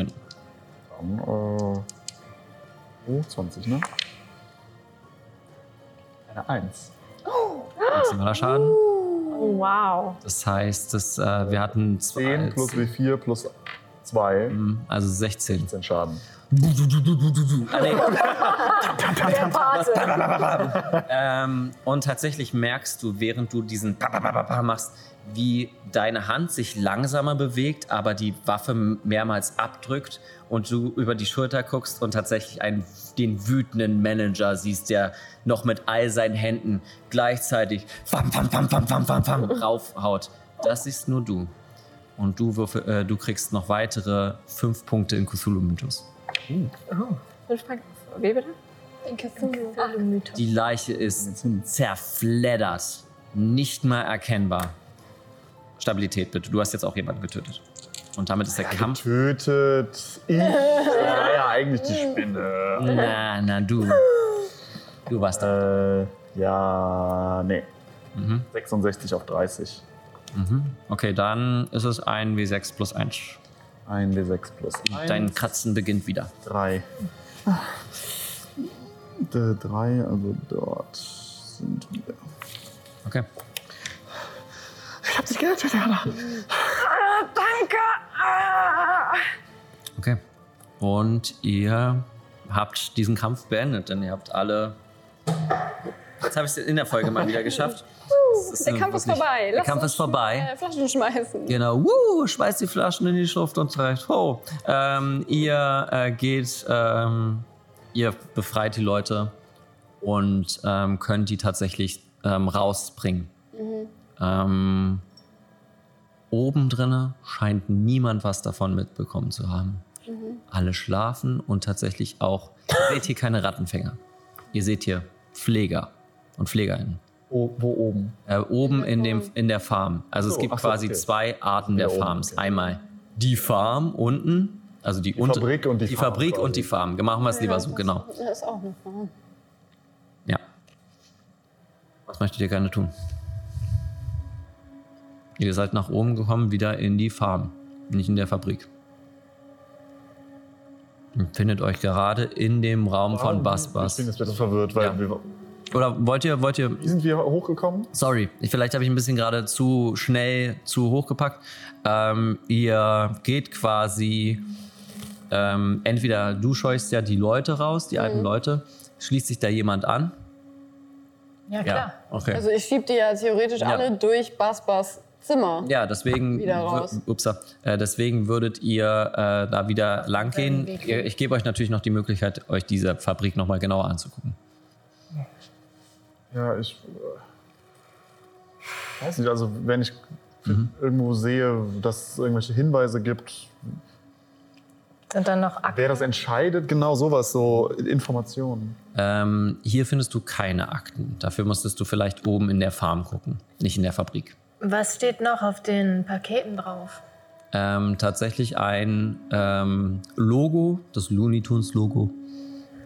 genommen.
hat. Äh, oh, 20, ne? Eine 1.
Maximaler Schaden.
Oh, wow.
Das heißt, das, äh, wir hatten
10
zwei,
plus W4 plus 2.
also 16.
16 Schaden.
Ah, nee.
Der Pate.
Ähm, und tatsächlich merkst du, während du diesen Pa- Pa- Pa- Pa- Pa machst, wie deine Hand sich langsamer bewegt, aber die Waffe mehrmals abdrückt und du über die Schulter guckst und tatsächlich einen, den wütenden Manager siehst, der noch mit all seinen Händen gleichzeitig fam, fam, fam, fam, fam, fam, fam, raufhaut. Das ist nur du. Und du, würfel, äh, du kriegst noch weitere fünf Punkte in Cthulhu-Mythos.
Fünf Punkte. Wie bitte?
Mhm.
Die Leiche ist zerfleddert, nicht mal erkennbar. Stabilität bitte, du hast jetzt auch jemanden getötet. Und damit ist der Kampf.
Tötet ich. ja, ja, eigentlich die Spinne.
Na, na, du. Du warst da.
Äh, ja, nee. Mhm. 66 auf 30.
Okay, dann ist es ein W6 plus 1.
1 W6 plus 1.
Dein Kratzen beginnt wieder.
3. 3, also dort sind wir.
Okay.
Ich hab dich gerettet, Jana.
Okay. Und ihr habt diesen Kampf beendet, denn ihr habt alle. Jetzt habe ich es in der Folge mal wieder geschafft. Das ist
Der
eine
Kampf ist
wirklich-
vorbei.
Der
Lass
Kampf
uns
ist vorbei.
Äh, Flaschen schmeißen.
Genau, wuh, schmeißt die Flaschen in die Schlucht und sagt, ho. Ähm, ihr äh, geht, ähm, ihr befreit die Leute und ähm, könnt die tatsächlich ähm, rausbringen. Ähm, oben drinne scheint niemand was davon mitbekommen zu haben. Alle schlafen und tatsächlich auch, ihr seht hier keine Rattenfänger. Ihr seht hier Pfleger und Pflegerinnen.
Oh, wo oben?
Äh, oben in, dem, in der Farm. Also es
so,
gibt
Oh, ach so,
quasi
okay.
zwei Arten der
oben,
Farms.
okay.
Einmal die Farm unten, also die, unter-
Fabrik und die
die
Farm
Fabrik und
quasi.
die Farm. Machen wir es lieber so, genau.
Das ist auch eine Form.
Ja. Was möchtet ihr gerne tun? Ihr seid nach oben gekommen, wieder in die Farm, nicht in der Fabrik. Und findet euch gerade in dem Raum von Bas
Ich bin
Bas.
jetzt etwas verwirrt, weil
Ja.
wir,
Oder wollt ihr, wollt ihr
wie sind wir hochgekommen?
Sorry, ich- vielleicht habe ich ein bisschen gerade zu schnell zu hoch gepackt. Ähm, ihr geht quasi, ähm, entweder du scheust ja die Leute raus, die alten Leute, schließt sich da jemand an?
Ja, klar.
okay.
Also ich schieb die ja theoretisch
Ja.
alle durch Basbas Zimmer.
ja, deswegen,
Wieder
wür-
raus.
Upsa, äh, deswegen würdet ihr äh, da wieder lang gehen. Ihr- Ich gebe euch natürlich noch die Möglichkeit, euch diese Fabrik nochmal genauer anzugucken.
Ja, ich äh, weiß nicht, also wenn ich irgendwo sehe, dass es irgendwelche Hinweise gibt,
Sind dann noch Akten?
wer das entscheidet, genau sowas, so Informationen.
Ähm, hier findest du keine Akten. Dafür musstest du vielleicht oben in der Farm gucken, nicht in der Fabrik.
Was steht noch auf den Paketen drauf?
ähm, tatsächlich ein ähm, Logo, das Looney Tunes Logo,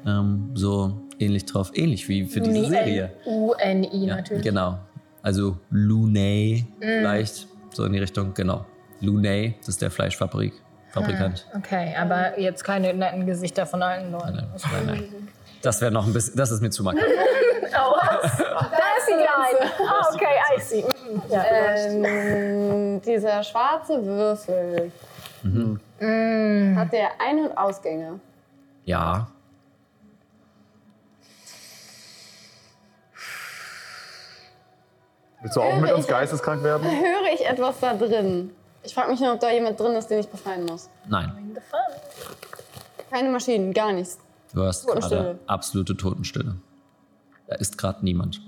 ähm, so ähnlich drauf, ähnlich wie für diese Serie.
U-N-I
Ja,
natürlich.
genau. Also Looney vielleicht, so in die Richtung, genau. Looney, das ist der Fleischfabrik, Fabrikant.
Okay, aber jetzt keine netten Gesichter von allen Leuten.
Nein,
<laughs>
nein, nein. Das wäre noch ein bisschen, das ist mir zu makaber.
Da ist die Line. Ah, okay, I see. Mhm. Ja.
Ähm, dieser schwarze Würfel.
Mhm.
Mm. Hat der Ein- und Ausgänge?
Ja.
Willst du auch mit uns geisteskrank werden?
Höre ich etwas da drin? Ich frage mich nur, ob da jemand drin ist, den ich befreien muss.
Nein.
Keine Maschinen, gar nichts.
Worst gerade absolute Totenstille. Da ist gerade niemand.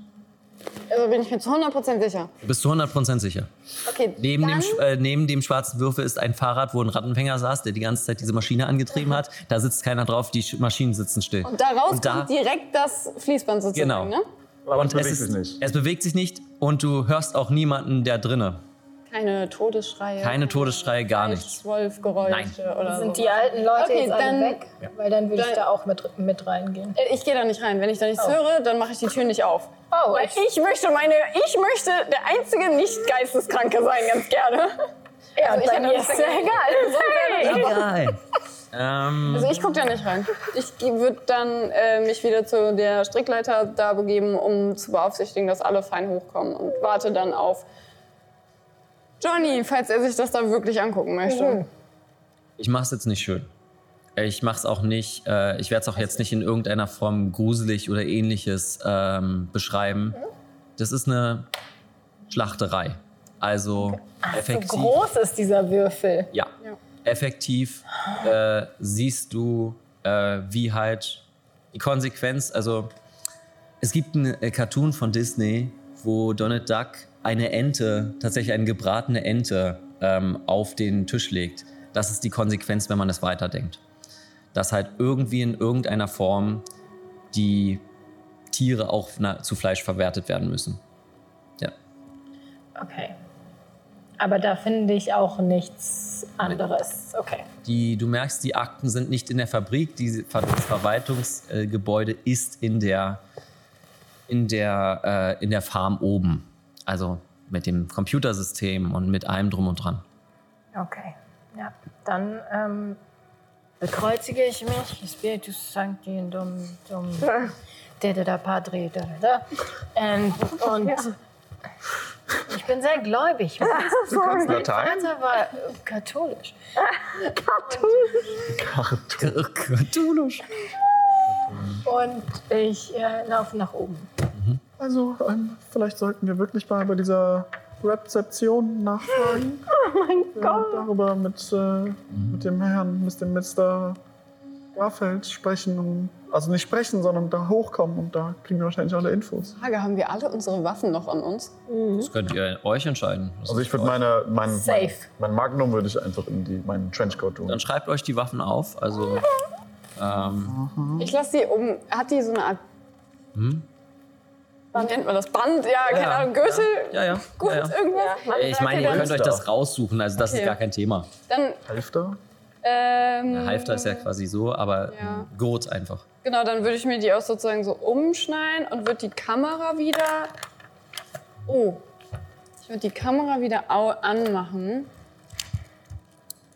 Also bin ich mir zu 100% sicher.
Du bist zu 100% sicher.
Okay,
Neben
dann,
dem, Sch- äh, neben dem schwarzen Würfel ist ein Fahrrad, wo ein Rattenfänger saß, der die ganze Zeit diese Maschine angetrieben hat. Da sitzt keiner drauf, die Sch- Maschinen sitzen still.
und daraus
und da-
kommt direkt das Fließband sozusagen,
Genau.
ne?
Aber
Und es, ist, es bewegt sich nicht und du hörst auch niemanden da drinnen.
Keine Todesschreie.
Keine Todesschreie, gar nichts.
Wolfgeräusche oder
Sind
so.
die alten Leute
Okay,
jetzt alle
dann-
weg? Weil dann würde ich
Dann-
da auch mit, mit reingehen.
Äh, Ich gehe da nicht rein. Wenn ich da nichts höre, dann mache ich die Tür nicht auf.
Oh,
Weil ich möchte meine, ich möchte der einzige Nicht-Geisteskranke sein, ganz gerne.
ja, also
hätte
ich
das ja <laughs> Äh, egal.
Egal. ähm,
Also ich gucke da nicht rein. Ich würde dann äh, mich wieder zu der Strickleiter da begeben, um zu beaufsichtigen, dass alle fein hochkommen und warte dann auf Johnny, falls er sich das da wirklich angucken möchte.
ich mach's jetzt nicht schön. Ich mach's auch nicht, äh, ich werde es auch jetzt nicht in irgendeiner Form gruselig oder ähnliches ähm, beschreiben. Das ist eine Schlachterei. Also effektiv.
groß ist dieser Würfel.
Ja. Effektiv äh, siehst du, äh, wie halt die Konsequenz, also es gibt einen äh, Cartoon von Disney, wo Donald Duck eine Ente, tatsächlich eine gebratene Ente, ähm, auf den Tisch legt. Das ist die Konsequenz, wenn man das weiterdenkt. Dass halt irgendwie in irgendeiner Form die Tiere auch na, zu Fleisch verwertet werden müssen. Ja.
Okay. Aber da finde ich auch nichts anderes. Okay.
Die, du merkst, die Akten sind nicht in der Fabrik, die, Ver- das Verwaltungsgebäude äh, Gebäude ist in der, in, der, äh, in der Farm oben. Also mit dem Computersystem und mit allem drum und dran.
Okay. Ja, dann
ähm, Bekreuzige ich mich, Spiritus Sancti in Dom,
<laughs>
Dom, da, da, da, Padre, da, da, da. Ähm, und ich bin sehr gläubig. Mein
kannst Latein?
Vater war äh, katholisch.
Cartoonisch.
und ich äh, laufe nach oben.
Also, ähm, vielleicht sollten wir wirklich mal bei dieser Rezeption nachfragen. Oh mein Gott. Darüber mit, äh, mit dem Herrn, mit dem Mr. Garfeld sprechen. Und, also nicht sprechen, sondern da hochkommen und da kriegen wir wahrscheinlich alle Infos.
Frage, haben wir alle unsere Waffen noch an uns?
<laughs> Das könnt ihr euch entscheiden. Das
Also
ist
ich würde
euch.
meine, mein, mein,
Safe.
mein Magnum würde ich einfach in die, meinen Trenchcoat tun.
Dann schreibt euch die Waffen auf. Also ähm,
Ich lasse die um. Hat die so eine Art. Wie nennt man das? Band? Ja, keine
Hm? Ja,
Ahnung. Gürtel?
ja, ja.
Gurt?
ja, ja.
Irgendwas?
Ich meine, ihr könnt euch das raussuchen, also das ist
Okay.
gar kein Thema.
Dann.
Halfter?
Der
Ähm,
Halfter ist ja quasi so, aber
Ja.
Gurt einfach.
genau, dann würde ich mir die auch sozusagen so umschneiden und würde die Kamera wieder. Oh. Ich würde die Kamera wieder au anmachen.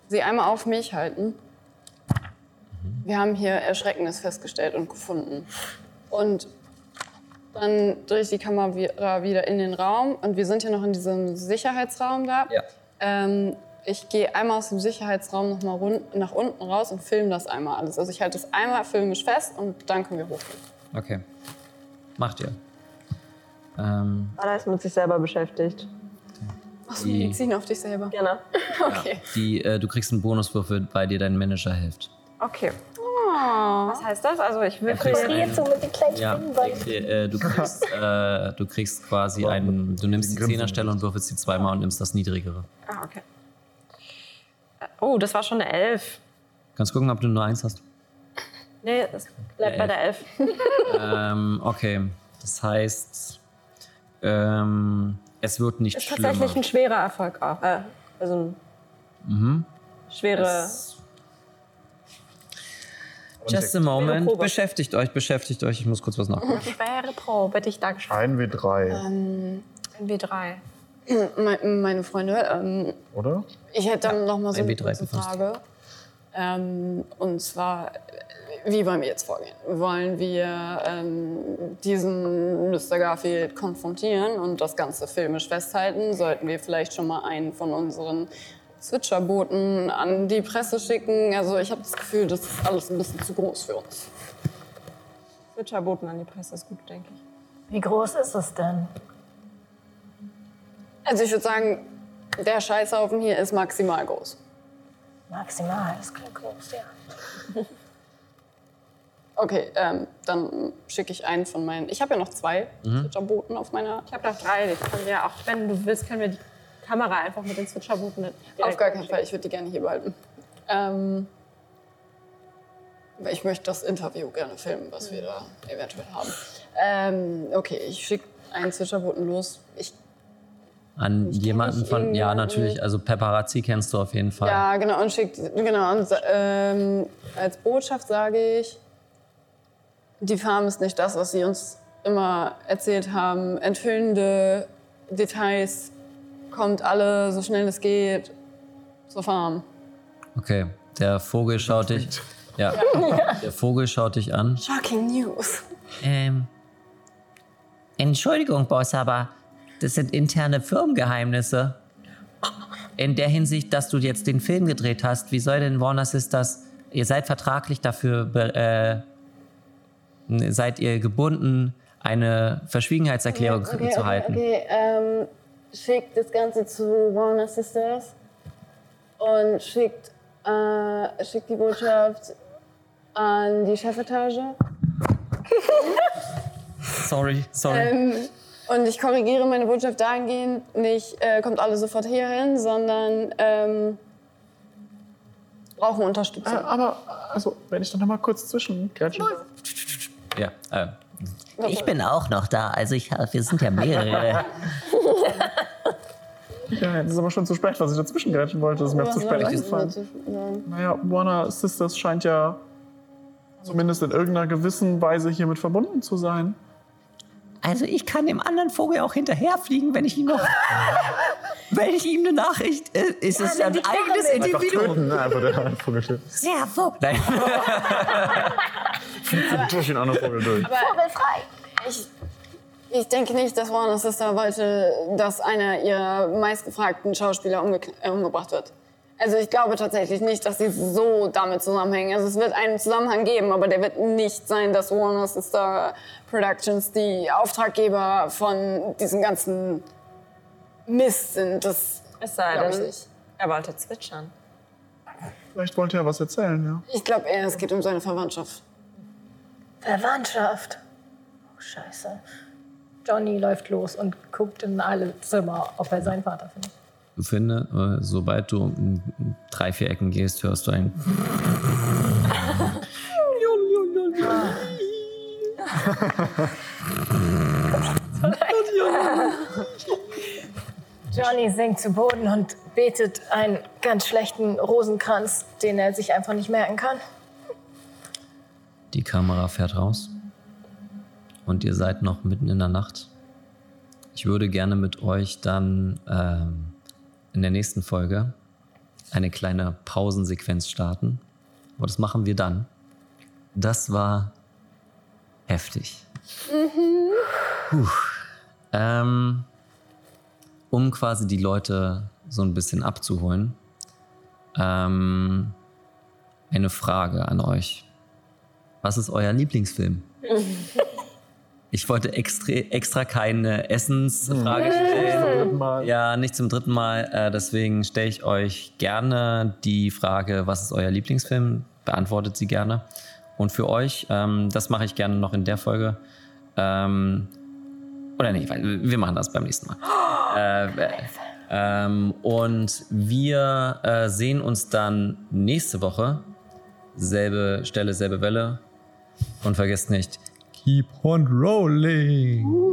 Sie einmal auf mich halten. Wir haben hier Erschreckendes festgestellt und gefunden. Und dann drehe ich die Kamera wieder in den Raum und wir sind hier noch in diesem Sicherheitsraum da.
Ja.
Ähm, ich gehe einmal aus dem Sicherheitsraum noch mal run nach unten raus und filme das einmal alles. Also ich halte das einmal filmisch fest und dann können wir hochgehen.
Okay. Macht ihr. Ähm,
Ada Ah, ist mit sich selber beschäftigt.
Machst
du Die- Medizin
auf dich selber?
Genau.
Okay.
Die, äh, du kriegst einen Bonuswürfel, weil dir dein Manager hilft.
Okay. Was heißt das? Also ich will.
Du kriegst einen,
so mit den kleinen
ja,
<laughs>
äh, du, kriegst, äh, du kriegst quasi einen, du nimmst die Zehnerstelle und würfelst sie zweimal und nimmst das niedrigere.
Ah, okay. Äh, Oh, das war schon eine Elf.
Kannst gucken, ob du nur eins hast.
Nee, das bleibt bei der Elf.
Ähm, okay, das heißt, ähm, es wird nicht
Ist
schlimmer.
tatsächlich ein schwerer Erfolg auch. Äh, also ein
Mhm.
schwere.
Es- Just a moment.
Probe.
Beschäftigt euch, beschäftigt euch. Ich muss kurz was nachgucken.
schwere Probe, dich da geschafft.
Ein W3,
Wir drei.
Me meine Freunde, ähm,
oder?
ich hätte dann noch mal so
ein
eine
B3
kurze
befasst.
Frage. Ähm, und zwar, äh, wie wollen wir jetzt vorgehen? Wollen wir ähm, diesen Mr. Garfield konfrontieren und das Ganze filmisch festhalten? Sollten wir vielleicht schon mal einen von unseren Switcherboten an die Presse schicken? Also ich habe das Gefühl, das ist alles ein bisschen zu groß für uns.
Switcherboten an die Presse ist gut, denke ich.
Wie groß ist es denn?
Also ich würde sagen, der Scheißhaufen hier ist maximal groß.
Maximal, das klingt groß, ja.
Okay, ähm, dann schicke ich einen von meinen. Ich habe ja noch zwei Switcherboten auf meiner.
Ich habe noch drei. Ich kann ja auch, wenn du willst, können wir die Kamera einfach mit den Switcherbooten direkt
Auf gar keinen Fall, ich würde die gerne hier behalten. Ähm, weil ich möchte das Interview gerne filmen, was wir da eventuell haben. Ähm, okay, ich schicke einen Zwischenboten los. Ich,
An jemanden
nicht
von. Ja,
irgendjemanden.
natürlich. Also Paparazzi kennst du auf jeden Fall.
ja, genau, und schick, genau, und, sa- ähm, als Botschaft sage ich, die Farm ist nicht das, was sie uns immer erzählt haben. Entfüllende Details, kommt alle so schnell es geht zur Farm.
Okay. Der Vogel schaut dich. Ja. <laughs> Der Vogel schaut dich an.
Shocking News.
Ähm, Entschuldigung, Boss, aber das sind interne Firmengeheimnisse. In der Hinsicht, dass du jetzt den Film gedreht hast, wie soll denn Warner Sisters, ihr seid vertraglich dafür, be- äh, seid ihr gebunden, eine Verschwiegenheitserklärung zu halten?
Okay, ähm, schickt das Ganze zu Warner Sisters und schickt, äh, schickt die Botschaft an die Chefetage.
Sorry, sorry.
Und ich korrigiere meine Botschaft dahingehend, nicht äh, kommt alle sofort hierhin, sondern ähm, brauchen Unterstützung.
Äh, aber, also, wenn ich dann noch mal kurz zwischengrätschen darf.
ja, äh, ich bin auch noch da, also ich, wir sind ja <laughs> mehrere.
Ja, jetzt ist aber schon zu spät, was ich dazwischengrätschen wollte. Das ist mir um zu spät eingefallen.
Dazwischen-
Naja, Warner Sisters scheint ja zumindest in irgendeiner gewissen Weise hiermit verbunden zu sein.
Also ich kann dem anderen Vogel auch hinterherfliegen, wenn ich ihm noch, <laughs> wenn ich ihm eine Nachricht, äh, ist es ja ein eigenes Individuum.
Töten, einfach der andere Vogel töten.
Sehr Vogel. Nein.
Durch den anderen Vogel durch.
Ich, ich denke nicht, dass Warner Sister wollte, dass einer ihrer meistgefragten Schauspieler umge äh, umgebracht wird. Also ich glaube tatsächlich nicht, dass sie so damit zusammenhängen. Also es wird einen Zusammenhang geben, aber der wird nicht sein, dass Warner Sister Productions die Auftraggeber von diesem ganzen Mist sind. Das
Es sei
glaube ich
denn,
nicht.
er wollte zwitschern.
Vielleicht wollte er was erzählen, ja.
Ich glaube eher, es geht um seine Verwandtschaft.
Verwandtschaft. Oh, scheiße. Johnny läuft los und guckt in alle Zimmer, ob er seinen Vater findet.
finde, äh, sobald du um drei, vier Ecken gehst, hörst du ein.
Johnny sinkt zu Boden und betet einen ganz schlechten Rosenkranz, den er sich einfach nicht merken kann.
Die Kamera fährt raus. Und ihr seid noch mitten in der Nacht. Ich würde gerne mit euch dann ähm, in der nächsten Folge eine kleine Pausensequenz starten. Aber das machen wir dann. Das war heftig. Puh. Ähm, um quasi die Leute so ein bisschen abzuholen. Ähm, eine Frage an euch. Was ist euer Lieblingsfilm? ich wollte extra, extra keine Essensfrage stellen.
Mal.
Ja, nicht zum dritten Mal. Äh, deswegen stelle ich euch gerne die Frage, was ist euer Lieblingsfilm? Beantwortet sie gerne. Und für euch, ähm, das mache ich gerne noch in der Folge. Ähm, oder nee, weil wir machen das beim nächsten Mal. Äh, äh, ähm, und wir äh, sehen uns dann nächste Woche. Selbe Stelle, selbe Welle. Und vergesst nicht, keep on rolling.